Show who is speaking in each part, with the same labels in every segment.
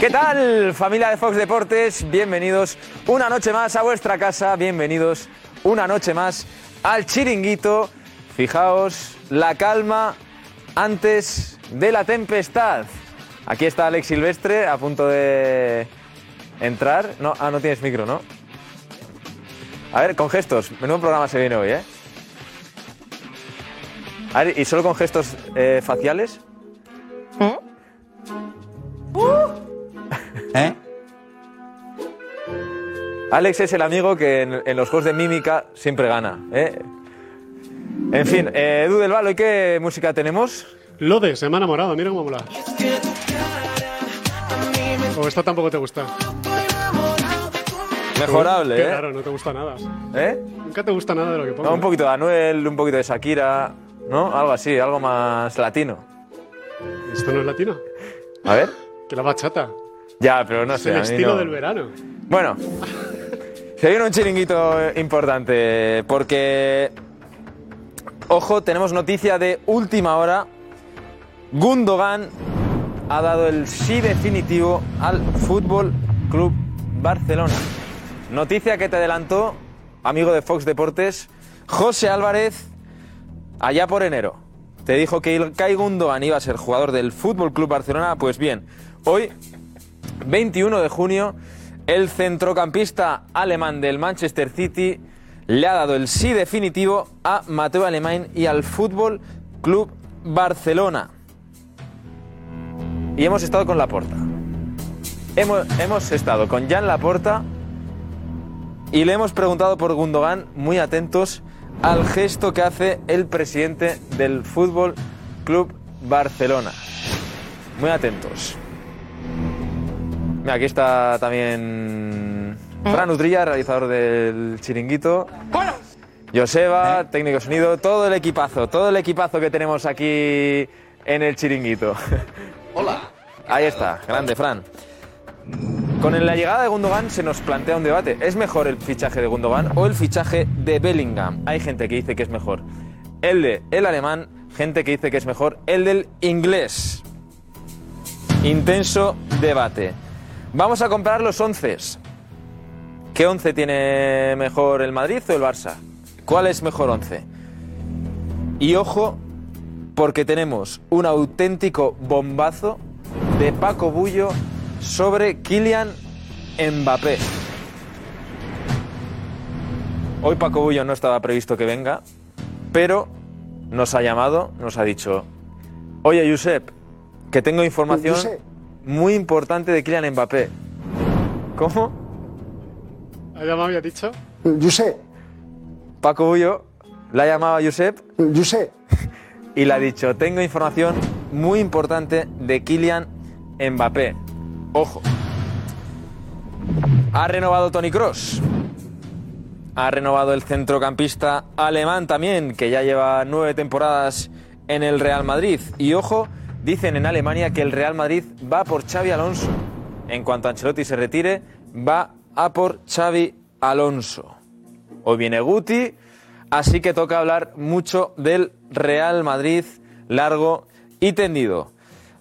Speaker 1: ¿Qué tal, familia de Fox Deportes? Bienvenidos una noche más a vuestra casa, bienvenidos una noche más al chiringuito. Fijaos la calma antes de la tempestad. Aquí está Alex Silvestre a punto de entrar. No, ah, no tienes micro, ¿no? A ver, con gestos. Menudo programa se viene hoy, ¿eh? A ver, ¿y solo con gestos eh, faciales?
Speaker 2: ¿Eh?
Speaker 1: Alex es el amigo que en, en los juegos de mímica siempre gana. ¿eh? En fin, eh, Edu del Valo, ¿y qué música tenemos?
Speaker 3: Lode, se me ha enamorado, mira cómo mola. O esta tampoco te gusta.
Speaker 1: Mejorable,
Speaker 3: Qué
Speaker 1: ¿eh?
Speaker 3: raro, no te gusta nada.
Speaker 1: ¿Eh?
Speaker 3: Nunca te gusta nada de lo que pongo.
Speaker 1: No, un poquito de Anuel, un poquito de Shakira, ¿no? Algo así, algo más latino.
Speaker 3: Esto no es latino.
Speaker 1: A ver.
Speaker 3: Que la bachata.
Speaker 1: Ya, pero no
Speaker 3: es
Speaker 1: sé.
Speaker 3: el
Speaker 1: a mí
Speaker 3: estilo
Speaker 1: no.
Speaker 3: del verano.
Speaker 1: Bueno, se viene un chiringuito importante porque, ojo, tenemos noticia de última hora. Gundogan ha dado el sí definitivo al Fútbol Club Barcelona. Noticia que te adelantó, amigo de Fox Deportes, José Álvarez, allá por enero. Te dijo que Ilkay Gundogan iba a ser jugador del Fútbol Club Barcelona. Pues bien, hoy 21 de junio, el centrocampista alemán del Manchester City le ha dado el sí definitivo a Mateo Alemán y al Fútbol Club Barcelona. Y hemos estado con Laporta. Hemos, hemos estado con Jan Laporta y le hemos preguntado por Gundogan, muy atentos al gesto que hace el presidente del Fútbol Club Barcelona. Muy atentos. Mira, aquí está también Fran Utrilla, realizador del chiringuito. Joseba, técnico de sonido, todo el equipazo, todo el equipazo que tenemos aquí en el chiringuito.
Speaker 4: Hola.
Speaker 1: Ahí está, grande Fran. Con la llegada de Gundogan se nos plantea un debate. ¿Es mejor el fichaje de Gundogan o el fichaje de Bellingham? Hay gente que dice que es mejor el de el alemán, gente que dice que es mejor el del inglés. Intenso debate. Vamos a comprar los once. ¿Qué once tiene mejor el Madrid o el Barça? ¿Cuál es mejor once? Y ojo, porque tenemos un auténtico bombazo de Paco Bullo sobre Kylian Mbappé. Hoy Paco Bullo no estaba previsto que venga, pero nos ha llamado, nos ha dicho, oye Josep, que tengo información
Speaker 3: Josep.
Speaker 1: muy importante de Kylian Mbappé. ¿Cómo?
Speaker 3: Ha llamado y ha dicho.
Speaker 1: Josep. Paco Bullo la llamaba Josep. Josep. Y le ha dicho, tengo información muy importante de Kylian Mbappé. Ojo. Ha renovado Tony Cross. Ha renovado el centrocampista alemán también, que ya lleva nueve temporadas en el Real Madrid. Y ojo, dicen en Alemania que el Real Madrid va por Xavi Alonso. En cuanto Ancelotti se retire, va a por Xavi Alonso. Hoy viene Guti, así que toca hablar mucho del Real Madrid largo y tendido.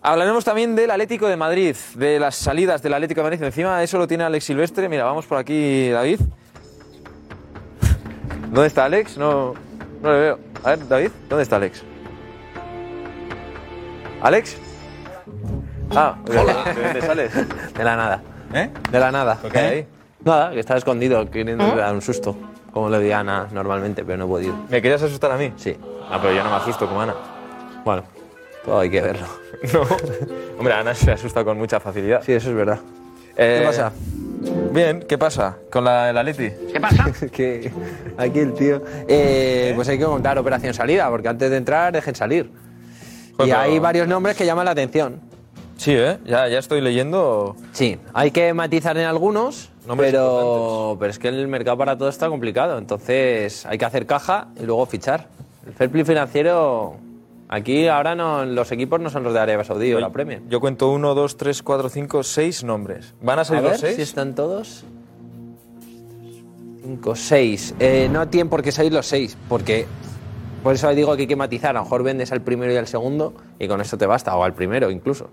Speaker 1: Hablaremos también del Atlético de Madrid, de las salidas del Atlético de Madrid. Encima eso lo tiene Alex Silvestre. Mira, vamos por aquí, David. ¿Dónde está Alex? No, no le veo. A ver, David, ¿dónde está Alex? ¿Alex? Ah,
Speaker 5: Hola.
Speaker 1: ¿de dónde sales?
Speaker 5: De la nada.
Speaker 1: ¿Eh?
Speaker 5: De la nada.
Speaker 1: ¿Por qué?
Speaker 5: ahí? Nada, que estaba escondido, queriendo dar un susto. Como lo diría Ana normalmente, pero no he podido.
Speaker 1: ¿Me querías asustar a mí?
Speaker 5: Sí.
Speaker 1: Ah, pero yo no me asusto como Ana.
Speaker 5: Bueno, todo hay que verlo.
Speaker 1: No. Hombre, Ana se asusta con mucha facilidad.
Speaker 5: Sí, eso es verdad.
Speaker 1: Eh,
Speaker 5: ¿Qué pasa?
Speaker 1: Bien, ¿qué pasa con la, el Atleti?
Speaker 5: ¿Qué pasa? que aquí el tío. Eh, Pues hay que contar operación salida, porque antes de entrar dejen salir.
Speaker 1: Joder,
Speaker 5: y
Speaker 1: Pues pero-
Speaker 5: hay varios nombres que llaman la atención.
Speaker 1: Sí, ¿eh? Ya, ya estoy leyendo.
Speaker 5: Sí, hay que matizar en algunos, pero, pero es que el mercado para todo está complicado. Entonces hay que hacer caja y luego fichar. El fair play financiero, aquí ahora no, los equipos no son los de Arabia Saudí o la Premier.
Speaker 1: Yo cuento 1, 2, 3, 4, 5, 6 nombres. ¿Van a salir
Speaker 5: ver
Speaker 1: los 6?
Speaker 5: si están todos. 5, 6. Eh, no tienen por qué salir los 6, porque por eso digo que hay que matizar. A lo mejor vendes al primero y al segundo y con esto te basta, o al primero incluso.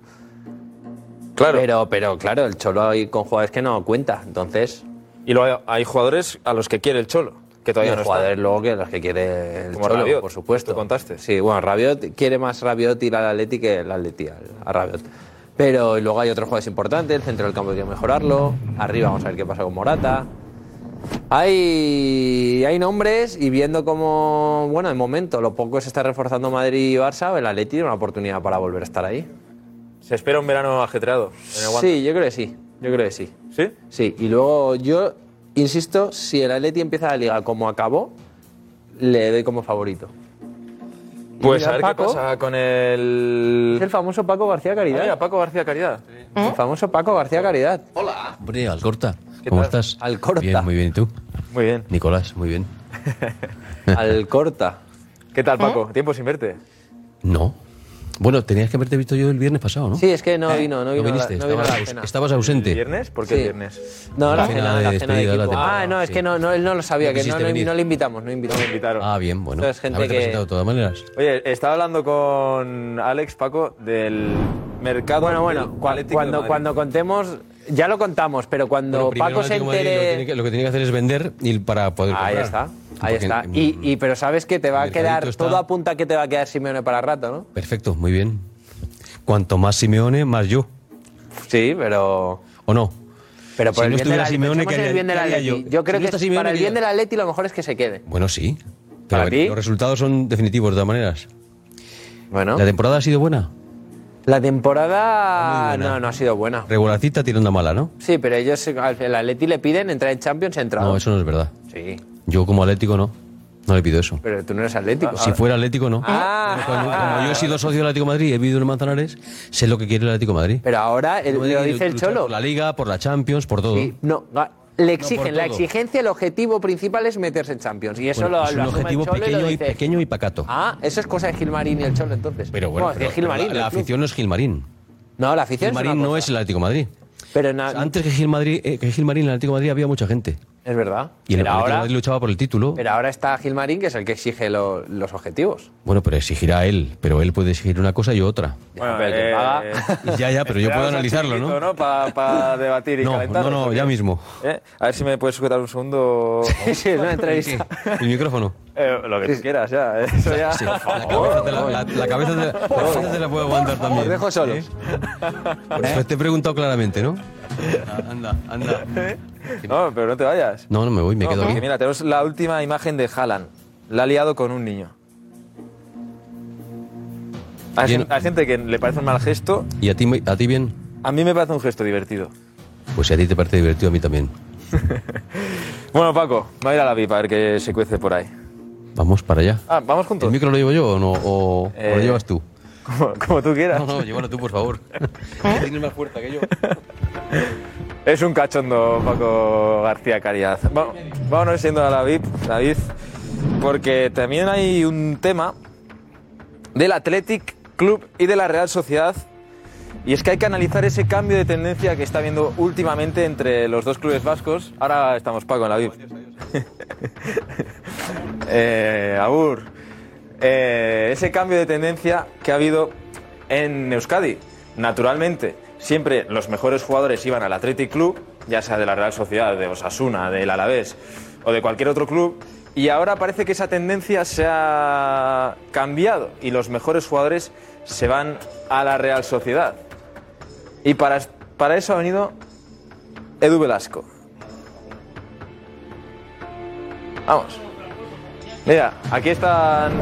Speaker 5: Claro. Pero, pero claro, el Cholo ahí con jugadores que no cuenta, entonces...
Speaker 1: Y luego hay jugadores a los que quiere el Cholo, que todavía
Speaker 5: Hay
Speaker 1: no está.
Speaker 5: jugadores luego que los que quiere el
Speaker 1: Como
Speaker 5: Cholo,
Speaker 1: Rabiot,
Speaker 5: por supuesto.
Speaker 1: tú contaste.
Speaker 5: Sí, bueno, Rabiot quiere más Rabiot ir al Atleti que el Atleti al- a Rabiot. Pero luego hay otros jugadores importantes, el centro del campo hay que mejorarlo, arriba vamos a ver qué pasa con Morata. Hay, hay nombres y viendo cómo, bueno, de momento lo poco se está reforzando Madrid y Barça, el Atleti tiene una oportunidad para volver a estar ahí.
Speaker 1: Se espera un verano ajetreado en el Wanda.
Speaker 5: Sí, yo creo que sí, yo creo que sí.
Speaker 1: ¿Sí?
Speaker 5: Sí, y luego yo insisto, si el Atleti empieza la liga como acabó, le doy como favorito.
Speaker 1: Pues
Speaker 5: mira,
Speaker 1: a ver
Speaker 5: Paco.
Speaker 1: qué pasa con
Speaker 5: Es el
Speaker 1: el...
Speaker 5: famoso Paco García
Speaker 1: Ah,
Speaker 5: Caridad.
Speaker 1: mira, Paco García Caridad.
Speaker 6: ¿Eh?
Speaker 5: El famoso Paco García Caridad.
Speaker 6: Hombre, Alcorta, ¿cómo estás?
Speaker 5: Alcorta.
Speaker 6: Bien, muy bien. ¿Y tú?
Speaker 1: Muy bien.
Speaker 6: Nicolás, muy bien.
Speaker 5: Al corta.
Speaker 1: ¿Qué
Speaker 6: ¿Eh?
Speaker 1: tal, Paco? Tiempo sin verte.
Speaker 6: No. Bueno, tenías que haberte visto yo el viernes pasado, ¿no?
Speaker 5: Sí, es que no vino, no
Speaker 6: ¿Eh? No
Speaker 5: vino, a la-
Speaker 6: viniste,
Speaker 5: Ah, no vino a la
Speaker 6: estabas,
Speaker 5: cena.
Speaker 6: aus- estabas
Speaker 1: ¿El
Speaker 6: ausente.
Speaker 1: viernes? ¿Por qué
Speaker 5: Sí.
Speaker 1: el viernes?
Speaker 5: No, la
Speaker 6: La
Speaker 5: cena,
Speaker 6: cena de
Speaker 5: la cena de
Speaker 6: despedida, la
Speaker 5: equipo.
Speaker 6: temporada,
Speaker 5: Ah, no, es
Speaker 6: sí.
Speaker 5: que no, no, él no lo sabía,
Speaker 6: No
Speaker 5: que no,
Speaker 6: quisiste
Speaker 5: no-
Speaker 6: venir.
Speaker 5: no le invitamos, no invitamos.
Speaker 1: Me invitaron.
Speaker 6: Ah, bien, bueno.
Speaker 5: Entonces, gente
Speaker 6: Haberte
Speaker 5: que-
Speaker 6: presentado de todas maneras.
Speaker 1: Oye, estaba hablando con Alex, Paco, del mercado...
Speaker 5: Bueno,
Speaker 1: del
Speaker 5: bueno, cua-
Speaker 1: Atlético de
Speaker 5: cuando,
Speaker 1: Madrid.
Speaker 5: cuando contemos, ya lo contamos, pero cuando
Speaker 6: Bueno, primero
Speaker 5: Paco
Speaker 6: el
Speaker 5: se
Speaker 6: Atlético de Madrid lo que tiene
Speaker 5: entere...
Speaker 6: que- Lo que tiene que hacer es vender y para poder
Speaker 5: Ahí
Speaker 6: comprar.
Speaker 5: está,
Speaker 6: Porque
Speaker 5: ahí está.
Speaker 6: en-
Speaker 5: Y, y- pero sabes que te va a
Speaker 6: el
Speaker 5: quedar,
Speaker 6: mercadito está-
Speaker 5: todo apunta a que te va a quedar Simeone para rato, ¿no?
Speaker 6: Perfecto, muy bien. Cuanto más Simeone, más yo.
Speaker 5: Sí, pero...
Speaker 6: ¿O no?
Speaker 5: Pero por
Speaker 6: Si
Speaker 5: el
Speaker 6: no
Speaker 5: bien del
Speaker 6: estuviera
Speaker 5: Atleti,
Speaker 6: Simeone,
Speaker 5: pensemos en
Speaker 6: ¿qué
Speaker 5: el
Speaker 6: haría-
Speaker 5: bien del
Speaker 6: qué haría
Speaker 5: Atleti.
Speaker 6: yo?
Speaker 5: Yo
Speaker 6: Si
Speaker 5: creo
Speaker 6: no
Speaker 5: que
Speaker 6: está
Speaker 5: es-
Speaker 6: Simeone,
Speaker 5: para el
Speaker 6: ¿qué
Speaker 5: bien
Speaker 6: haría?
Speaker 5: del Atleti lo mejor es que se quede.
Speaker 6: Bueno, sí.
Speaker 5: ¿Para
Speaker 6: Pero
Speaker 5: ti?
Speaker 6: los resultados son definitivos de todas maneras.
Speaker 5: Bueno.
Speaker 6: ¿La temporada ha sido buena?
Speaker 5: La temporada no, no ha sido buena.
Speaker 6: Regularcita tirando a mala, ¿no?
Speaker 5: Sí, pero ellos al al Atleti le piden entrar en Champions, entrar.
Speaker 6: No, eso no es verdad.
Speaker 5: Sí,
Speaker 6: Yo como atlético no. No le pido eso.
Speaker 5: pero tú no eres atlético.
Speaker 6: Si fuera atlético no.
Speaker 5: Ah.
Speaker 6: Pero como, como yo he sido socio del Atlético de Madrid y he vivido en Manzanares, sé lo que quiere el Atlético de Madrid.
Speaker 5: Pero ahora el-
Speaker 6: Madrid
Speaker 5: lo
Speaker 6: quiere
Speaker 5: dice el
Speaker 6: luchar
Speaker 5: Cholo.
Speaker 6: Por la Liga, por la Champions, por todo.
Speaker 5: Sí, no, ga- le
Speaker 6: por
Speaker 5: exigen, la
Speaker 6: todo.
Speaker 5: exigencia, el objetivo principal es meterse en Champions. Y eso
Speaker 6: Bueno,
Speaker 5: lo,
Speaker 6: es
Speaker 5: lo
Speaker 6: un
Speaker 5: asume el
Speaker 6: objetivo
Speaker 5: Cholo y lo
Speaker 6: pequeño y,
Speaker 5: dice.
Speaker 6: pequeño y pacato.
Speaker 5: Ah, eso es cosa de Gilmarín y el Cholo entonces.
Speaker 6: Pero bueno,
Speaker 5: No, es de
Speaker 6: pero- pero
Speaker 5: Gilmarín.
Speaker 6: la, la
Speaker 5: del club.
Speaker 6: afición no es Gilmarín.
Speaker 5: no, la afición es
Speaker 6: Gilmarín
Speaker 5: una
Speaker 6: no
Speaker 5: cosa.
Speaker 6: es el Atlético de Madrid.
Speaker 5: Pero
Speaker 6: O
Speaker 5: na-
Speaker 6: sea, Antes que Gilmarín, eh, que Gilmarín en el Atlético de Madrid había mucha gente.
Speaker 5: es verdad.
Speaker 6: Y el
Speaker 5: pero,
Speaker 6: Atlético de
Speaker 5: ahora,
Speaker 6: Madrid luchaba por el título.
Speaker 5: pero ahora está Gilmarín, que es el que exige lo- los objetivos.
Speaker 6: Bueno, pero exigirá él. Pero él puede exigir una cosa y otra.
Speaker 1: Bueno,
Speaker 5: Pero el que
Speaker 1: eh,
Speaker 5: paga-
Speaker 6: Ya, ya, pero yo puedo
Speaker 1: Esperamos al
Speaker 6: analizarlo,
Speaker 1: chiringuito,
Speaker 6: ¿no?
Speaker 1: ¿no? Para debatir y
Speaker 6: No,
Speaker 1: calentar.
Speaker 6: no,
Speaker 1: ¿Eh?
Speaker 6: no, ya mismo.
Speaker 1: A ver si me puedes sujetar un segundo.
Speaker 5: Sí, es una entrevista.
Speaker 6: El micrófono.
Speaker 1: Eh, lo que tú quieras, ya. eh. Eso ya.
Speaker 6: Sí, la cabeza te la, la- la cabeza te la- la cabeza te la puedo aguantar también.
Speaker 5: Os dejo solos.
Speaker 6: ¿Eh?
Speaker 5: ¿Eh?
Speaker 6: Por eso te he preguntado claramente, ¿no? Anda, anda.
Speaker 1: ¿Eh? No, pero no te vayas.
Speaker 6: No, no me voy, me
Speaker 1: No,
Speaker 6: quedo
Speaker 1: porque
Speaker 6: aquí.
Speaker 1: mira, tenemos la última imagen de Haaland. La ha liado con un niño.
Speaker 5: Ah,
Speaker 1: Hay,
Speaker 6: Bien.
Speaker 1: gen- hay gente que le parece un mal gesto.
Speaker 6: ¿Y a ti, me- a ti bien?
Speaker 1: A mí me parece un gesto divertido.
Speaker 6: Pues si a ti te parece divertido, a mí también.
Speaker 1: Bueno, Paco, me voy a ir a la pipa a ver qué se cuece por ahí.
Speaker 6: Vamos para allá.
Speaker 1: Ah, vamos
Speaker 6: ¿El
Speaker 1: juntos.
Speaker 6: micro lo llevo yo o no? ¿O, o
Speaker 1: Eh.
Speaker 6: lo llevas tú?
Speaker 1: Como, como tú quieras.
Speaker 6: No, no, llévalo tú, por favor. Tienes más fuerza que yo.
Speaker 1: Es un cachondo, Paco García Caridad. Va- vámonos yendo a la VIP, David, porque también hay un tema del Athletic Club y de la Real Sociedad. Y es que hay que analizar ese cambio de tendencia que está viendo últimamente entre los dos clubes vascos. Ahora estamos, Paco, en la VIP. Eh, Agur, eh, ese cambio de tendencia que ha habido en Euskadi, naturalmente, siempre los mejores jugadores iban al Athletic Club, ya sea de la Real Sociedad, de Osasuna, del Alavés o de cualquier otro club, y ahora parece que esa tendencia se ha cambiado y los mejores jugadores se van a la Real Sociedad. Y para, para eso ha venido Edu Velasco. Vamos. Mira, aquí están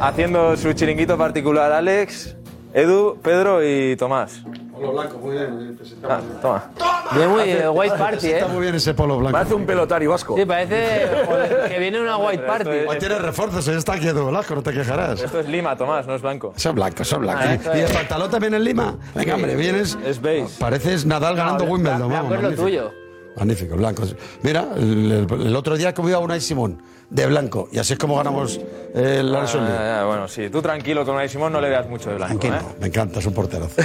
Speaker 1: haciendo su chiringuito particular Alex, Edu, Pedro y Tomás.
Speaker 7: Polo blanco, muy bien, muy bien presentado.
Speaker 1: Ah, toma.
Speaker 5: Bien, muy bien, White Party, ¿eh?
Speaker 7: Está muy bien ese polo blanco.
Speaker 8: Parece un pelotario vasco.
Speaker 5: Sí, parece joder, que viene una White Party. ¿eh?
Speaker 1: Pero esto
Speaker 7: Tiene refuerzos, ya está aquí Edu Velasco, no te quejarás.
Speaker 1: Esto es Lima, Tomás, no es blanco.
Speaker 7: Son blancos, son blancos.
Speaker 5: Ah, esto
Speaker 7: ¿Y el
Speaker 5: es-
Speaker 7: pantalón también en Lima? Venga, hombre, vienes.
Speaker 1: Es beige.
Speaker 7: Pareces Nadal ganando Wimbledon.
Speaker 5: Me
Speaker 7: vamos,
Speaker 5: acuerdo
Speaker 7: magnífico.
Speaker 5: tuyo.
Speaker 7: Magnífico, blancos. Mira, el, el- el otro día comió a Unai Simón de blanco. Y así es como ganamos eh, la Nations League.
Speaker 1: Ah, ya, bueno, sí, tú tranquilo con Unai Simón, no le veas mucho de blanco.
Speaker 7: Tranquilo,
Speaker 1: ¿eh?
Speaker 7: me encanta, es un porterazo.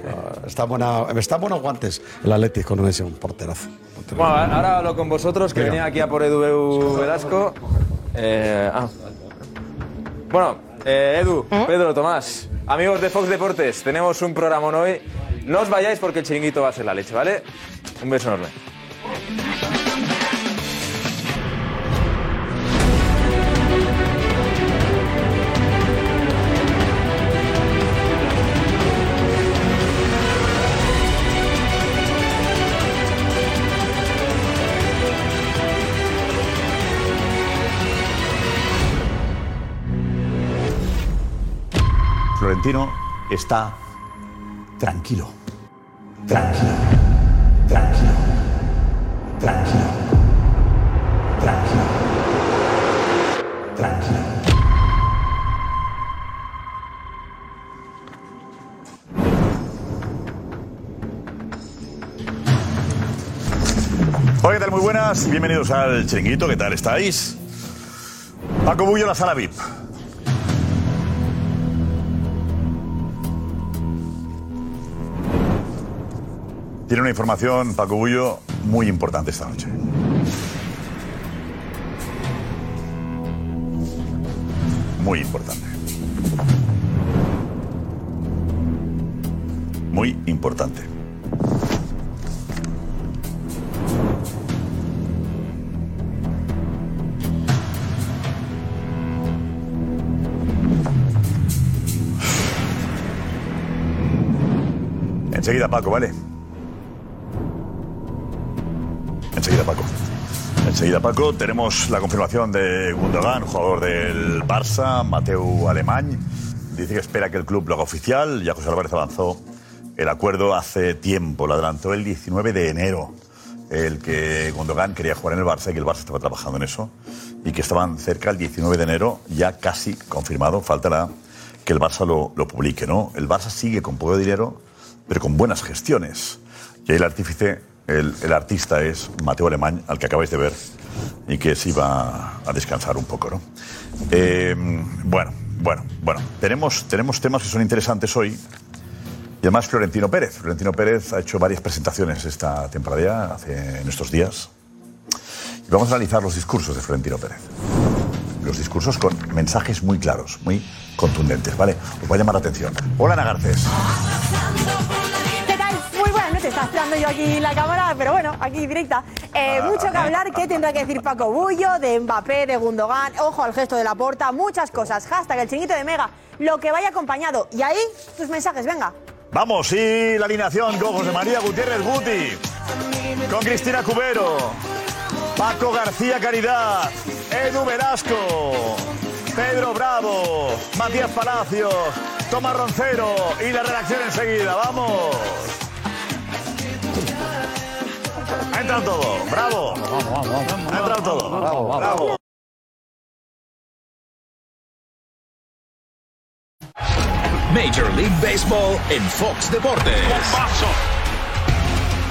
Speaker 7: Ah, está, buena, está buenos guantes el Atlético con Unai Simón, porterazo. porterazo.
Speaker 1: Bueno, a- ahora hablo con vosotros, que venía aquí a por Edu Eu- Velasco. Eh, ah. Bueno, eh, Edu, Pedro, Tomás, amigos de Fox Deportes, tenemos un programa hoy No os vayáis porque el chiringuito va a ser la leche, ¿vale? Un beso enorme.
Speaker 9: Florentino está tranquilo. Tranquilo. Tranquilo. Tranquilo. Tranquilo. Tranquilo. Hola, ¿qué tal? Muy buenas. Bienvenidos al Chiringuito. ¿Qué tal estáis? Paco Bullo, la sala VIP. Tiene una información, Paco Bullo, muy importante esta noche. Muy importante. Muy importante. Enseguida, Paco, ¿vale? Enseguida, Paco. Enseguida, Paco. Tenemos la confirmación de Gundogan, jugador del Barça, Mateu Alemán. Dice que espera que el club lo haga oficial. Ya José Álvarez avanzó el acuerdo hace tiempo. Lo adelantó el 19 de enero. El que Gundogan quería jugar en el Barça y que el Barça estaba trabajando en eso. Y que estaban cerca el 19 de enero, ya casi confirmado. Faltará que el Barça lo, lo publique, ¿no? El Barça sigue con poco dinero, pero con buenas gestiones. Y ahí el artífice, el, el artista es Mateo Alemán, al que acabáis de ver, y que se iba a descansar un poco, ¿no? Eh, bueno, bueno, bueno. Tenemos, tenemos temas que son interesantes hoy. Y además Florentino Pérez. Florentino Pérez ha hecho varias presentaciones esta temporada, ya, hace, en estos días. Y vamos a analizar los discursos de Florentino Pérez. Los discursos con mensajes muy claros, muy contundentes, ¿vale? Os va a llamar la atención. Hola, Ana Garcés.
Speaker 10: ¿Qué tal? Muy buenas noches. Está esperando yo aquí la cámara, pero bueno, aquí directa. Eh,
Speaker 9: Ah.
Speaker 10: mucho que hablar, ¿qué tendrá que decir Paco Bullo, de Mbappé, de Gundogan? Ojo al gesto de la porta, muchas cosas. Hashtag el chinguito de Mega, lo que vaya acompañado. Y ahí, tus mensajes, venga.
Speaker 9: Vamos, y la alineación con José María Gutiérrez Guti, con Cristina Cubero, Paco García Caridad, Edu Velasco, Pedro Bravo, Matías Palacios, Tomás Roncero y la redacción enseguida. Vamos. Ha entrado todo. Bravo. Ha entrado todo. Bravo.
Speaker 11: Major League Baseball en Fox Deportes.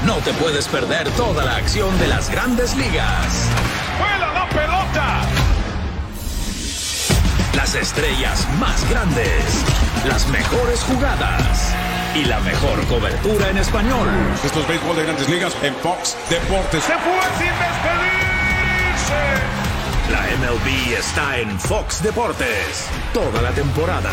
Speaker 11: No te puedes perder toda la acción de las grandes ligas. ¡Vuela la pelota! Las estrellas más grandes, las mejores jugadas y la mejor cobertura en español.
Speaker 12: Esto es béisbol de grandes ligas en Fox Deportes.
Speaker 11: ¡Se fue sin despedirse! La MLB está en Fox Deportes toda la temporada.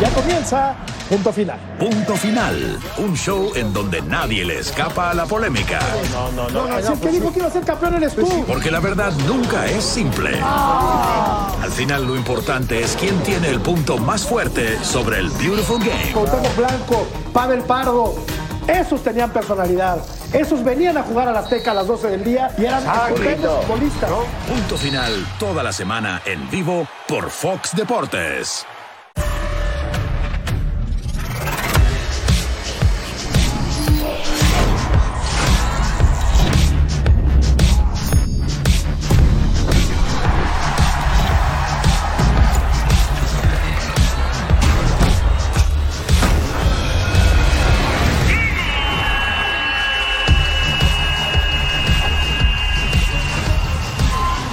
Speaker 3: Ya comienza punto final.
Speaker 11: Punto final, un show en donde nadie le escapa a la polémica. No, no, pues
Speaker 3: No, no, si el Ah. que dijo que iba a ser campeón eres tú.
Speaker 11: Porque la verdad nunca es simple. Al final lo importante es quién tiene el punto más fuerte sobre el Beautiful Game.
Speaker 3: Cuauhtémoc Blanco, Pavel Pardo. Esos tenían personalidad. Esos venían a jugar a la Azteca a las 12 del día y eran tremendos futbolistas.
Speaker 11: Punto final toda la semana en vivo por Fox Deportes.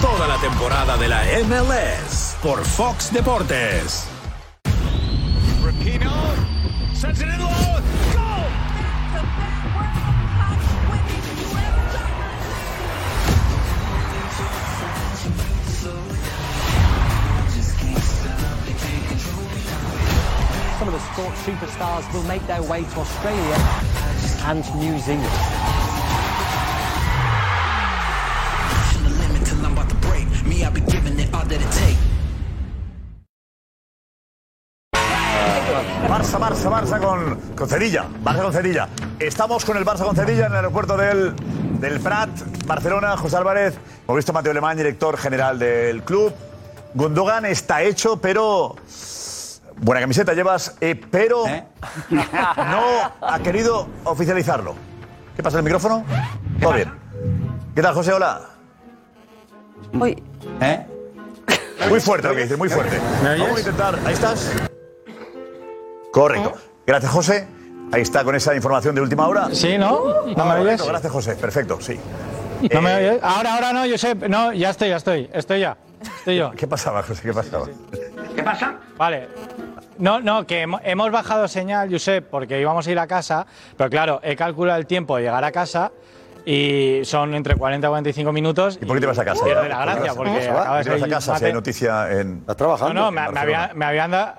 Speaker 11: Toda la temporada de la MLS por Fox Deportes.
Speaker 13: Some of the sports superstars
Speaker 14: stars will make their way to Australia and New Zealand.
Speaker 10: Till I'm about to break. Me, I've been giving it all that it take.
Speaker 9: Barça, Barça, Barça con, con Cerilla. Barça con Cerilla. Estamos con el Barça con Cerilla en el aeropuerto del, del Prat, Barcelona. José Álvarez, hemos visto a Mateo Alemán, director general del club. Gundogan está hecho, pero. Buena camiseta llevas, eh, pero no ha querido oficializarlo. ¿Qué pasa el micrófono? Todo bien. ¿Qué tal, José? Hola.
Speaker 15: Uy.
Speaker 9: ¿Eh? Muy fuerte lo que dices, muy fuerte. Vamos a intentar. Ahí estás. Correcto. Gracias, José. Ahí está con esa información de última hora.
Speaker 16: Sí, ¿no? ¿No me
Speaker 9: Ah,
Speaker 16: oyes?
Speaker 9: correcto, Gracias, José. Perfecto, sí.
Speaker 16: ¿No
Speaker 9: Eh,
Speaker 16: me oyes? Ahora, ahora no, Josep. No, ya estoy, ya estoy. Estoy ya. Estoy yo.
Speaker 9: ¿Qué pasaba, José? ¿Qué pasaba?
Speaker 16: ¿Qué pasa? Vale. No, no, que hemo- hemos bajado señal, Josep, porque íbamos a ir a casa, pero claro, he calculado el tiempo de llegar a casa y son entre 40 y 45 minutos.
Speaker 9: ¿Y por qué te vas a casa?
Speaker 16: Pierde la gracia,
Speaker 9: ¿Por qué
Speaker 16: porque
Speaker 9: te vas a
Speaker 16: acaba
Speaker 9: casa? ¿Por qué
Speaker 16: de
Speaker 9: te vas
Speaker 16: salir
Speaker 9: a casa si
Speaker 16: mate.
Speaker 9: hay noticia en. ¿Estás
Speaker 16: No, no, me, me había- me habían dado.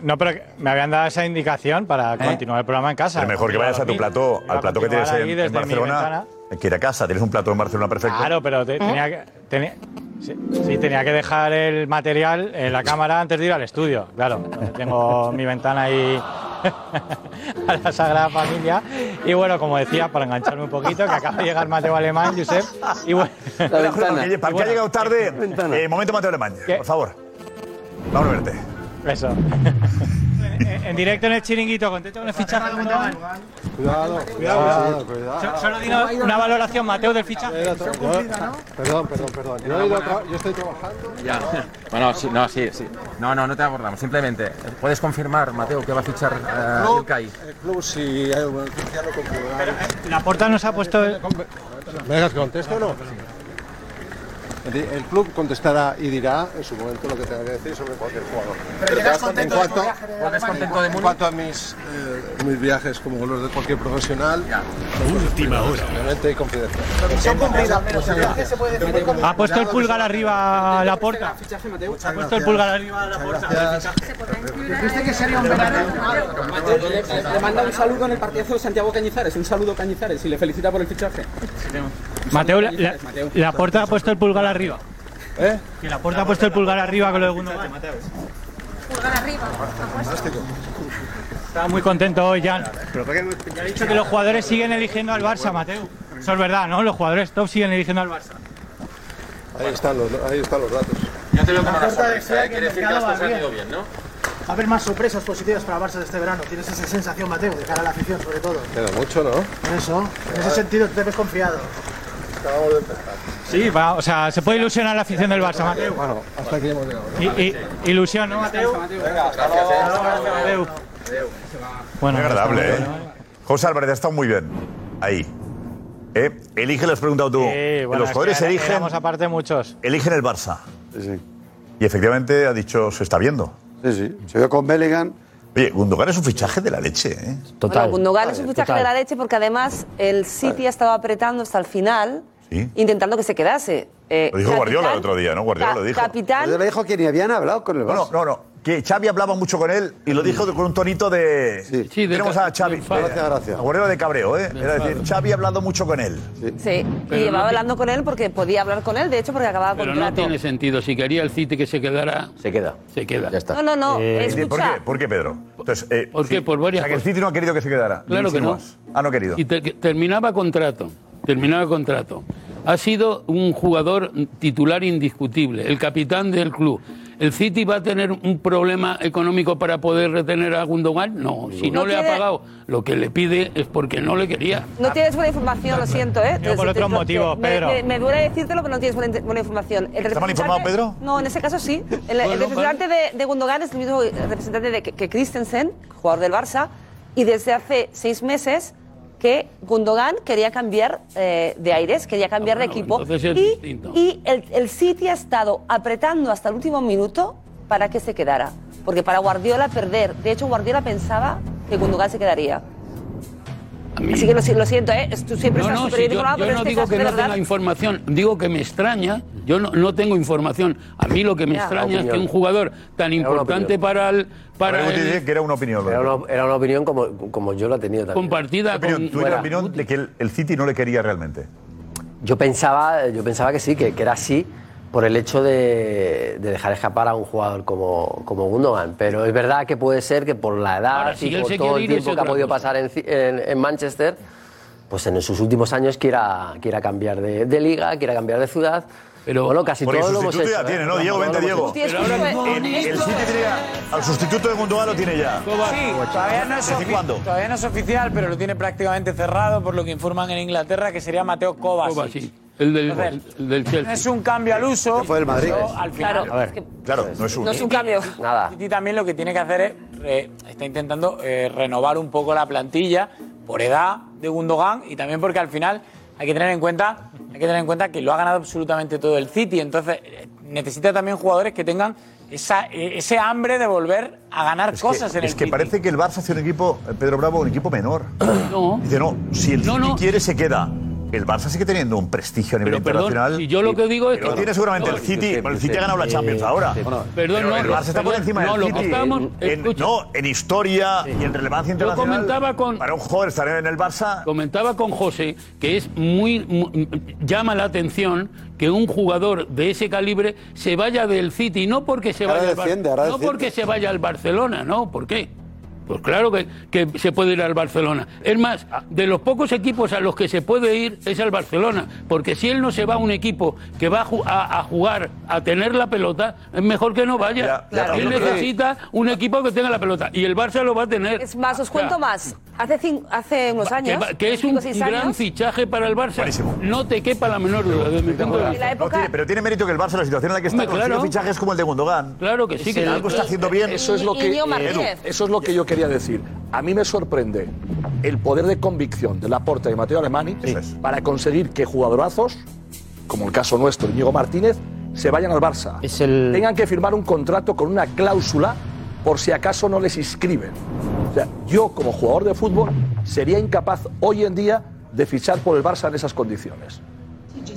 Speaker 16: No, pero que- me habían dado esa indicación para continuar el programa en casa.
Speaker 9: Pero mejor que
Speaker 16: Iba
Speaker 9: vayas a tu
Speaker 16: dormir,
Speaker 9: plató,
Speaker 16: iba
Speaker 9: al plató que
Speaker 16: continuar
Speaker 9: tienes en,
Speaker 16: ahí
Speaker 9: en
Speaker 16: desde mi
Speaker 9: Barcelona.
Speaker 16: ventana.
Speaker 9: Que ir a casa, tienes un plató en Barcelona perfecto.
Speaker 16: Claro, pero te- tenía que. tenía- sí, sí, tenía que dejar el material en la cámara antes de ir al estudio, claro. Tengo mi ventana ahí a la Sagrada Familia. Y bueno, como decía, para engancharme un poquito, que acaba de llegar Mateo Alemán, Josep. Y bueno,
Speaker 9: Te lo juro, porque- Para que ha llegado tarde. eh, momento Mateo Alemán, por favor. Vamos a verte.
Speaker 16: Eso. En, en directo en el chiringuito, contento con el fichaje de Gundogan.
Speaker 17: Cuidado, cuidado, cuidado.
Speaker 16: So- Solo di una, una valoración, Mateo, del fichaje.
Speaker 17: Perdón, perdón, perdón. Yo, he ido a tra- yo estoy trabajando.
Speaker 3: Ya. Bueno, sí, no, sí, sí. No, no, no te abordamos. Simplemente, ¿puedes confirmar, Mateo, que va a fichar eh,
Speaker 17: No.
Speaker 3: Ilkay?
Speaker 17: El club, si hay un oficial, lo configurará.
Speaker 16: eh, La porta nos ha puesto. el-
Speaker 17: ¿Me dejas que conteste o no? El di- El club contestará y dirá en su momento lo que tenga que decir sobre cualquier jugador.
Speaker 18: Pero llegas
Speaker 17: en
Speaker 18: contento de
Speaker 17: cuanto,
Speaker 18: tu viaje de
Speaker 17: en
Speaker 18: Alemania.
Speaker 17: cuanto- en cuanto a mis, eh, mis viajes como los de cualquier profesional,
Speaker 1: Última hora.
Speaker 17: obviamente y confidencial. Pues
Speaker 18: Misión cumplida, al menos el viaje se puede definir como...
Speaker 16: Ha puesto el pulgar arriba a la porta.
Speaker 18: Fichaje, Mateo.
Speaker 16: Ha puesto el pulgar arriba a la porta.
Speaker 18: Dijiste que sería un verano. Le manda un saludo en el partidazo de Santiago Cañizares. Un saludo Cañizares y le felicita por el fichaje.
Speaker 16: Mateo, la, la- la puerta ha puesto el pulgar arriba.
Speaker 17: ¿Eh?
Speaker 16: Que la puerta ha puesto el pulgar arriba con lo de Gundogan. Está muy contento hoy, Jan. Ha dicho que los jugadores siguen eligiendo al Barça, Mateo. Eso es verdad, ¿no? Los jugadores top siguen eligiendo al Barça.
Speaker 17: Ahí están los, ahí están los datos.
Speaker 3: Yo te
Speaker 17: veo como
Speaker 3: como una
Speaker 17: una
Speaker 3: sorpresa.
Speaker 17: sorpresa,
Speaker 3: ¿eh?
Speaker 17: ¿eh?
Speaker 3: Quiere decir que
Speaker 17: mercado
Speaker 3: las cosas
Speaker 17: va
Speaker 3: han
Speaker 17: bien.
Speaker 3: ido bien, ¿no?
Speaker 18: A ver más sorpresas positivas para el Barça de este verano. Tienes esa sensación, Mateo, de cara a la afición, sobre todo.
Speaker 17: Queda mucho, ¿no?
Speaker 18: Por eso, en ese sentido, te ves confiado.
Speaker 17: Acabamos de empezar.
Speaker 16: Sí, va, o sea, se puede ilusionar la afición del Barça, Mateo.
Speaker 17: Bueno, hasta aquí hemos llegado.
Speaker 16: Y, y- ilusión, ¿no, Mateo? Mateo. Bueno,
Speaker 9: Qué agradable, ¿eh? José Álvarez, ha estado muy bien. Ahí. ¿Eh? Elige, lo has preguntado tú.
Speaker 16: Sí, bueno,
Speaker 9: los jugadores
Speaker 16: es que
Speaker 9: eligen,
Speaker 16: éramos aparte muchos.
Speaker 9: eligen el Barça. Y efectivamente ha dicho, se está viendo.
Speaker 7: Sí, sí. Se vio con Bellingham.
Speaker 9: Oye, Gundogan es un fichaje de la leche, ¿eh?
Speaker 19: Bueno, Gundogan es un fichaje de la leche porque además el City ha estado apretando hasta el final, intentando que se quedase. Eh,
Speaker 9: Lo dijo
Speaker 19: capitán-
Speaker 9: Guardiola el otro día, ¿no? Guardiola
Speaker 19: ca-
Speaker 9: lo dijo.
Speaker 19: Capitán,
Speaker 9: le Pues dijo que ni habían hablado con el No, no, no. Que Xavi hablaba mucho con él y lo dijo con un tonito de... Sí, Tenemos a Xavi.
Speaker 7: Gracias, gracias.
Speaker 9: A Guardiola de cabreo, ¿eh? Era decir, Xavi ha hablado mucho con él.
Speaker 19: sí, y
Speaker 20: Pero
Speaker 19: llevaba
Speaker 20: no-
Speaker 19: hablando con él porque podía hablar con él, de hecho, porque acababa
Speaker 20: Pero no
Speaker 19: contrato.
Speaker 20: tiene sentido. Si quería el City que se quedara. Se queda. Se queda. Ya está.
Speaker 19: No, no, no, Eh, escucha.
Speaker 9: ¿Por qué? ¿Por qué, Pedro? Entonces, eh,
Speaker 20: ¿Por qué? Por varias
Speaker 9: o sea, que el City no ha querido que se quedara.
Speaker 20: Claro que no.
Speaker 9: Insinúas. Ah, no ha querido.
Speaker 20: Y te- que terminaba contrato. Terminaba contrato. Ha sido un jugador titular indiscutible, el capitán del club. ¿El City va a tener un problema económico para poder retener a Gundogan? No, si no,
Speaker 19: No
Speaker 20: le ha
Speaker 19: quiere-
Speaker 20: pagado lo que le pide es porque no le quería.
Speaker 19: No tienes buena información, lo siento, ¿eh?
Speaker 20: Yo por otros
Speaker 19: te-
Speaker 20: motivos,
Speaker 19: me-
Speaker 20: Pedro.
Speaker 19: Me, me duele decírtelo, pero no tienes buena, buena información. El
Speaker 20: ¿Está
Speaker 19: representante-
Speaker 20: mal informado, Pedro?
Speaker 19: No, en ese caso sí. El- El,
Speaker 20: Bueno,
Speaker 19: representante de, de Gundogan es el mismo representante de, que, que Christensen, jugador del Barça, y desde hace seis meses que Gundogan quería cambiar eh, de aires, quería cambiar de equipo.
Speaker 20: Ah, entonces es
Speaker 19: y
Speaker 20: distinto.
Speaker 19: y el, el City ha estado apretando hasta el último minuto para que se quedara. Porque para Guardiola perder, de hecho Guardiola pensaba que Gundogan se quedaría. Así que lo, si- lo siento, ¿eh? Es- Tú siempre
Speaker 20: No,
Speaker 19: estás
Speaker 20: no, si
Speaker 19: superior
Speaker 20: yo,
Speaker 19: informado,
Speaker 20: yo
Speaker 19: pero
Speaker 20: no
Speaker 19: este
Speaker 20: digo
Speaker 19: caso
Speaker 20: que
Speaker 19: de
Speaker 20: no
Speaker 19: verdad.
Speaker 20: tenga información, digo que me extraña, yo no, no tengo información. A mí lo que me
Speaker 19: Ya.
Speaker 20: extraña es que
Speaker 21: Opinión.
Speaker 20: un jugador tan
Speaker 21: una
Speaker 20: importante
Speaker 21: opinión.
Speaker 20: para el... Para el-
Speaker 9: que era una opinión.
Speaker 21: Era una, era una opinión como, como yo la tenía también.
Speaker 20: Compartida
Speaker 9: Opinión, tú eres la opinión de que el, el City no le quería realmente.
Speaker 21: Yo pensaba, yo pensaba que sí, que, que era así por el hecho de, de dejar escapar a un jugador como, como Gundogan. Pero es verdad que puede ser que por la edad
Speaker 20: Ahora, si
Speaker 21: y
Speaker 20: él
Speaker 21: por
Speaker 20: se
Speaker 21: todo
Speaker 20: quiere
Speaker 21: el
Speaker 20: ir, es
Speaker 21: tiempo que ha
Speaker 20: otra
Speaker 21: podido
Speaker 20: cosa.
Speaker 21: pasar en, ci- en- en Manchester, pues en sus últimos años quiera, quiera cambiar de, de liga, quiera cambiar de ciudad. Pero bueno, casi
Speaker 9: Porque
Speaker 21: todo lo hemos
Speaker 9: sustituto
Speaker 21: hecho.
Speaker 9: ya
Speaker 21: ¿eh?
Speaker 9: tiene, ¿no?
Speaker 21: Casi todo
Speaker 9: Diego, vente,
Speaker 21: lo hemos
Speaker 9: Diego.
Speaker 21: hecho.
Speaker 9: el, el City tiene ya- al sustituto de Gundogan lo tiene ya.
Speaker 22: eh, Sí, todavía no, es
Speaker 9: ¿Desde
Speaker 22: ofi-
Speaker 9: cuándo?
Speaker 22: todavía no es oficial, pero lo tiene prácticamente cerrado, por lo que informan en Inglaterra, que sería Mateo Kovacic.
Speaker 20: Kovacic, el del,
Speaker 22: Entonces,
Speaker 20: el del
Speaker 22: No
Speaker 20: Chelsea.
Speaker 22: es un cambio al uso.
Speaker 20: fue del Madrid.
Speaker 22: pero al final,
Speaker 20: Claro, A ver, es que-
Speaker 9: claro, no es
Speaker 20: un-
Speaker 22: No es un cambio.
Speaker 21: Nada.
Speaker 22: City también lo que tiene que hacer es, eh, está intentando eh, renovar un poco la plantilla por edad de Gundogan y también porque al final hay que tener en cuenta, hay que tener en cuenta que lo ha ganado absolutamente todo el City, entonces eh, necesita también jugadores que tengan esa, eh, ese hambre de volver a ganar cosas
Speaker 9: que,
Speaker 22: en
Speaker 9: es
Speaker 22: el
Speaker 9: que
Speaker 22: City.
Speaker 9: parece que el Barça hace un equipo, eh, Pedro Bravo, un equipo menor. Dice, no, si el City quiere, se queda. El Barça sigue teniendo un prestigio a nivel
Speaker 20: Pero, perdón,
Speaker 9: internacional.
Speaker 20: si yo lo que digo es
Speaker 9: Pero
Speaker 20: que-
Speaker 9: tiene seguramente el City. Bueno, el City ha ganado la Champions ahora.
Speaker 20: Bueno,
Speaker 9: Pero
Speaker 20: perdón, no,
Speaker 9: el Barça está por
Speaker 20: perdón,
Speaker 9: encima
Speaker 20: no,
Speaker 9: del
Speaker 20: lo
Speaker 9: City.
Speaker 20: que estábamos-
Speaker 9: en, no, en historia y en relevancia
Speaker 20: Yo
Speaker 9: internacional.
Speaker 20: comentaba con.
Speaker 9: Para un joven estar en el Barça.
Speaker 20: Comentaba con José que es muy, mu- llama la atención que un jugador de ese calibre se vaya del City, no porque se
Speaker 23: Ahora
Speaker 20: vaya al Bar-
Speaker 23: defiende, ahora
Speaker 20: no
Speaker 23: defiende.
Speaker 20: porque se vaya al Barcelona, ¿no? ¿Por qué? Pues claro que, que se puede ir al Barcelona. Es más, de los pocos equipos a los que se puede ir es al Barcelona. Porque si él no se va a un equipo que va a, ju- a- a jugar, a tener la pelota, es mejor que no vaya.
Speaker 19: Ya, ya,
Speaker 20: Él
Speaker 19: pero-
Speaker 20: necesita un equipo que tenga la pelota. Y el Barça lo va a tener.
Speaker 19: Es más, os
Speaker 20: Ya.
Speaker 19: cuento más. Hace, cin- hace unos
Speaker 20: Que,
Speaker 19: años.
Speaker 20: va- que es un
Speaker 19: cinco o seis
Speaker 20: gran
Speaker 19: años,
Speaker 20: fichaje para el Barça. No te quepa la menor duda. desde mi punto de
Speaker 19: en la
Speaker 20: vista.
Speaker 19: época.
Speaker 9: Tiene- pero tiene mérito que el Barça, la situación en la que está,
Speaker 20: Hombre,
Speaker 9: consigue
Speaker 20: claro.
Speaker 9: fichajes como el de Gundogan.
Speaker 20: Claro que sí, que
Speaker 9: algo está haciendo bien.
Speaker 24: Eso es lo que,
Speaker 19: Íñigo Martínez.
Speaker 24: Edu, eso es lo que yo quería decir. A mí me sorprende el poder de convicción de Laporta y Mateo Alemani para conseguir que jugadorazos, como el caso nuestro, Íñigo Martínez, se vayan al Barça. Tengan que firmar un contrato con una cláusula por si acaso no les inscriben. O sea, yo como jugador de fútbol sería incapaz hoy en día de fichar por el Barça en esas condiciones.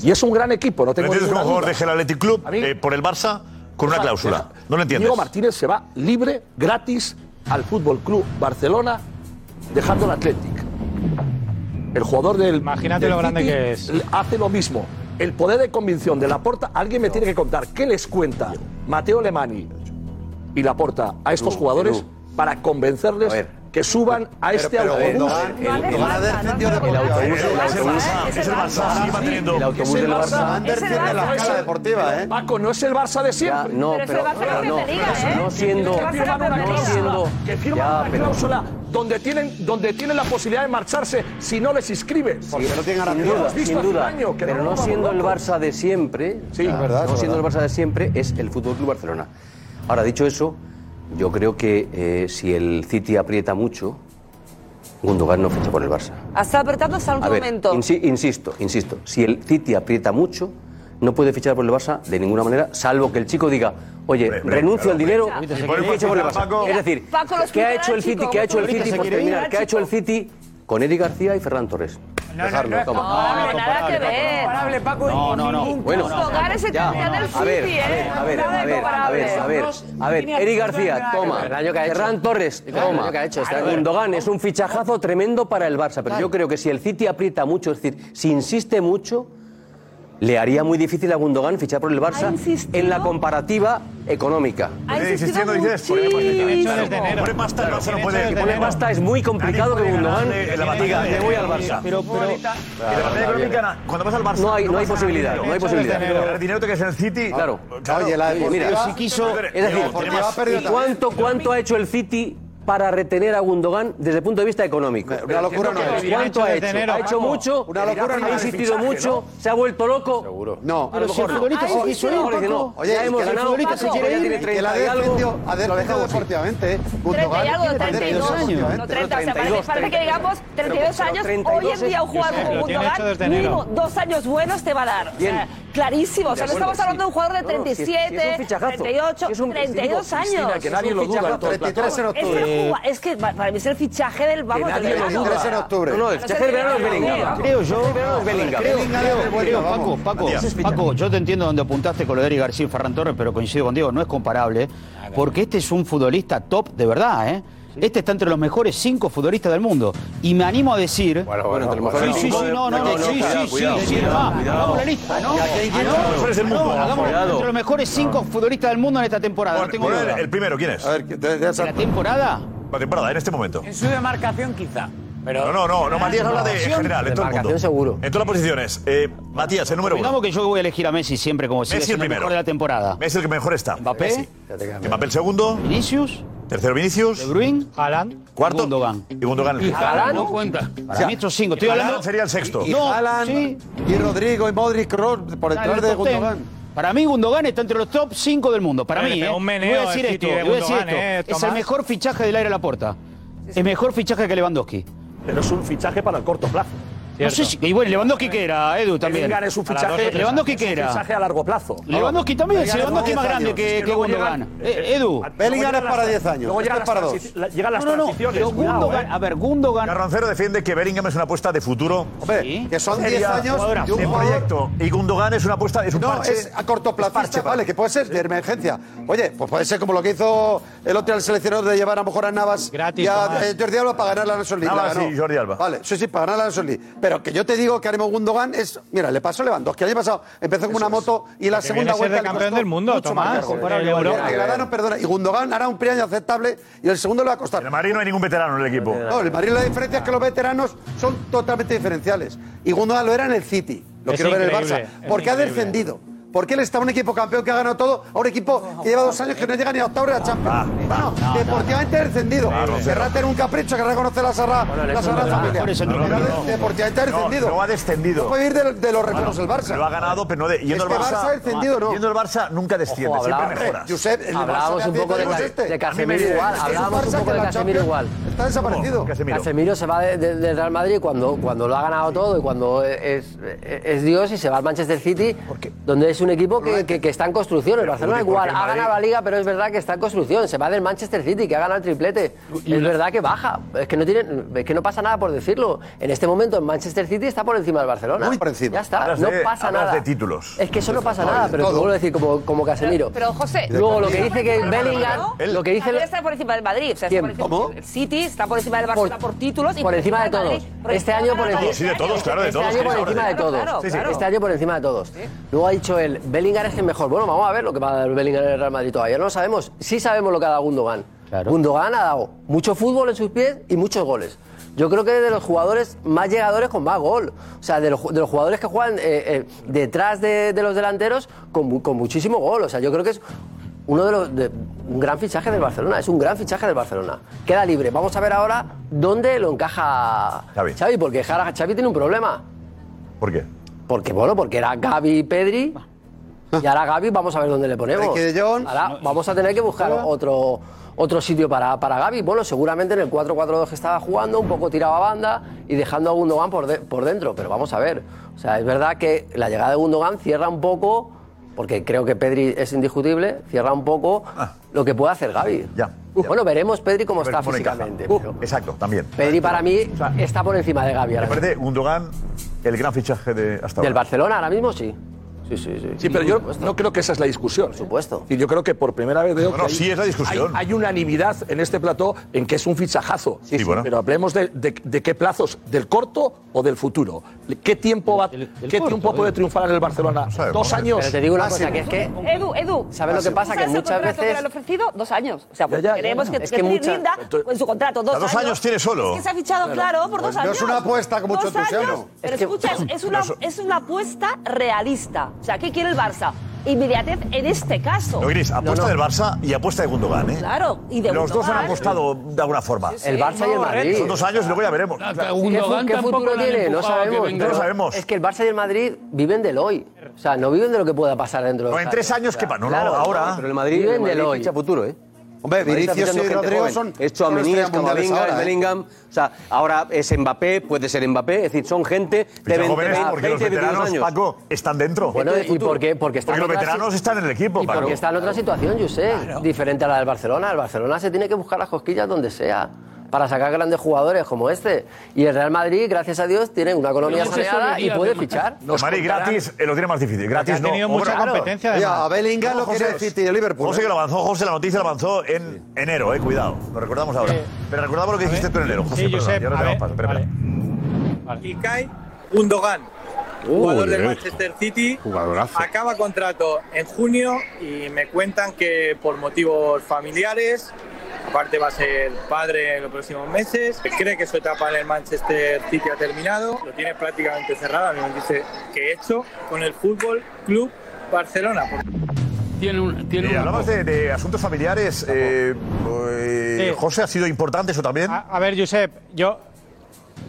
Speaker 24: Y es un gran equipo, no
Speaker 9: ¿Lo
Speaker 24: tengo
Speaker 9: entiendes como
Speaker 24: ninguna
Speaker 9: jugador
Speaker 24: duda.
Speaker 9: deje el Athletic Club eh, por el Barça con una
Speaker 24: Deja-
Speaker 9: cláusula?
Speaker 24: deja.
Speaker 9: No lo entiendes.
Speaker 24: Diego Martínez se va libre, gratis, al Fútbol Club Barcelona, dejando el Athletic. El jugador del.
Speaker 16: Imagínate
Speaker 24: del
Speaker 16: lo grande
Speaker 24: City
Speaker 16: que es.
Speaker 24: l- Hace lo mismo. El poder de convicción de Laporta, alguien me tiene que contar qué les cuenta Mateo Lemani y Laporta a estos jugadores para convencerles que suban a este
Speaker 6: pero
Speaker 24: autobús.
Speaker 6: Gundogan- el Gundogan ha descendido de
Speaker 24: El autobús- el autobús-
Speaker 9: Es el Barça, sigue manteniendo.
Speaker 24: el autobús
Speaker 6: Es el
Speaker 24: del
Speaker 6: Barça.
Speaker 24: Barça.
Speaker 6: Ander tiene la
Speaker 24: Pero
Speaker 6: escala
Speaker 24: es el-
Speaker 6: deportiva, ¿eh?
Speaker 24: Paco, no es el Barça de siempre.
Speaker 6: Ya, no, Pero es el pero- Barça pero campeón de no, Liga, pero ¿eh? no siendo- Es el Barça
Speaker 24: Que firman una
Speaker 6: campeón de Liga.
Speaker 24: cláusula,
Speaker 6: siendo-
Speaker 24: que firman
Speaker 6: Ya,
Speaker 24: una
Speaker 6: pero-
Speaker 24: cláusula donde tienen, donde tienen la posibilidad de marcharse si no les inscribes.
Speaker 6: Sí, sin duda, sin duda. pero no siendo el Barça de siempre, o sea,
Speaker 24: es verdad,
Speaker 6: no
Speaker 24: es
Speaker 6: siendo el
Speaker 24: verdad.
Speaker 6: Barça de siempre, es el Fútbol Club Barcelona. Ahora, dicho eso, yo creo que eh, si el City aprieta mucho, Gundogan no ficha por el Barça.
Speaker 19: Hasta apretando hasta el
Speaker 6: A
Speaker 19: último
Speaker 6: ver,
Speaker 19: momento.
Speaker 6: insi- insisto, insisto, si el City aprieta mucho, no puede fichar por el Barça de ninguna manera, salvo que el chico diga, oye, renuncio al dinero
Speaker 19: hombre.
Speaker 6: y
Speaker 19: Y por el
Speaker 6: ficho por el
Speaker 19: particular,
Speaker 6: Barça.
Speaker 19: Paco-
Speaker 6: es decir,
Speaker 19: Mira, Paco lo
Speaker 6: ¿qué ha
Speaker 19: explicará
Speaker 6: hecho el
Speaker 19: el
Speaker 6: City?
Speaker 19: chico,
Speaker 6: ¿Qué ha hecho el
Speaker 19: Fabricio,
Speaker 6: City?
Speaker 19: se
Speaker 6: Por
Speaker 19: quiere
Speaker 6: terminar,
Speaker 19: ir al
Speaker 6: ¿qué ha hecho el City con Eddie García y Ferran Torres? Dejarlo, toma.
Speaker 19: nada que ver.
Speaker 22: Comparable, Paco,
Speaker 6: No, no, no. Bueno,
Speaker 19: Gundogan es el
Speaker 6: ya.
Speaker 19: campeón del
Speaker 6: A ver, a
Speaker 19: City,
Speaker 6: ver,
Speaker 19: ¿eh?
Speaker 6: a ver,
Speaker 19: Nada
Speaker 6: a ver, a ver, a ver, a ver.
Speaker 19: comparable.
Speaker 6: Eri García, toma. El año que ha hecho. Ferran Torres, El año toma. que ha hecho, está A bien. ver. Gundogan es un fichajazo tremendo para el Barça, pero yo creo que si el City aprieta mucho, es decir, si insiste mucho, le haría muy difícil a Gundogan fichar por el Barça en la comparativa económica.
Speaker 9: Porque insistiendo, dices, pone pasta, claro, pone pasta, el Barça no puede.
Speaker 6: Que poner pasta es muy complicado que Gundogan diga, me voy al Barça.
Speaker 9: Y la batalla
Speaker 6: Claro,
Speaker 9: económica, cuando vas al Barça.
Speaker 6: No hay- no hay
Speaker 9: vas a ganar
Speaker 6: posibilidad,
Speaker 9: dinero.
Speaker 6: no hay posibilidad.
Speaker 9: Pero ganar dinero que es en el City.
Speaker 6: Claro.
Speaker 9: Oye, la
Speaker 6: Mira,
Speaker 9: Deportiva-
Speaker 6: si quiso, es
Speaker 9: Diego,
Speaker 6: decir,
Speaker 9: tiene más-
Speaker 6: ¿y cuánto, cuánto ha hecho el City para retener a Gundogan desde el punto de vista económico? Una locura no es. ¿Cuánto ha hecho?
Speaker 24: Detener a
Speaker 6: ¿Ha hecho
Speaker 24: Paco.
Speaker 6: mucho?
Speaker 24: Una locura no
Speaker 6: ¿Ha
Speaker 24: es.
Speaker 6: insistido
Speaker 24: Fichaje,
Speaker 6: mucho? ¿Se ha vuelto loco? Seguro. No.
Speaker 24: Pero si el futbolista se quiso ir,
Speaker 6: Ahora que no.
Speaker 24: Paco.
Speaker 6: Ya hemos
Speaker 24: Oye, que el
Speaker 6: ganado,
Speaker 24: futbolista
Speaker 6: Paco,
Speaker 24: se quiere
Speaker 6: ya
Speaker 24: ir,
Speaker 6: tiene
Speaker 24: que la
Speaker 6: 30 y algo.
Speaker 24: defendió-
Speaker 6: ha
Speaker 24: defendido
Speaker 6: deportivamente.
Speaker 24: ¿eh?
Speaker 19: 30 y algo, 32,
Speaker 6: 32
Speaker 7: ¿eh?
Speaker 6: años.
Speaker 19: no 30, o sea, parece, parece que digamos 32 años, hoy en día un jugador como
Speaker 24: Lo tiene hecho
Speaker 19: Gundogan,
Speaker 24: desde enero.
Speaker 19: mínimo dos años buenos te va a dar. O sea,
Speaker 6: Bien,
Speaker 19: Clarísimo, o sea,
Speaker 24: De
Speaker 19: no
Speaker 24: acuerdo,
Speaker 19: estamos hablando de un jugador de
Speaker 24: No, no, si es- si
Speaker 19: 37,
Speaker 24: es un fichajazo,
Speaker 19: 38,
Speaker 24: si es un-
Speaker 19: 32
Speaker 24: digo,
Speaker 19: años.
Speaker 24: Cristina, que nadie
Speaker 19: Es un
Speaker 24: lo duda,
Speaker 19: fichajazo.
Speaker 24: entonces,
Speaker 19: 33 en octubre. Es, el jugu- es que pa- para mí es el fichaje del vamos
Speaker 24: nadie
Speaker 19: del
Speaker 24: lo
Speaker 19: verano.
Speaker 24: duda. 33 en octubre. No, no, el
Speaker 19: A
Speaker 24: fichaje
Speaker 19: ser
Speaker 24: del verano es
Speaker 19: verano,
Speaker 24: Bellingham.
Speaker 19: creo.
Speaker 25: Creo yo,
Speaker 24: Creo,
Speaker 25: creo, creo, creo, Paco, Paco, Paco, yo te entiendo donde apuntaste con lo de Eric García y Ferran Torres, pero coincido contigo, no es comparable, porque este es un futbolista top de verdad, ¿eh? Este está entre los mejores cinco futbolistas del mundo. Y me animo a decir.
Speaker 24: bueno, entre los mejores
Speaker 25: Sí, sí, sí,
Speaker 24: cinco.
Speaker 25: no, no,
Speaker 24: No,
Speaker 25: no,
Speaker 24: no,
Speaker 25: sí,
Speaker 24: cuidado,
Speaker 25: sí,
Speaker 24: cuidado,
Speaker 25: sí, sí,
Speaker 24: cuidado,
Speaker 25: va,
Speaker 24: cuidado.
Speaker 25: hagamos la lista, ¿no?
Speaker 24: Y aquí hay que-
Speaker 25: Ah,
Speaker 24: los mejores del
Speaker 25: no,
Speaker 24: mundo,
Speaker 25: hagamos
Speaker 24: cuidado.
Speaker 25: entre los mejores cinco futbolistas del mundo en esta temporada. no tengo duda.
Speaker 9: el primero, ¿quién es? A ver,
Speaker 24: de,
Speaker 25: ¿La temporada?
Speaker 9: La temporada, en este momento.
Speaker 22: En su demarcación, quizá. Pero
Speaker 9: no, no, no, no, Matías habla de en
Speaker 25: Demarcación.
Speaker 9: general, en todo el mundo.
Speaker 25: Demarcación seguro.
Speaker 9: En todas las posiciones. Eh, Matías, el número uno.
Speaker 25: Digamos que yo voy a elegir a Messi siempre como si
Speaker 9: Messi
Speaker 25: el
Speaker 9: el
Speaker 25: mejor
Speaker 9: primero.
Speaker 25: de la temporada.
Speaker 9: Messi el que mejor está.
Speaker 25: Mbappé.
Speaker 9: Messi. Mbappé el segundo.
Speaker 25: Vinicius.
Speaker 9: Tercero Vinicius.
Speaker 25: De Bruyne.
Speaker 9: Haaland. Cuarto.
Speaker 25: Gundogan.
Speaker 9: Y Gundogan.
Speaker 25: Y Haaland no
Speaker 20: cuenta.
Speaker 25: Para mí estos cinco. Estoy hablando.
Speaker 9: sería el sexto.
Speaker 25: Y No, Haaland, sí.
Speaker 7: Y Rodrigo y Modric Kroos por
Speaker 25: Está en
Speaker 7: detrás
Speaker 25: el
Speaker 7: de
Speaker 25: top ten.
Speaker 7: Gundogan.
Speaker 25: Para mí Gundogan está entre los top 5 del mundo. Para
Speaker 7: Eh,
Speaker 25: mí,
Speaker 7: le
Speaker 25: ¿eh?
Speaker 7: pegó un meneo
Speaker 25: voy a decir
Speaker 7: al
Speaker 25: esto.
Speaker 7: City de
Speaker 25: voy a decir
Speaker 7: Gundogan,
Speaker 25: esto.
Speaker 7: eh,
Speaker 25: es
Speaker 7: Tomás.
Speaker 25: el mejor fichaje del aire a la puerta. El mejor fichaje que Lewandowski.
Speaker 24: Pero es un fichaje para el corto plazo.
Speaker 25: No sé si- y bueno, Lewandowski que era, Edu también.
Speaker 24: Bellingham es un fichaje.
Speaker 25: Lewandowski
Speaker 24: es un
Speaker 25: que era.
Speaker 24: fichaje a largo plazo.
Speaker 25: Lewandowski también, si Lewandowski es más grande que- que
Speaker 24: luego
Speaker 25: Gundogan.
Speaker 24: llegan-
Speaker 25: Eh, Edu.
Speaker 24: luego
Speaker 25: Bellingham
Speaker 24: llegan
Speaker 25: es
Speaker 24: las
Speaker 25: para
Speaker 24: transi-
Speaker 25: 10 años,
Speaker 24: Luego llegan
Speaker 25: este es
Speaker 24: las
Speaker 25: para
Speaker 24: transi-
Speaker 25: dos.
Speaker 24: la- llegan
Speaker 25: No,
Speaker 24: las
Speaker 25: no, no,
Speaker 24: transiciones.
Speaker 25: pero
Speaker 24: cuidado,
Speaker 25: Gundogan-
Speaker 24: ¿eh?
Speaker 25: a ver, Gundogan.
Speaker 9: Carroncero defiende que Bellingham es una apuesta de futuro.
Speaker 7: Hombre, que son
Speaker 9: Sería
Speaker 7: 10 años de un
Speaker 9: de
Speaker 7: jugador-
Speaker 9: proyecto. Y Gundogan es una apuesta, es un
Speaker 7: no,
Speaker 9: parche.
Speaker 7: es a cortoplacista, vale, que puede ser de emergencia. Oye, pues puede ser como lo que hizo el otro día el seleccionador de llevar a lo mejor a Navas y
Speaker 9: Tomás.
Speaker 7: a eh, Jordi Alba para ganar la Nations League.
Speaker 9: Navas
Speaker 7: la ganó.
Speaker 9: y Jordi Alba.
Speaker 7: Vale, sí, sí, para ganar la Nations League. Pero que yo te digo que haremos Gundogan es... Mira, le pasó a Lewandowski. El año pasado empezó con una moto y la
Speaker 16: Que
Speaker 7: segunda
Speaker 16: viene a ser
Speaker 7: vuelta...
Speaker 16: de
Speaker 7: le
Speaker 16: campeón
Speaker 7: costó
Speaker 16: del mundo,
Speaker 7: mucho
Speaker 16: Tomás,
Speaker 7: más caro.
Speaker 16: fuera de Euro.
Speaker 7: El Granada, perdona, y Gundogan hará un primer año aceptable y el segundo le va a costar.
Speaker 9: En el Madrid no hay ningún veterano en el equipo.
Speaker 7: No, el Madrid la diferencia es que los veteranos son totalmente diferenciales. Y Gundogan lo era en el City. Lo
Speaker 9: Es
Speaker 7: quiero ver en el
Speaker 9: increíble,
Speaker 7: Barça.
Speaker 9: es
Speaker 7: Porque ha
Speaker 9: increíble.
Speaker 7: descendido. Porque él está en un equipo campeón que ha ganado todo, a un equipo que lleva dos años que no llega ni a octavos de la
Speaker 9: Ah,
Speaker 7: Champions. No, deportivamente ha descendido. Querrá tener un capricho, querrá conocer la Sarra, la Sarra familia. Pero Deportivamente ha descendido.
Speaker 9: No, no ha descendido.
Speaker 7: No puede vivir de, de los recuerdos del
Speaker 9: Bueno,
Speaker 7: Barça.
Speaker 9: Lo ha ganado, pero no de. Yendo
Speaker 7: Es que
Speaker 9: al Barça.
Speaker 7: Barça ha descendido, ¿no?
Speaker 9: Yendo al Barça nunca desciende, siempre
Speaker 7: hablaba-
Speaker 9: mejora.
Speaker 7: Josep, el Barça de hace años es este.
Speaker 21: igual,
Speaker 7: Es que es
Speaker 21: hablábamos
Speaker 7: Barça
Speaker 21: un poco
Speaker 7: que
Speaker 21: de
Speaker 7: la
Speaker 21: Casemiro
Speaker 7: Champions
Speaker 21: igual.
Speaker 7: Está desaparecido.
Speaker 21: Casemiro. se va de- de- del Real Madrid cuando, cuando lo ha ganado todo y cuando es, es- es Dios y se va al Manchester City, donde es un equipo que, que- que está en construcción. El Barcelona
Speaker 6: Guti, porque
Speaker 21: igual
Speaker 6: el
Speaker 21: ha
Speaker 6: Madrid-
Speaker 21: ganado la liga, pero es verdad que está en construcción. Se va del Manchester City, que ha ganado el triplete. Es verdad que baja. Es que no, tiene, es que no pasa nada por decirlo. En este momento, el Manchester City está por encima del Barcelona.
Speaker 9: Muy por encima.
Speaker 21: Ya está,
Speaker 9: Hablas
Speaker 21: no
Speaker 9: de-
Speaker 21: pasa
Speaker 9: hablas
Speaker 21: nada.
Speaker 9: de títulos.
Speaker 21: Es que eso no pasa
Speaker 9: Todo,
Speaker 21: nada, pero te
Speaker 9: todo.
Speaker 21: vuelvo a decir como, como Casemiro.
Speaker 19: Pero José,
Speaker 21: luego lo que dice que Bellingham, lo que dice
Speaker 19: Madrid está por encima del Madrid, o sea, está
Speaker 21: ¿Quién?
Speaker 19: por encima-
Speaker 21: ¿Cómo?
Speaker 19: el City está por encima del Barcelona por, títulos y
Speaker 21: por encima de
Speaker 19: del
Speaker 21: todos.
Speaker 19: Madrid
Speaker 21: Este año por
Speaker 19: del
Speaker 21: encima
Speaker 19: Madrid.
Speaker 21: Este año por encima de todos.
Speaker 19: Claro, claro.
Speaker 21: Este año por encima de todos. Luego ha dicho él, Bellingham es el mejor. Bueno, vamos a ver lo que va a dar Bellingham en el Real Madrid todavía. No lo sabemos. Sí sabemos lo que ha dado Gundogan. Gundogan ha dado mucho fútbol en sus pies y muchos goles. Yo creo que es de los jugadores más llegadores con más gol. O sea, de los, ju- de los jugadores que juegan eh, eh, detrás de, de los delanteros con, mu- con muchísimo gol. O sea, yo creo que es uno de los de- un gran fichaje del Barcelona, es un gran fichaje del Barcelona. Queda libre. Vamos a ver ahora dónde lo encaja Xavi, porque Jara- Xavi tiene un problema.
Speaker 9: ¿Por qué?
Speaker 21: Porque bueno, porque era Gaby y Pedri.
Speaker 9: Ah.
Speaker 21: Y ahora Gaby, vamos a ver dónde le ponemos.
Speaker 7: Ricky de Jong.
Speaker 21: Ahora vamos a tener que buscar otro, otro sitio para, para Gaby. Bueno, seguramente en el 4-4-2 que estaba jugando, un poco tirado a banda y dejando a Gundogan por, de- por dentro. Pero vamos a ver. O sea, es verdad que la llegada de Gundogan cierra un poco, porque creo que Pedri es indiscutible, cierra un poco lo que puede hacer Gaby.
Speaker 9: Ya.
Speaker 21: Bueno, veremos Pedri cómo
Speaker 9: A ver
Speaker 21: está
Speaker 9: cómo le encaja.
Speaker 21: físicamente.
Speaker 9: Uh, Exacto, también.
Speaker 21: Pedri para mí está por encima de Gaby.
Speaker 9: Me
Speaker 21: ahora
Speaker 9: parece Gundogan el gran fichaje de hasta ahora.
Speaker 21: Del Barcelona ahora mismo sí. Sí, sí, sí.
Speaker 24: Sí, pero yo no creo que esa es la discusión. Por
Speaker 21: supuesto.
Speaker 24: Y yo creo que por primera vez veo
Speaker 9: Bueno,
Speaker 24: que
Speaker 9: sí es la discusión.
Speaker 24: Hay, hay unanimidad en este plató en que es un fichajazo.
Speaker 9: sí, bueno.
Speaker 24: Pero hablemos de, de- de qué plazos, del corto o del futuro. ¿Qué tiempo, va, qué tiempo
Speaker 20: eh.
Speaker 24: puede triunfar en el Barcelona? ¿Dos
Speaker 9: ¿eh?
Speaker 24: años?
Speaker 21: Pero te digo una cosa, que es que
Speaker 19: Edu, Edu,
Speaker 21: ¿Sabes lo que pasa? Que
Speaker 19: ¿sabes el
Speaker 21: muchas
Speaker 19: contrato
Speaker 21: veces-
Speaker 19: que le han ofrecido dos años. O sea, pues
Speaker 21: Ya, ya,
Speaker 19: queremos
Speaker 21: ya,
Speaker 19: que,
Speaker 21: es
Speaker 19: que
Speaker 21: que
Speaker 19: Tri
Speaker 21: mucha-
Speaker 19: rinda con su contrato. Dos,
Speaker 9: A dos años tiene solo.
Speaker 19: Es que se ha fichado, claro, por
Speaker 9: Pues
Speaker 19: dos años.
Speaker 9: no es una apuesta con mucho
Speaker 19: Dos
Speaker 9: entusiasmo.
Speaker 19: años, Pero escucha, es- es una,
Speaker 9: No so-
Speaker 19: es una apuesta realista. O sea, ¿qué quiere el Barça? Inmediatez en este caso.
Speaker 9: No, Gris, apuesta
Speaker 19: No, no.
Speaker 9: del Barça y apuesta de Gundogan, ¿eh?
Speaker 19: Claro, y de
Speaker 9: Los dos
Speaker 19: Gundogan.
Speaker 9: han apostado de alguna forma.
Speaker 19: Sí, sí, El Barça y el Madrid.
Speaker 9: Son dos años y luego ya veremos.
Speaker 21: Ah,
Speaker 9: Claro.
Speaker 21: ¿Qué, fu- qué futuro tiene? No sabemos.
Speaker 9: No lo sabemos.
Speaker 21: Es que el Barça y el Madrid viven del hoy. O sea, no viven de lo que pueda pasar dentro de
Speaker 9: No,
Speaker 21: los
Speaker 9: en tres años,
Speaker 21: que
Speaker 9: ¿qué pa- no, no, ahora. Pero el Madrid-
Speaker 21: viven
Speaker 9: el Madrid
Speaker 21: del hoy.
Speaker 9: ficha
Speaker 21: futuro, ¿eh?
Speaker 7: Hombre,
Speaker 6: El Madrid está
Speaker 7: Vinicius
Speaker 6: fichando
Speaker 7: y
Speaker 6: gente
Speaker 7: Rodrigo
Speaker 6: joven.
Speaker 7: son-
Speaker 6: Es
Speaker 7: son
Speaker 6: Tchouaméni,
Speaker 7: estrellas
Speaker 6: es
Speaker 7: mundiales
Speaker 6: Camavinga, es
Speaker 7: ahora, ¿eh?
Speaker 6: Bellingham. O sea, ahora es Mbappé, puede ser Mbappé. Es decir, son gente de 20,
Speaker 9: jóvenes porque
Speaker 6: 20,
Speaker 9: los
Speaker 6: 22
Speaker 9: veteranos,
Speaker 6: años.
Speaker 9: Paco, están dentro.
Speaker 6: Bueno,
Speaker 9: Gente de
Speaker 6: ¿y por
Speaker 9: futuro.
Speaker 6: qué? Porque
Speaker 21: están
Speaker 9: los
Speaker 21: otras-
Speaker 9: veteranos están en el equipo,
Speaker 21: Y
Speaker 9: Paco.
Speaker 21: porque está en otra situación, yo sé, diferente a la del Barcelona. El Barcelona se tiene que buscar las cosquillas donde sea para sacar grandes jugadores como este. Y el Real Madrid, gracias a Dios, tiene una economía
Speaker 9: Pero no se
Speaker 21: saneada y
Speaker 9: solía,
Speaker 21: puede
Speaker 9: además.
Speaker 21: fichar.
Speaker 9: Nos Mari, gratis eh, lo tiene más difícil. Gratis
Speaker 7: ha
Speaker 9: no.
Speaker 7: tenido mucha competencia, Oye, además. a Bellingham lo quiere el City de Liverpool,
Speaker 9: José
Speaker 7: ¿eh?
Speaker 9: que lo avanzó, José, la noticia la avanzó en enero, eh, cuidado. Lo recordamos ahora. Pero recordamos lo que hiciste tú en enero, José,
Speaker 26: Sí,
Speaker 9: perdona,
Speaker 26: Josep,
Speaker 9: y ahora
Speaker 26: a
Speaker 9: te damos
Speaker 26: ver,
Speaker 9: paso. Espera, espera.
Speaker 27: Y cae Gundogan, jugador del
Speaker 9: Joder.
Speaker 27: Manchester City.
Speaker 26: Jugadorazo.
Speaker 27: Acaba contrato en junio y me cuentan que por motivos familiares, aparte va a ser padre en los próximos meses, cree que su etapa en el Manchester City ha terminado, lo tiene prácticamente cerrado, a mí me dice que he hecho con el Fútbol Club Barcelona.
Speaker 28: Tiene un,
Speaker 9: Eh, hablabas de, de asuntos familiares. eh, eh, José, ¿ha sido importante eso también?
Speaker 16: A ver, Josep, yo.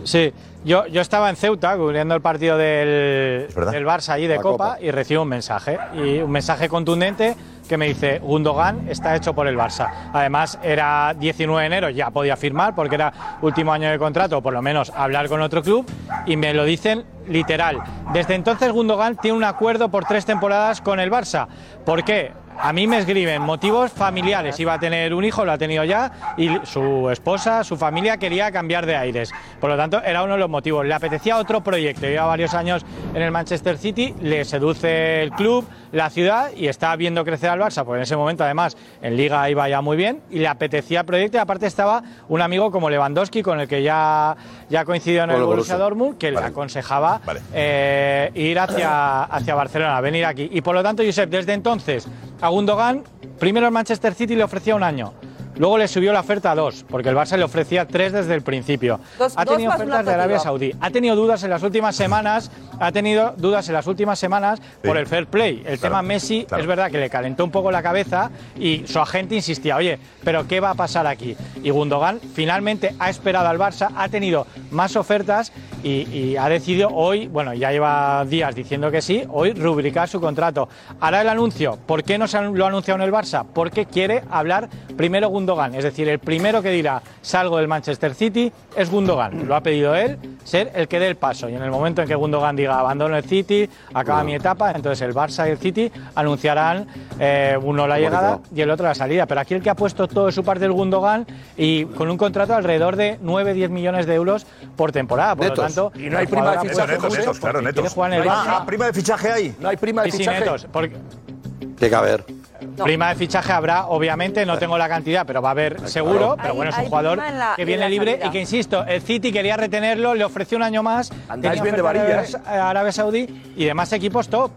Speaker 16: Sí, yo, yo estaba en Ceuta cubriendo el partido del, del Barça allí de
Speaker 26: La
Speaker 16: Copa,
Speaker 26: Copa.
Speaker 16: y recibo un mensaje. Y un mensaje contundente que me dice: Gundogan está hecho por el Barça. Además, era 19 de enero, ya podía firmar porque era último año de contrato, o por lo menos hablar con otro club, y me lo dicen literal. Desde entonces, Gundogan tiene un acuerdo por tres temporadas con el Barça. ¿Por qué? A mí me escriben motivos familiares. Iba a tener un hijo, lo ha tenido ya, y su esposa, su familia quería cambiar de aires. Por lo tanto, era uno de los motivos. Le apetecía otro proyecto. Lleva varios años en el Manchester City, le seduce el club, la ciudad, y está viendo crecer al Barça, porque en ese momento, además, en Liga iba ya muy bien, y le apetecía el proyecto. Y aparte estaba un amigo como Lewandowski, con el que ya, ya coincidió en
Speaker 26: Con
Speaker 16: el
Speaker 26: el
Speaker 16: Borussia
Speaker 26: Borussia.
Speaker 16: Dortmund, que le aconsejaba eh, ir hacia, hacia Barcelona, venir aquí. Y por lo tanto, Josep, desde entonces, a Gundogan, primero el Manchester City le ofrecía un año. Luego le subió la oferta a dos, porque el Barça le ofrecía tres desde el principio.
Speaker 3: Dos-
Speaker 16: ha
Speaker 3: dos
Speaker 16: tenido
Speaker 3: más una
Speaker 16: ofertas de Arabia
Speaker 3: rotativa.
Speaker 16: Saudí. Ha tenido dudas en las últimas semanas. Ha tenido dudas en las últimas semanas por el fair play. El tema Messi es verdad que le calentó un poco la cabeza y su agente insistía, oye, pero ¿qué va a pasar aquí? Y Gundogan finalmente ha esperado al Barça, ha tenido más ofertas y, y ha decidido hoy, bueno, ya lleva días diciendo que sí, hoy rubricar su contrato. Hará el anuncio. ¿Por qué no se han- lo ha anunciado en el Barça? Porque quiere hablar primero Gundogan. Es decir, el primero que dirá salgo del Manchester City es Gundogan. Lo ha pedido él ser el que dé el paso. Y en el momento en que Gundogan diga abandono el City, acaba mi etapa, entonces el Barça y el City anunciarán eh, uno la llegada y el otro la salida. Pero aquí el que ha puesto todo de su parte el Gundogan y con un contrato alrededor de 9-10 millones de euros por temporada. Por
Speaker 9: Netos.
Speaker 16: lo tanto,
Speaker 9: Y no hay
Speaker 16: el
Speaker 9: prima de
Speaker 16: jugador ha
Speaker 9: fichaje,
Speaker 16: puesto
Speaker 9: netos,
Speaker 16: mucho
Speaker 9: netos, claro,
Speaker 16: porque
Speaker 9: netos.
Speaker 16: quiere jugar en el
Speaker 9: No hay
Speaker 16: Barça.
Speaker 9: prima- prima de fichaje hay. No hay prima
Speaker 16: Sí, sí, netos, porque-
Speaker 7: Tiene que haber.
Speaker 16: Prima de fichaje habrá, obviamente, no tengo la cantidad, pero va a haber seguro.
Speaker 3: Hay-
Speaker 16: Pero bueno, es un
Speaker 3: hay
Speaker 16: jugador
Speaker 3: prima en la-
Speaker 16: que
Speaker 3: en
Speaker 16: viene
Speaker 3: la
Speaker 16: libre
Speaker 3: salida.
Speaker 16: y que, insisto, el City quería retenerlo, le ofreció un año más.
Speaker 24: Andáis
Speaker 16: tenía
Speaker 24: bien de
Speaker 16: oferta
Speaker 24: varilla,
Speaker 16: Arabia-
Speaker 9: ¿eh?
Speaker 16: Arabia Saudí y demás equipos top.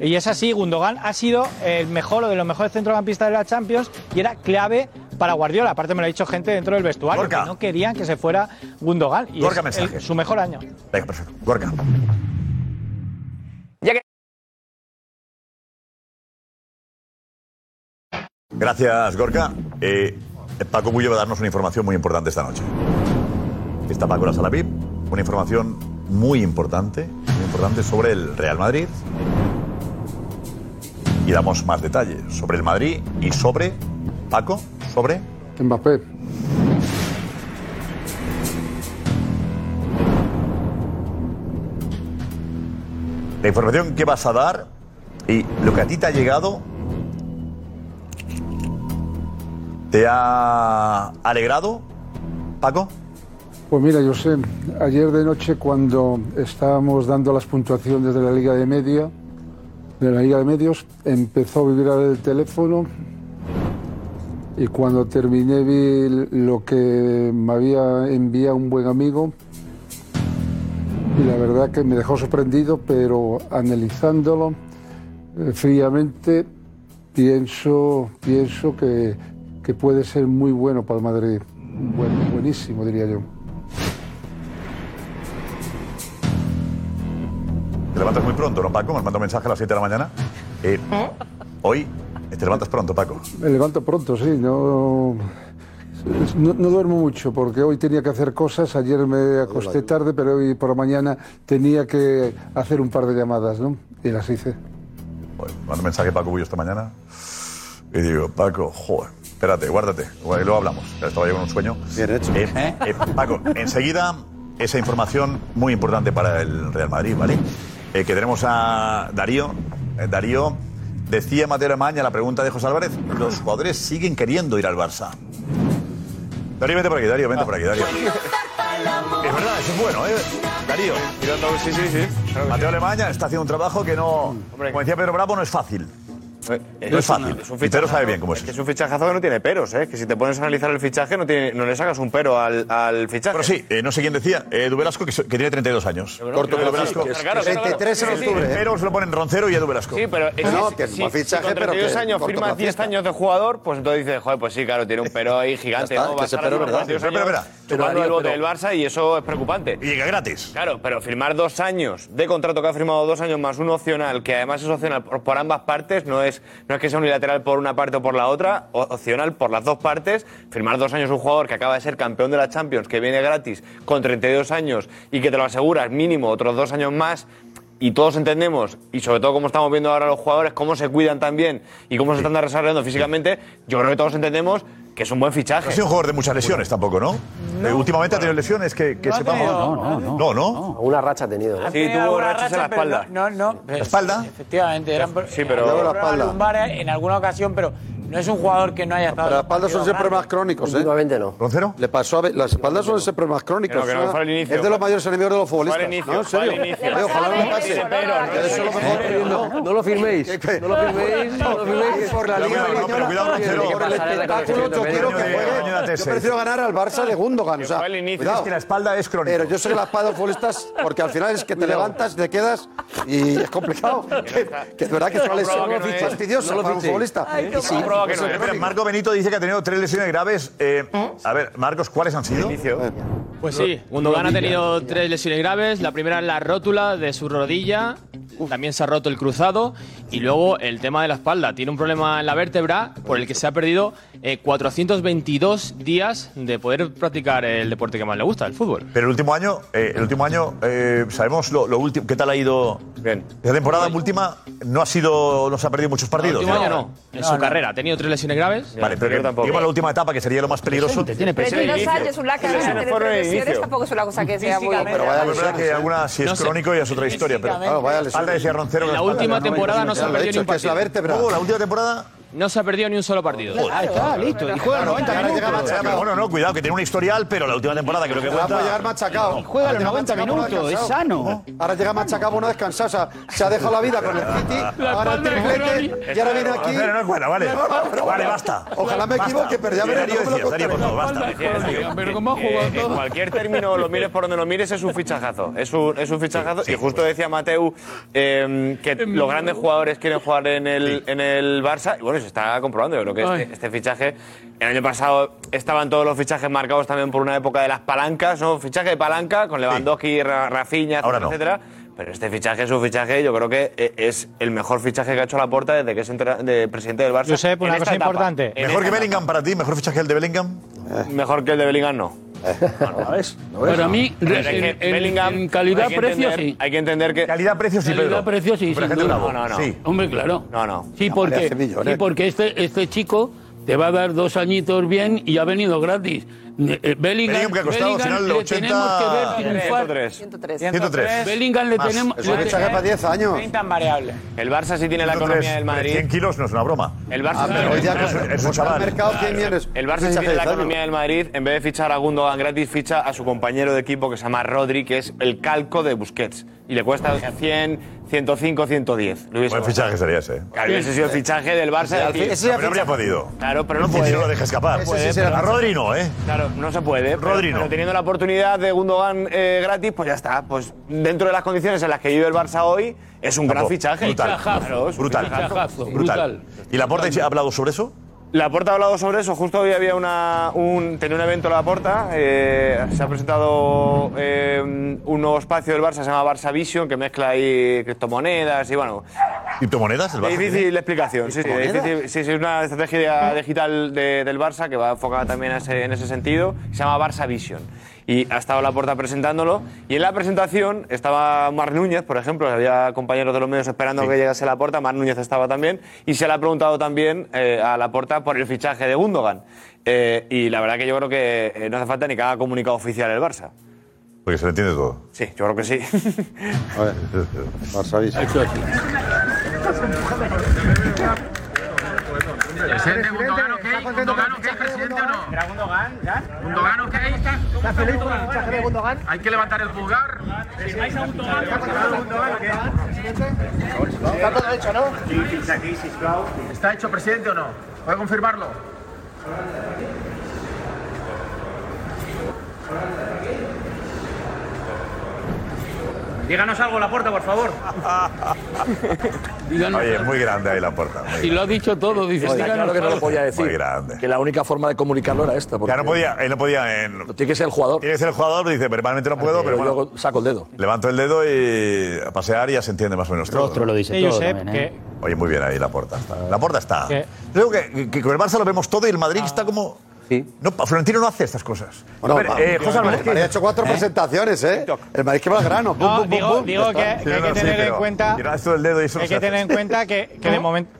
Speaker 16: Y es así, Gundogan ha sido el mejor o de los mejores centrocampistas de la Champions y era clave para Guardiola. Aparte me lo ha dicho gente dentro del vestuario
Speaker 9: Gorka.
Speaker 16: que no querían que se fuera Gundogan y
Speaker 9: Gorka,
Speaker 16: es el-
Speaker 9: mensaje.
Speaker 16: su mejor año.
Speaker 9: Venga, perfecto. Gorka. Gracias, Gorka. Eh, Paco Bullo va a darnos una información muy importante esta noche. Está Paco en la sala VIP. Una información muy importante, muy importante sobre el Real Madrid. Y damos más detalles sobre el Madrid y sobre Paco, sobre
Speaker 29: Mbappé.
Speaker 9: la información que vas a dar y lo que a ti te ha llegado. ¿Te ha alegrado, Paco?
Speaker 29: Pues mira, José, ayer de noche cuando estábamos dando las puntuaciones de la Liga de Media, de la Liga de Medios, empezó a vibrar el teléfono y cuando terminé vi lo que me había enviado un buen amigo y la verdad que me dejó sorprendido, pero analizándolo eh, fríamente pienso, pienso que, que puede ser muy bueno para el Madrid, Buen- buenísimo diría yo.
Speaker 9: Te levantas muy pronto, ¿no, Paco? Me has mandado un mensaje a las 7 de la mañana. Eh, hoy te levantas pronto, Paco.
Speaker 29: Me levanto pronto, sí. No, no, no duermo mucho porque hoy tenía que hacer cosas. Ayer me acosté tarde, pero hoy por la mañana tenía que hacer un par de llamadas, ¿no? Y las hice.
Speaker 9: Mando un mensaje a Paco Bullo esta mañana. Y digo, Paco, joder, Espérate, guárdate. guarda- Luego hablamos. Ya Estaba yo con un sueño. Bien hecho. Paco, enseguida esa información muy importante para el Real Madrid, ¿vale? Eh, que tenemos a Darío. Eh, Darío, decía Mateo Amaña la pregunta de José Álvarez, los jugadores siguen queriendo ir al Barça. Darío, vente por aquí, Darío, vente por aquí, Darío. Es verdad, eso es bueno, ¿eh? Darío. Sí, sí, sí. Mateo Alemania está haciendo un trabajo que no. Como decía Pedro Bravo, no es fácil. No Eh, es fácil. Y Pedro sabe bien cómo es.
Speaker 30: Que es un fichajazo que no tiene peros, ¿eh? Que si te pones a analizar el fichaje, no, tiene, no le sacas un pero al, al fichaje.
Speaker 9: Pero sí, eh, no sé quién decía, eh, Edu Velasco, que, so- que tiene 32 años. Corto que Edu Velasco.
Speaker 30: claro, claro, claro.
Speaker 7: 33 en
Speaker 9: El-
Speaker 7: octubre,
Speaker 9: el
Speaker 7: ¿eh?
Speaker 9: Pero se lo ponen Roncero y Edu Velasco.
Speaker 30: Sí, pero es
Speaker 9: No,
Speaker 30: si-
Speaker 9: que es
Speaker 30: si,
Speaker 9: un buen
Speaker 30: si
Speaker 9: fichaje,
Speaker 30: con
Speaker 9: pero que
Speaker 30: 32 años firmas 10
Speaker 9: cortoplacista.
Speaker 30: años de jugador, pues entonces dices, joder, pues sí, claro, tiene un pero ahí gigante.
Speaker 9: Ya está,
Speaker 30: ¿no?
Speaker 9: que ese
Speaker 30: Barça,
Speaker 9: pero
Speaker 30: ¿no?
Speaker 9: es verdad. Pero,
Speaker 30: 32
Speaker 9: pero,
Speaker 30: años
Speaker 9: espera.
Speaker 30: Chupando el
Speaker 9: Darío,
Speaker 30: bote del
Speaker 9: pero-
Speaker 30: Barça y eso es preocupante.
Speaker 9: Y llega gratis.
Speaker 30: Claro, pero firmar dos años de contrato que ha firmado dos años más uno opcional, que además es opcional por, por ambas partes, no es, no es que sea unilateral por una parte o por la otra, o- opcional por las dos partes. Firmar dos años un jugador que acaba de ser campeón de la Champions, que viene gratis con 32 años y que te lo aseguras mínimo otros dos años más, y todos entendemos, y sobre todo como estamos viendo ahora los jugadores, cómo se cuidan también y cómo se están desarrollando físicamente, yo creo que todos entendemos que es un buen fichaje.
Speaker 9: No ha sido un jugador de muchas lesiones tampoco, ¿no? Eh, últimamente ha tenido lesiones que, que
Speaker 30: No ha
Speaker 9: sepamos.
Speaker 30: tenido,
Speaker 9: no, no. No,
Speaker 6: Una racha ha tenido.
Speaker 9: ¿eh?
Speaker 6: ¿no?
Speaker 9: Sí, tuvo
Speaker 6: alguna
Speaker 9: rachas en la
Speaker 6: pero
Speaker 9: espalda.
Speaker 6: No, no, no.
Speaker 9: ¿La espalda?
Speaker 6: Efectivamente,
Speaker 22: eran
Speaker 6: Sí,
Speaker 22: Tuvo problemas lumbares en alguna ocasión, pero no es un jugador que no haya
Speaker 6: pero
Speaker 22: estado. en
Speaker 6: la
Speaker 22: un
Speaker 6: espalda
Speaker 22: partido
Speaker 6: son siempre
Speaker 22: grande.
Speaker 6: más
Speaker 7: crónicos, ¿eh?
Speaker 6: Últimamente no.
Speaker 9: ¿Roncero?
Speaker 7: Le pasó a... Be- Las espaldas son siempre problemas crónicos. ¿eh?
Speaker 30: Que no, que no, fue al inicio.
Speaker 7: Es de los mayores enemigos de los
Speaker 30: Fue al
Speaker 7: futbolistas.
Speaker 30: inicio,
Speaker 7: No, en serio.
Speaker 30: fue al inicio.
Speaker 7: Oye, ojalá no me
Speaker 30: Sí,
Speaker 7: pase.
Speaker 30: pero, no,
Speaker 7: Que eso es lo mejor que
Speaker 6: No, no lo firméis. No lo firméis. No lo firméis.
Speaker 7: Por la Liga Española, por el espectáculo, yo quiero que juegue. Yo prefiero ganar al Barça de Gundogan. O sea, cuidado.
Speaker 9: Es que la espalda es crónica.
Speaker 7: Pero yo sé que la espada de los futbolistas, porque al final es que te levantas, te quedas y es complicado. Que, que es verdad que es una lesión fastidiosa para un futbolista. Y sí, eso es
Speaker 9: Espera, Marco Benito dice que ha tenido tres lesiones graves. Eh, a ver, Marcos, ¿cuáles han sido?
Speaker 5: Pues sí, Gundogan ha tenido tres lesiones graves. La primera es la rótula de su rodilla. También se ha roto el cruzado. Y luego el tema de la espalda. Tiene un problema en la vértebra por el que se ha perdido eh, 422 días de poder practicar el deporte que más le gusta, el fútbol.
Speaker 9: Pero el último año, eh, el último año eh, sabemos lo, lo último, qué tal ha ido. Bien. La temporada última no ha sido, no se ha perdido muchos partidos.
Speaker 5: último año no. En su carrera ha tenido tres lesiones graves.
Speaker 9: Vale, pero que- digamos la última etapa que sería lo más peligroso.
Speaker 5: tiene
Speaker 9: presión.
Speaker 5: 22
Speaker 19: años, un laca,
Speaker 9: Lesiones
Speaker 19: tener
Speaker 9: fueron en
Speaker 19: lesiones
Speaker 9: inicio.
Speaker 19: tampoco es una cosa que sea muy...
Speaker 9: Pero vaya, es verdad que alguna si es
Speaker 5: No sé.
Speaker 9: crónico y es otra historia, pero
Speaker 5: Físicamente.
Speaker 9: vaya espalda decía Roncero.
Speaker 5: En la
Speaker 9: espalda,
Speaker 5: última
Speaker 9: no, no,
Speaker 5: temporada
Speaker 9: no,
Speaker 5: no se ha
Speaker 9: lo he
Speaker 5: perdido ni
Speaker 9: dicho,
Speaker 5: un
Speaker 9: es que es
Speaker 5: partido.
Speaker 9: la vértebra. ¿Cómo, la última temporada?
Speaker 5: No se ha perdido ni un solo partido.
Speaker 9: Ah, está,
Speaker 5: listo. Y juega 90
Speaker 9: Claro, pero bueno, no, cuidado, que tiene un historial, pero la última temporada creo que
Speaker 7: Ahora
Speaker 9: cuenta.
Speaker 7: puede llegar machacado.
Speaker 9: Juega
Speaker 7: Ahora
Speaker 9: los
Speaker 7: llega
Speaker 9: 90
Speaker 7: machacado,
Speaker 9: minutos,
Speaker 7: no descansado.
Speaker 9: es sano.
Speaker 7: Ahora llega machacado, pero no descansado. O sea, se ha dejado la vida con el City,
Speaker 9: La
Speaker 7: ahora el
Speaker 9: espalda de
Speaker 7: triplete
Speaker 9: Cronenberg.
Speaker 7: y ahora viene aquí.
Speaker 9: Pero no es buena, vale.
Speaker 7: No, no, pero
Speaker 9: Vale,
Speaker 7: bueno.
Speaker 9: basta.
Speaker 7: Ojalá me
Speaker 9: Basta.
Speaker 7: equivoque, pero ya veré
Speaker 9: Darío
Speaker 7: cómo me lo
Speaker 9: decía, Darío, por favor, basta.
Speaker 30: Pero como ha jugado En cualquier término, lo mires por donde lo mires, es un fichajazo. Es un, es un fichajazo. y justo decía Mateu eh, que los grandes jugadores quieren jugar en el, en el Barça. Y bueno, se está comprobando. Yo creo que este, este fichaje. El año pasado estaban todos los fichajes marcados también por una época de las palancas, ¿no? Fichaje de palanca con Lewandowski, Ra- Rafinha, etcétera, etcétera. Pero este fichaje es un fichaje, yo creo que eh, es el mejor fichaje que ha hecho la Laporta desde que es entra- de presidente del Barça.
Speaker 16: Josep, una
Speaker 30: en esta
Speaker 16: cosa
Speaker 30: etapa.
Speaker 16: importante.
Speaker 30: En
Speaker 9: Mejor
Speaker 30: esta
Speaker 9: que
Speaker 30: etapa.
Speaker 9: Bellingham para ti, mejor fichaje el de Bellingham.
Speaker 30: Eh. Mejor que el de Bellingham no. ¿Lo ves?
Speaker 20: Para mí,
Speaker 30: Pero
Speaker 20: en-
Speaker 30: es que
Speaker 20: en-
Speaker 30: Bellingham,
Speaker 20: en calidad,
Speaker 30: hay que
Speaker 20: precio,
Speaker 30: entender-
Speaker 20: sí.
Speaker 30: Hay que entender que.
Speaker 9: Calidad, precio, sí,
Speaker 20: Calidad, precio, sí, sin duda.
Speaker 30: No, no, no.
Speaker 20: Hombre, claro.
Speaker 30: No, no.
Speaker 20: Sí, porque, sí, porque este, este chico te va a dar dos añitos bien y ha venido gratis. Eh, eh, Bellingham,
Speaker 9: Bellingham que ha costado al
Speaker 20: Bellingham
Speaker 9: final
Speaker 20: le
Speaker 9: 80.
Speaker 20: tenemos que ver triunfar.
Speaker 30: 103. 103.
Speaker 9: 103.
Speaker 20: Bellingham le
Speaker 9: Más.
Speaker 20: tenemos...
Speaker 9: Es un
Speaker 20: le-
Speaker 9: fichaje para 10 años.
Speaker 22: Tan variable.
Speaker 30: El Barça sí tiene la
Speaker 9: 103,
Speaker 30: economía del Madrid.
Speaker 9: 100 kilos no es una broma.
Speaker 30: El Barça
Speaker 9: Ah, pero hoy día que
Speaker 30: Claro.
Speaker 9: es- es un chaval. Claro.
Speaker 30: El Barça sí tiene la economía del Madrid. En vez de fichar a Gundogan gratis, ficha a su compañero de equipo que se llama Rodri, que es el calco de Busquets. Y le cuesta 100, 105, 110. Lo hubiese
Speaker 9: Buen
Speaker 30: costado.
Speaker 9: fichaje sería ese.
Speaker 30: Claro, ese ha sido el fichaje del Barça.
Speaker 9: Ese
Speaker 30: decir,
Speaker 9: ya Pero habría fichaje. podido.
Speaker 30: Claro, pero no
Speaker 9: Ese
Speaker 30: puede.
Speaker 9: sí lo deja escapar. Ese sí
Speaker 30: Puede,
Speaker 9: será
Speaker 30: pero-
Speaker 9: a Rodri no, ¿eh?
Speaker 30: Claro, no se puede. pero-
Speaker 9: Rodri no.
Speaker 30: Pero teniendo la oportunidad de Gundogan eh, gratis, pues ya está. Pues dentro de las condiciones en las que vive el Barça hoy, es un gran
Speaker 9: Tampoco.
Speaker 30: fichaje.
Speaker 9: Brutal.
Speaker 30: Claro, es un
Speaker 9: Brutal.
Speaker 30: fichajazo.
Speaker 9: Brutal. ¿Y Laporta ha hablado sobre eso?
Speaker 30: La Porta ha hablado sobre eso. Justo hoy había una, un, tenía un evento La Porta. se ha presentado eh, un nuevo espacio del Barça, se llama Barça Vision, que mezcla ahí criptomonedas y bueno,
Speaker 9: ¿Criptomonedas? El Barça
Speaker 30: Es
Speaker 9: tiene?
Speaker 30: difícil la explicación. Sí, sí, es
Speaker 9: ¿Criptomonedas?
Speaker 30: difícil. Sí, sí, es una estrategia digital de- del Barça que va enfocada también a ese- en ese sentido. Se llama Barça Vision. Y ha estado Laporta presentándolo. Y en la presentación estaba Mar Núñez, por ejemplo. Había compañeros de los medios esperando que llegase Laporta. Mar Núñez estaba también. Y se le ha preguntado también eh, a Laporta por el fichaje de Gundogan. Eh, y la verdad que yo creo que eh, no hace falta ni que haga comunicado oficial el Barça.
Speaker 9: Porque se le entiende todo.
Speaker 30: Sí, yo creo que sí.
Speaker 9: Barça
Speaker 14: Presidente Gundogan, ¿ok? Gundogan, ¿ok? Presidente o no? Gundogan, ¿ok? ¿Está feliz con el fichaje de Gundogan? Hay que levantar el pulgar. ¿Firmáis a Gundogan? ¿Está todo hecho, no? ¿Está hecho, presidente o no? ¿Puede confirmarlo?
Speaker 10: Díganos algo, la puerta, por favor.
Speaker 9: Oye, muy grande ahí la puerta.
Speaker 20: Si lo ha dicho todo, dice.
Speaker 24: Está claro que no lo podía decir.
Speaker 9: Muy grande.
Speaker 24: Que la única forma de comunicarlo era esta.
Speaker 9: Ya no podía, él no podía.
Speaker 24: tiene que ser el jugador.
Speaker 9: Tiene que ser el jugador, dice, verbalmente no puedo, pero bueno.
Speaker 24: saco el dedo.
Speaker 9: Levanto el dedo y a pasear y ya se entiende más o menos todo.
Speaker 25: Rostro lo dice
Speaker 24: Sí, todo Josep, también,
Speaker 9: ¿eh?
Speaker 24: ¿eh?
Speaker 9: Oye, muy bien ahí la puerta. Está. ¿eh? La puerta está. Creo que, que con el Barça lo vemos todo y el
Speaker 16: Ah.
Speaker 9: Madrid está como. No, Florentino no hace estas cosas.
Speaker 7: Bueno,
Speaker 9: A ver,
Speaker 7: pa-
Speaker 9: eh, José Álvarez, ¿qué
Speaker 7: María ha
Speaker 9: dices?
Speaker 7: hecho cuatro
Speaker 9: ¿Eh?
Speaker 7: presentaciones, ¿eh? El Madrid que va al grano. Bum, bum,
Speaker 16: No,
Speaker 7: bum,
Speaker 16: digo-
Speaker 7: bum.
Speaker 16: digo
Speaker 7: Ya está.
Speaker 16: que- que hay que tener en cuenta-
Speaker 9: Tiras tú el dedo y eso no
Speaker 16: Hay
Speaker 9: se
Speaker 16: que
Speaker 9: hace.
Speaker 16: tener en cuenta que, que de momento.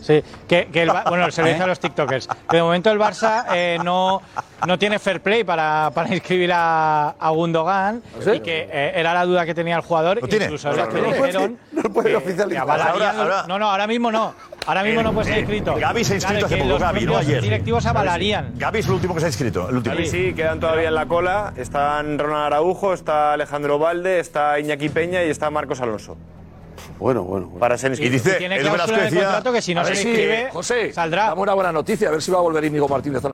Speaker 16: Sí, que, que el Ba- bueno, se lo
Speaker 7: ¿Eh?
Speaker 16: dice a los TikTokers. Que de momento el Barça eh, no, no tiene fair play para, para inscribir a, a Gundogan.
Speaker 7: ¿Ah,
Speaker 16: Y que eh, era la duda que tenía el jugador. Incluso los que dijeron.
Speaker 7: No lo puede oficializar.
Speaker 16: avalarían los- No, no, ahora mismo no. Ahora mismo
Speaker 9: El-
Speaker 16: no puede ser
Speaker 9: eh,
Speaker 16: pues inscrito.
Speaker 9: Gaby se ha inscrito
Speaker 16: Claro,
Speaker 9: hace
Speaker 16: que
Speaker 9: poco,
Speaker 16: los
Speaker 9: Gaby, no
Speaker 16: propios
Speaker 9: ayer.
Speaker 16: directivos avalarían.
Speaker 9: Gaby es el último que se ha inscrito, el último.
Speaker 30: Sí, sí, quedan todavía en la cola. Están Ronald Araujo, está Alejandro Valde, está Iñaki Peña y está Marcos Alonso.
Speaker 7: Bueno, bueno. bueno.
Speaker 30: Para
Speaker 24: Y
Speaker 30: ser inscrito.
Speaker 24: dice, Tiene el cláusula Velasco en el decía- contrato que si no A ver se si- inscribe, José, saldrá. Dame una buena noticia, a ver si va a volver Íñigo Martínez. a la-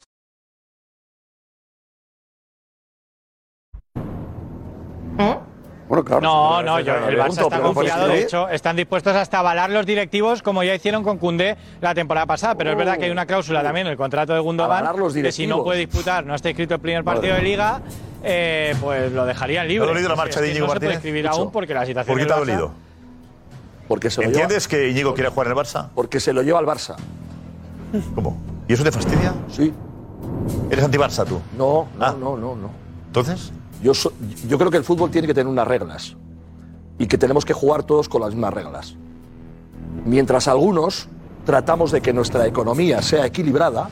Speaker 7: Bueno, claro.
Speaker 16: No,
Speaker 24: sí, sí,
Speaker 16: no, yo,
Speaker 24: claro,
Speaker 16: el
Speaker 24: le
Speaker 16: Barça
Speaker 24: pregunto,
Speaker 16: está
Speaker 24: pero pues, ¿eh? no puede
Speaker 16: confiado.
Speaker 24: ser.
Speaker 16: De hecho, están dispuestos hasta avalar los directivos, como ya hicieron con Cundé la temporada pasada. Pero es verdad que hay una cláusula también en el contrato de
Speaker 24: Oh. Avalar
Speaker 16: Gundogan
Speaker 24: los
Speaker 16: que si no
Speaker 24: directivos.
Speaker 16: puede disputar, no está inscrito el primer partido
Speaker 24: Madre
Speaker 16: de Liga, eh, pues lo dejarían
Speaker 9: ¿Te
Speaker 16: libre.
Speaker 9: ha dolido la
Speaker 16: Es que-
Speaker 9: marcha de
Speaker 16: es que
Speaker 9: Íñigo
Speaker 16: no se puede
Speaker 9: Martínez?
Speaker 16: escribir
Speaker 9: Mucho.
Speaker 16: aún porque la situación.
Speaker 9: ¿Por qué
Speaker 16: del
Speaker 9: te ha
Speaker 16: Barça-
Speaker 9: dolido?
Speaker 24: Porque se lo lleva-
Speaker 9: ¿Entiendes que Íñigo quiere jugar en el Barça?
Speaker 24: Porque se lo lleva al Barça.
Speaker 9: ¿Cómo? ¿Y eso te fastidia?
Speaker 24: Sí.
Speaker 9: ¿Eres anti-Barça tú?
Speaker 24: No, no, no, no, no.
Speaker 9: ¿Entonces?
Speaker 24: Yo, so- yo creo que el fútbol tiene que tener unas reglas y que tenemos que jugar todos con las mismas reglas. Mientras algunos tratamos de que nuestra economía sea equilibrada,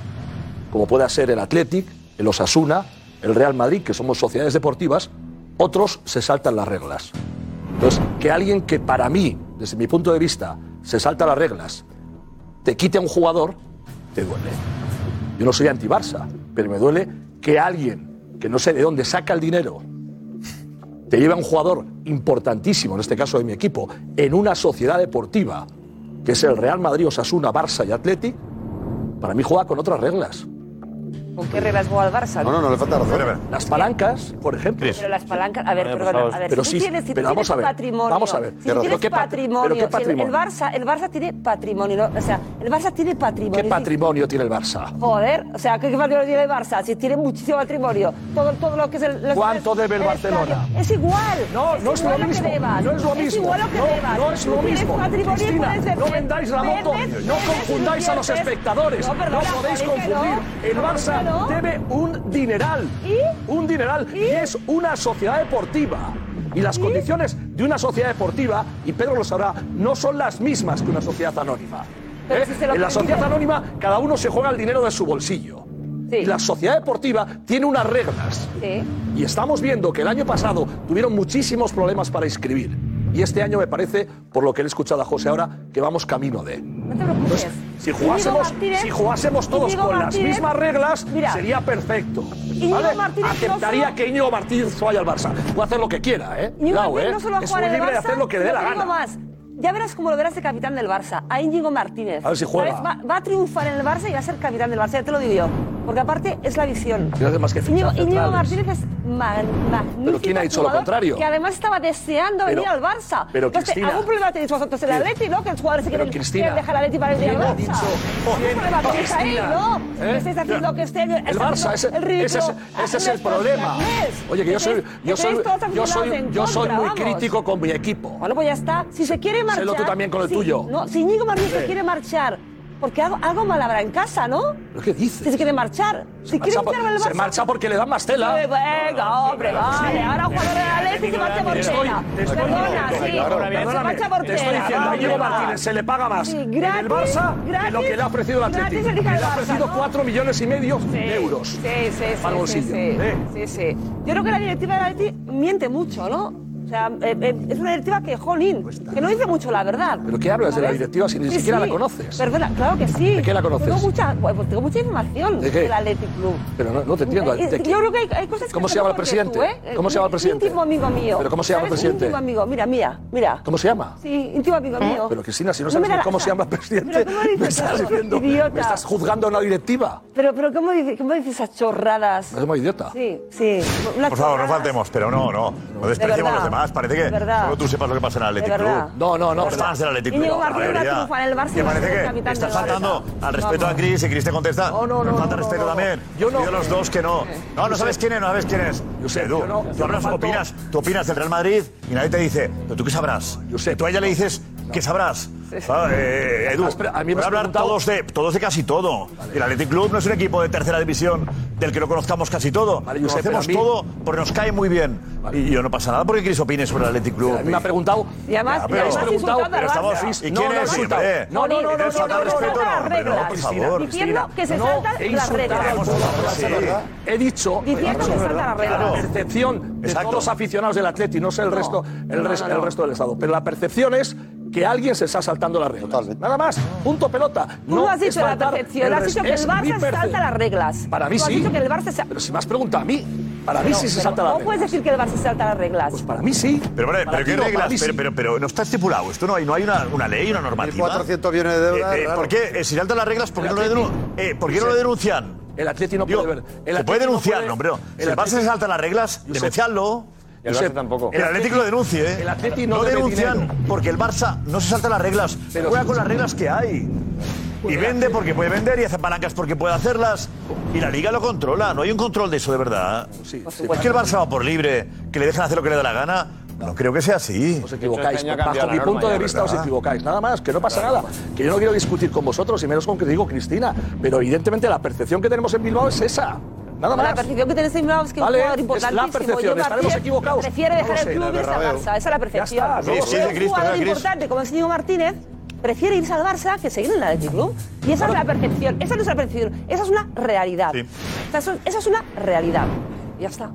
Speaker 24: como pueda ser el Athletic, el Osasuna, el Real Madrid, que somos sociedades deportivas, otros se saltan las reglas. Entonces, que alguien que para mí, desde mi punto de vista, se salta las reglas, te quite a un jugador, te duele. Yo no soy anti-Barça, pero me duele que alguien que no sé de dónde saca el dinero te lleve a un jugador importantísimo, en este caso de mi equipo, en una sociedad deportiva, que es el Real Madrid, Osasuna, Barça y Athletic, para mí juega con otras reglas.
Speaker 19: ¿Con qué reglas juega el Barça?
Speaker 24: le falta razón. Las palancas, por ejemplo.
Speaker 19: Pero las palancas, a ver,
Speaker 24: Vale, pues
Speaker 19: perdona,
Speaker 24: vamos.
Speaker 19: a ver,
Speaker 24: Pero
Speaker 19: si tú
Speaker 24: sí,
Speaker 19: tienes, si tú
Speaker 24: pero vamos
Speaker 19: tienes
Speaker 24: a ver,
Speaker 19: patrimonio,
Speaker 24: vamos a ver.
Speaker 19: si
Speaker 24: Pero
Speaker 19: tú tienes
Speaker 24: ¿qué pat-
Speaker 19: patrimonio,
Speaker 24: pero qué
Speaker 19: si el-
Speaker 24: patrimonio?
Speaker 19: el Barça, el Barça tiene patrimonio, ¿no? o sea, el Barça tiene patrimonio.
Speaker 24: ¿Qué
Speaker 19: es decir,
Speaker 24: patrimonio tiene el Barça?
Speaker 19: Joder, o sea, ¿qué qué patrimonio tiene el Barça? Si tiene muchísimo patrimonio, todo, todo lo que es el... los-
Speaker 24: ¿Cuánto debe el
Speaker 19: estadio,
Speaker 24: Barcelona?
Speaker 19: Es igual.
Speaker 24: No, no es
Speaker 19: igual
Speaker 24: lo
Speaker 19: que
Speaker 24: mismo.
Speaker 19: debas,
Speaker 24: No es lo
Speaker 19: Es
Speaker 24: mismo.
Speaker 19: igual lo que
Speaker 24: No,
Speaker 19: debas.
Speaker 24: no es lo
Speaker 19: Tú tienes
Speaker 24: mismo.
Speaker 19: patrimonio y
Speaker 24: Cristina,
Speaker 19: puedes
Speaker 24: no
Speaker 19: vender-
Speaker 24: vendáis la moto.
Speaker 19: vendes,
Speaker 24: No
Speaker 19: vendes y
Speaker 24: confundáis a los
Speaker 19: pierdes.
Speaker 24: espectadores.
Speaker 19: No,
Speaker 24: No
Speaker 19: perdona,
Speaker 24: podéis
Speaker 19: joder, que no.
Speaker 24: confundir. El
Speaker 19: Joder,
Speaker 24: Barça
Speaker 19: que no.
Speaker 24: debe un dineral. Un dineral. Y es una sociedad deportiva. Y las condiciones de una sociedad deportiva, y Pedro lo sabrá, no son las mismas que una sociedad anónima.
Speaker 19: Pero
Speaker 24: ¿Eh?
Speaker 19: si se lo
Speaker 24: en la
Speaker 19: permiten.
Speaker 24: sociedad anónima cada uno se juega el dinero de su bolsillo. Y la sociedad deportiva tiene unas reglas.
Speaker 19: Sí.
Speaker 24: Y estamos viendo que el año pasado tuvieron muchísimos problemas para inscribir. Y este año me parece, por lo que le he escuchado a José ahora, que vamos camino de.
Speaker 19: No te preocupes.
Speaker 24: Si jugásemos,
Speaker 19: Íñigo Martínez-
Speaker 24: si jugásemos todos
Speaker 19: Íñigo
Speaker 24: con las
Speaker 19: Martínez-
Speaker 24: mismas reglas,
Speaker 19: Mira.
Speaker 24: sería perfecto.
Speaker 19: Íñigo
Speaker 24: ¿vale?
Speaker 19: Martínez no
Speaker 24: Aceptaría
Speaker 19: solo-
Speaker 24: que Íñigo Martínez vaya al Barça. Puede hacer lo que quiera, ¿eh?
Speaker 19: Íñigo
Speaker 24: Cuidado,
Speaker 19: Martínez
Speaker 24: ¿eh?
Speaker 19: no solo va a
Speaker 24: es
Speaker 19: jugar
Speaker 24: muy
Speaker 19: en el
Speaker 24: libre de
Speaker 19: Barça,
Speaker 24: hacer lo que le
Speaker 19: y
Speaker 24: dé la
Speaker 19: te digo
Speaker 24: gana.
Speaker 19: más. Ya verás cómo lo verás de capitán del Barça, a Íñigo Martínez.
Speaker 24: A ver si juega.
Speaker 19: ¿Sabes? Va, va a triunfar en el Barça y va a ser capitán del Barça, ya te lo digo yo. Porque aparte es la visión.
Speaker 24: Y no hace más que fichar
Speaker 19: Íñigo, Íñigo
Speaker 24: centrales.
Speaker 19: Martínez es man- magnífico.
Speaker 24: Pero ¿quién ha dicho lo
Speaker 19: jugador
Speaker 24: contrario?
Speaker 19: Que además estaba deseando
Speaker 24: Pero-
Speaker 19: venir al Barça.
Speaker 24: pero,
Speaker 19: Entonces,
Speaker 24: Cristina-
Speaker 19: ¿algún problema tenéis vosotros en el
Speaker 24: Pero-
Speaker 19: Atleti, no? Que los jugadores se
Speaker 24: pero,
Speaker 19: quieren,
Speaker 24: Cristina,
Speaker 19: quieren dejar el Atleti para venir al
Speaker 24: ¿quién ha Oh,
Speaker 19: Barça. ¿Algún problema tenéis ahí,
Speaker 24: Cristina,
Speaker 19: no?
Speaker 24: ¿eh?
Speaker 19: Que estáis haciendo Ah, que este año...
Speaker 24: El Barça, ese, ese es- ese es el problema. Oye, que yo soy, yo soy, yo soy, yo soy muy crítico con mi equipo.
Speaker 19: Bueno, pues ya está. Si se quiere marchar...
Speaker 24: Sélo tú también con el
Speaker 19: si-
Speaker 24: tuyo.
Speaker 19: No, si Íñigo Martínez se
Speaker 24: Sí.
Speaker 19: quiere marchar, porque algo, algo mal habrá en casa, ¿no?
Speaker 24: ¿Qué dices?
Speaker 19: Si se quiere marchar. Si quiere
Speaker 24: Marcha por-
Speaker 19: marchar al
Speaker 24: se
Speaker 19: Barça...
Speaker 24: marcha porque le dan más tela.
Speaker 19: Eh,
Speaker 24: Ah,
Speaker 19: Venga, hombre, vale. Ahora jugador de la Leti se marcha por
Speaker 24: Te estoy-
Speaker 19: tela.
Speaker 24: te estoy- Claro,
Speaker 19: Perdona, sí.
Speaker 24: claro.
Speaker 19: Se
Speaker 24: Perdóname,
Speaker 19: marcha por
Speaker 24: Te estoy
Speaker 19: tela.
Speaker 24: diciendo, a Diego
Speaker 19: Venga.
Speaker 24: Martínez se le paga más
Speaker 19: Sí,
Speaker 24: en
Speaker 19: gratis,
Speaker 24: el Barça que lo que le ha ofrecido el
Speaker 19: gratis,
Speaker 24: Atlético.
Speaker 19: gratis elige al
Speaker 24: le ha
Speaker 19: Barça,
Speaker 24: ofrecido 4 millones y medio de euros.
Speaker 19: Sí, sí, sí,
Speaker 24: Para el
Speaker 19: sí,
Speaker 24: bolsillo, ¿eh?
Speaker 19: sí, sí, sí. Yo creo que la directiva de la Leti miente mucho, ¿no? O sea, eh, eh, es una directiva que, jolín, que no dice mucho la verdad.
Speaker 24: Pues ¿Pero qué hablas de la
Speaker 19: ¿Sabes?
Speaker 24: directiva si ni
Speaker 19: Sí,
Speaker 24: siquiera
Speaker 19: sí.
Speaker 24: la conoces?
Speaker 19: Perdona, claro que sí.
Speaker 24: ¿De qué la conoces?
Speaker 19: Tengo mucha, bueno, pues tengo mucha información
Speaker 24: ¿De qué?
Speaker 19: del Athletic Club.
Speaker 24: Pero no, no te entiendo.
Speaker 19: Eh,
Speaker 24: ¿de
Speaker 19: eh,
Speaker 24: qué?
Speaker 19: Yo creo que hay, hay cosas que...
Speaker 24: ¿Cómo se llama el
Speaker 19: hacemos porque
Speaker 24: presidente?
Speaker 19: tú, ¿eh?
Speaker 24: ¿Cómo se llama el presidente?
Speaker 19: Íntimo amigo mío.
Speaker 24: ¿Pero cómo se llama el
Speaker 19: ¿Sabes?
Speaker 24: presidente?
Speaker 19: Íntimo amigo, mira, mira, mira.
Speaker 24: ¿Cómo se llama?
Speaker 19: Sí, íntimo amigo mío.
Speaker 24: Pero Cristina, si no
Speaker 19: No
Speaker 24: sabes
Speaker 19: me la-
Speaker 24: cómo se llama el presidente,
Speaker 19: ¿cómo dices
Speaker 24: me estás
Speaker 19: eso?
Speaker 24: diciendo, me estás juzgando a una directiva.
Speaker 19: Pero, pero ¿cómo dices cómo dice esas chorradas?
Speaker 9: No somos idiota.
Speaker 19: Sí, sí. Una
Speaker 9: Por favor, no
Speaker 19: chorrada.
Speaker 9: faltemos, pero no, no. No despreciemos
Speaker 19: verdad.
Speaker 9: a los demás. Parece
Speaker 19: De
Speaker 9: que
Speaker 19: verdad.
Speaker 9: solo tú sepas lo que pasa en el
Speaker 19: De
Speaker 9: Athletic
Speaker 19: verdad.
Speaker 9: Club. No, no, no. Los fans del Athletic Club.
Speaker 19: Íñigo
Speaker 9: la
Speaker 19: Martínez va a
Speaker 9: mayoría.
Speaker 19: triunfar en el Barça y
Speaker 9: Que
Speaker 19: va a ser
Speaker 9: parece
Speaker 19: el
Speaker 9: que
Speaker 19: capitán
Speaker 9: estás
Speaker 19: del Barça.
Speaker 9: faltando al respeto a Cris y Cris te contesta. No, no, no. Falta respeto también. Yo no. los dos que no. No, no sabes quién es, no sabes quién es. Yo sé, tú. Tú hablas, opinas, tú opinas del Real Madrid y nadie te dice, pero tú qué sabrás. Yo sé. Tú a ella le dices, ¿qué sabrás? Ah, eh, Edu, a mí me hablar todos de, todos de casi todo. El Athletic Club no es un equipo de tercera división del que no conozcamos casi todo.
Speaker 24: Josep, pero
Speaker 9: Conocemos
Speaker 24: a mí-
Speaker 9: todo porque nos cae muy bien. Y yo no pasa nada porque Cris opine sobre el Athletic Club.
Speaker 24: Me ha preguntado.
Speaker 19: Y
Speaker 9: Ya,
Speaker 19: además, y además
Speaker 9: pero-
Speaker 19: insultando al
Speaker 9: pero estamos-
Speaker 19: Barça.
Speaker 9: ¿y quién
Speaker 19: no,
Speaker 9: es?
Speaker 19: No, insultado.
Speaker 9: Hombre.
Speaker 19: no, no, no, no, no,
Speaker 9: Eres
Speaker 19: no,
Speaker 9: falta de
Speaker 19: no,
Speaker 9: respeto,
Speaker 19: no,
Speaker 9: no, hombre, no,
Speaker 19: reglas.
Speaker 9: por favor.
Speaker 19: Diciendo que se saltan
Speaker 24: he
Speaker 19: las
Speaker 24: insultado
Speaker 19: reglas.
Speaker 24: a toda la
Speaker 9: Sí.
Speaker 24: verdad. He dicho.
Speaker 19: Diciendo que saltan las reglas.
Speaker 24: La percepción de
Speaker 9: Exacto.
Speaker 24: todos los aficionados del Atleti, no sé el resto, el, res- el resto del Estado, pero la percepción es que alguien se está saltando las reglas. Nada más. Punto pelota.
Speaker 19: Tú no has
Speaker 24: es
Speaker 19: dicho la
Speaker 24: faltar
Speaker 19: percepción,
Speaker 24: el
Speaker 19: has
Speaker 24: res-
Speaker 19: dicho que el
Speaker 24: es mi
Speaker 19: Barça se
Speaker 24: perce-
Speaker 19: salta las reglas.
Speaker 24: Para mí
Speaker 19: Tú has
Speaker 24: sí.
Speaker 19: dicho que el Barça se...
Speaker 24: Pero si me has preguntado a mí, para mí
Speaker 19: Pero-
Speaker 24: sí se
Speaker 19: pero
Speaker 24: salta las
Speaker 19: ¿Cómo puedes
Speaker 24: reglas.
Speaker 19: decir que el Barça se salta las reglas? Pues
Speaker 24: para mí sí.
Speaker 9: Pero, vale,
Speaker 24: Para ti
Speaker 9: pero ¿qué
Speaker 24: no, para
Speaker 9: reglas?
Speaker 24: mí sí.
Speaker 9: Pero, pero, pero no está estipulado. Esto no hay, no hay una, una ley, una normativa.
Speaker 24: 1.400 millones de euros,
Speaker 9: Eh, eh,
Speaker 24: claro.
Speaker 9: ¿Por qué? Eh, si saltan las reglas, ¿por qué,
Speaker 24: El
Speaker 9: no, lo denun-
Speaker 24: Atleti-
Speaker 9: eh, ¿por qué no lo
Speaker 24: Josep,
Speaker 9: denuncian?
Speaker 24: El Atleti no
Speaker 9: Digo,
Speaker 24: puede ver. El
Speaker 9: se puede
Speaker 24: Atleti no
Speaker 9: denunciar,
Speaker 24: puede-
Speaker 9: no, hombre.
Speaker 24: el
Speaker 9: Si el Barça
Speaker 24: Atleti-
Speaker 9: se saltan las reglas,
Speaker 24: Josep.
Speaker 9: denunciadlo.
Speaker 24: Y el Barça
Speaker 9: Josep,
Speaker 24: tampoco.
Speaker 9: El Atlético lo denuncie. ¿eh?
Speaker 24: El Atleti no
Speaker 9: no
Speaker 24: debe
Speaker 9: denuncian
Speaker 24: dinero.
Speaker 9: porque el Barça no se salta las reglas.
Speaker 24: Pero-
Speaker 9: juega con las reglas que hay. Y vende porque puede vender y hace palancas porque puede hacerlas. Y la liga lo controla. No hay un control de eso de verdad. es que el Barça va por libre, que le dejan hacer lo que le da la gana. No creo que sea así. Os
Speaker 24: equivocáis. Bajo mi punto de vista os equivocáis. Nada más, que no pasa nada. Que yo no quiero discutir con vosotros y menos con que digo Cristina. Pero evidentemente la percepción que tenemos en Bilbao es esa. Nada
Speaker 19: La
Speaker 24: más.
Speaker 19: percepción que tenés en Bilbao es que
Speaker 24: Vale,
Speaker 19: un jugador
Speaker 24: es la
Speaker 19: importantísimo.
Speaker 24: percepción,
Speaker 19: Yo,
Speaker 24: estaremos
Speaker 19: Martínez,
Speaker 24: equivocados.
Speaker 19: Prefiere
Speaker 24: No
Speaker 19: dejar
Speaker 24: lo
Speaker 19: el
Speaker 24: sé, en
Speaker 19: club y
Speaker 24: el
Speaker 19: irse al
Speaker 24: Bernabéu.
Speaker 19: Barça. Esa es la percepción.
Speaker 24: Ya está, no lo sé.
Speaker 19: Pero
Speaker 24: Sí, sí, Cris,
Speaker 19: un jugador
Speaker 24: perdona, Cris.
Speaker 19: importante como es Íñigo Martínez prefiere irse al Barça que seguir en el Athletic Club. Y esa es la percepción. Esa no es la percepción. Esa es una realidad. O sea, eso- esa es una realidad. Ya está.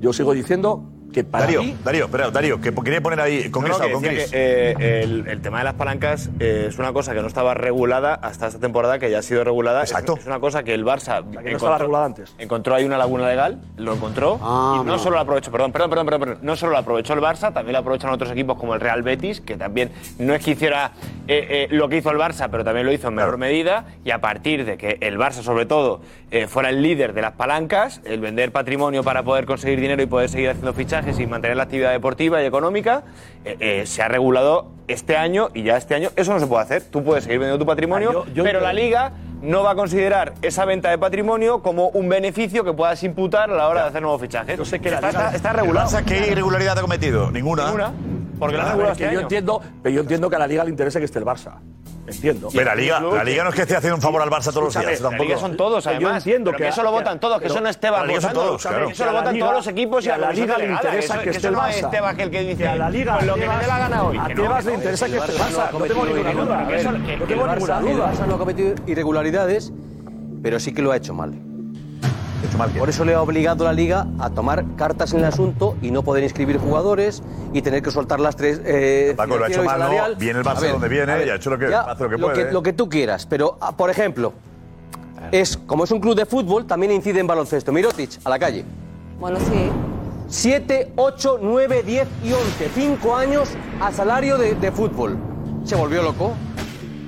Speaker 24: Yo sigo diciendo que para
Speaker 9: Darío,
Speaker 24: mí...
Speaker 9: Darío, espera, Darío, que quería poner ahí. ¿Con
Speaker 30: No,
Speaker 9: Cris
Speaker 30: no,
Speaker 9: o
Speaker 30: que
Speaker 9: con
Speaker 30: decía
Speaker 9: Cris?
Speaker 30: que, eh, el, el tema de las palancas eh, es una cosa que no estaba regulada hasta esta temporada, que ya ha sido regulada. Exacto. Es, una cosa que el Barça
Speaker 24: estaba regulada
Speaker 30: antes. encontró ahí una laguna legal, lo encontró. y no
Speaker 24: no.
Speaker 30: solo lo aprovechó, perdón, perdón, perdón, perdón, perdón, no solo lo aprovechó el Barça, también lo aprovechan otros equipos como el Real Betis, que también no es que hiciera eh, eh, lo que hizo el Barça, pero también lo hizo en menor medida. Y a partir de que el Barça, sobre todo, eh, fuera el líder de las palancas, el vender patrimonio para poder conseguir dinero y poder seguir haciendo fichajes y mantener la actividad deportiva y económica, eh, eh, se ha regulado este año y ya este año eso no se puede hacer. Tú puedes seguir vendiendo tu
Speaker 1: Ah,
Speaker 30: patrimonio, pero la liga no va a considerar esa venta de patrimonio como un beneficio que puedas imputar a la hora de hacer nuevos fichajes. Yo sé que está, está, está regulado.
Speaker 9: ¿El Barça qué irregularidad ha cometido? Ninguna.
Speaker 30: Ninguna. Porque
Speaker 24: Claro,
Speaker 30: la han regulado
Speaker 24: es que
Speaker 30: este
Speaker 24: yo
Speaker 30: año.
Speaker 24: entiendo, pero yo entiendo que a la Liga le interesa que esté el Barça. Entiendo.
Speaker 9: Pero la Liga, la Liga no es que esté haciendo un favor al Barça todos los días.
Speaker 24: Escúchame,
Speaker 9: eso tampoco.
Speaker 24: la Liga son todos,
Speaker 30: Yo
Speaker 24: además,
Speaker 30: entiendo
Speaker 24: pero
Speaker 30: que eso lo votan todos, que eso no es Teba
Speaker 9: La Liga son
Speaker 30: votando,
Speaker 9: todos,
Speaker 30: ¿sabes?
Speaker 9: claro.
Speaker 30: Eso lo votan todos los equipos y
Speaker 24: a la Liga le
Speaker 30: comisión
Speaker 24: interesa
Speaker 30: delegada,
Speaker 24: que
Speaker 30: eso-
Speaker 24: esté el
Speaker 30: eso no es
Speaker 24: Barça.
Speaker 30: Tebas el que dice
Speaker 24: a la Liga
Speaker 30: "Pues lo
Speaker 24: a
Speaker 30: que me dé
Speaker 24: Tebas-
Speaker 30: la gana hoy.
Speaker 24: a
Speaker 30: que no,
Speaker 24: Tebas
Speaker 30: que
Speaker 24: le
Speaker 30: no,
Speaker 24: interesa
Speaker 30: que
Speaker 24: que
Speaker 30: el
Speaker 24: esté el
Speaker 30: Barça no
Speaker 24: Barça. No tengo ninguna duda.
Speaker 30: que eso- que-
Speaker 24: No
Speaker 30: que
Speaker 24: tengo
Speaker 30: el Barça-
Speaker 24: ninguna
Speaker 30: que el
Speaker 24: duda.
Speaker 30: Barça
Speaker 15: no ha cometido irregularidades, pero sí que lo ha hecho mal. Por eso le ha obligado a la liga a tomar cartas en el asunto y no poder inscribir jugadores y tener que soltar las tres. Eh,
Speaker 9: Paco, lo ha
Speaker 15: financiero
Speaker 9: hecho
Speaker 15: y
Speaker 9: mal, ¿no?
Speaker 15: salarial.
Speaker 9: Viene el Barça
Speaker 15: A ver,
Speaker 9: donde viene
Speaker 15: a ver,
Speaker 9: y ha hecho lo que-
Speaker 15: ya,
Speaker 9: hace lo que puede.
Speaker 15: lo que tú quieras, pero ah, por ejemplo, es como es un club de fútbol, también incide en baloncesto. Mirotic, a la calle.
Speaker 19: Bueno, sí.
Speaker 15: 7, 8, 9, 10 y 11. 5 años a salario de, de fútbol. Se volvió loco.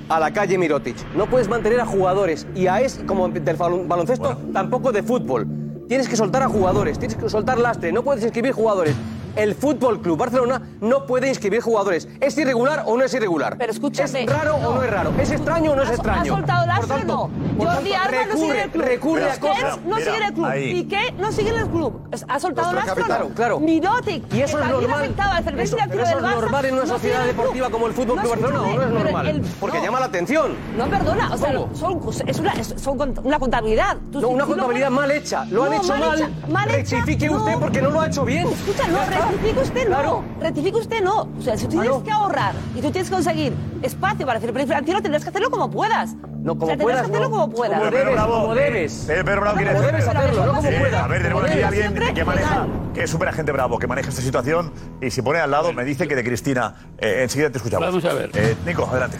Speaker 6: a la calle Mirotic. No puedes mantener a jugadores y a es como del balon- baloncesto, tampoco de fútbol. Tienes que soltar a jugadores, tienes que soltar lastre, no puedes inscribir jugadores. El Fútbol Club Barcelona no puede inscribir jugadores. ¿Es irregular o no es irregular? Pero
Speaker 19: escúchame.
Speaker 6: ¿Es raro o no es raro? ¿Es extraño o no es
Speaker 19: ¿Ha
Speaker 6: extraño?
Speaker 19: soltado
Speaker 6: Por
Speaker 19: Lastre o
Speaker 6: tanto,
Speaker 19: no?
Speaker 6: por
Speaker 19: Jordi
Speaker 6: tanto,
Speaker 19: Alba no sigue en el club.
Speaker 6: recurre- recurre a
Speaker 19: Busquets
Speaker 6: cosas.
Speaker 19: no sigue en el club.
Speaker 6: Ahí.
Speaker 19: Piqué no sigue en el club. Es- ¿Ha soltado
Speaker 6: Nuestro
Speaker 19: Lastre o
Speaker 6: capitán,
Speaker 19: no?
Speaker 6: claro.
Speaker 19: Mirotic,
Speaker 6: Y eso
Speaker 19: que
Speaker 6: es
Speaker 19: también
Speaker 6: normal.
Speaker 19: afectaba al cerveza
Speaker 6: Eso-
Speaker 19: y al
Speaker 6: pero
Speaker 19: club
Speaker 6: eso
Speaker 19: del
Speaker 6: es
Speaker 19: Barça,
Speaker 6: normal en una
Speaker 19: no sigue
Speaker 6: sociedad
Speaker 19: el club.
Speaker 6: deportiva como el Fútbol
Speaker 19: No,
Speaker 6: Club Barcelona, ¿o no es
Speaker 19: escúchame, pero
Speaker 6: normal?
Speaker 19: el-
Speaker 6: Porque
Speaker 19: no.
Speaker 6: llama la atención.
Speaker 19: No, perdona, o sea, son, es una, es- son cont- una contabilidad. Tú
Speaker 6: No,
Speaker 19: si-
Speaker 6: una
Speaker 19: si lo
Speaker 6: contabilidad
Speaker 19: pones-
Speaker 6: mal hecha. Lo han
Speaker 19: No,
Speaker 6: hecho mal.
Speaker 19: hecha, mal hecha,
Speaker 6: Rectifique
Speaker 19: no.
Speaker 6: usted porque no lo ha hecho bien.
Speaker 19: Escucha, no,
Speaker 6: Ya está.
Speaker 19: rectifique usted no. Rectifique usted no. O sea, si tú
Speaker 6: Ah,
Speaker 19: tienes
Speaker 6: no.
Speaker 19: que ahorrar y tú tienes que conseguir espacio para hacer financiero, tendrás que hacerlo como puedas. No,
Speaker 6: como
Speaker 19: o sea, tendrás
Speaker 6: puedas,
Speaker 19: que hacerlo
Speaker 6: no.
Speaker 19: como puedas.
Speaker 6: Como debes, como debes.
Speaker 9: Eh, Pedro Bravo
Speaker 6: No,
Speaker 9: quiere
Speaker 6: como
Speaker 9: decir-
Speaker 6: debes hacerlo, no como
Speaker 9: Eh,
Speaker 6: puedas.
Speaker 9: A ver,
Speaker 6: Como
Speaker 9: tenemos aquí a
Speaker 6: debes.
Speaker 9: alguien que maneja, que es súper agente bravo, que maneja esta situación y si pone al lado me dice que de Cristina. Eh, enseguida te escuchamos.
Speaker 20: Vamos a ver.
Speaker 9: Eh, Nico, adelante.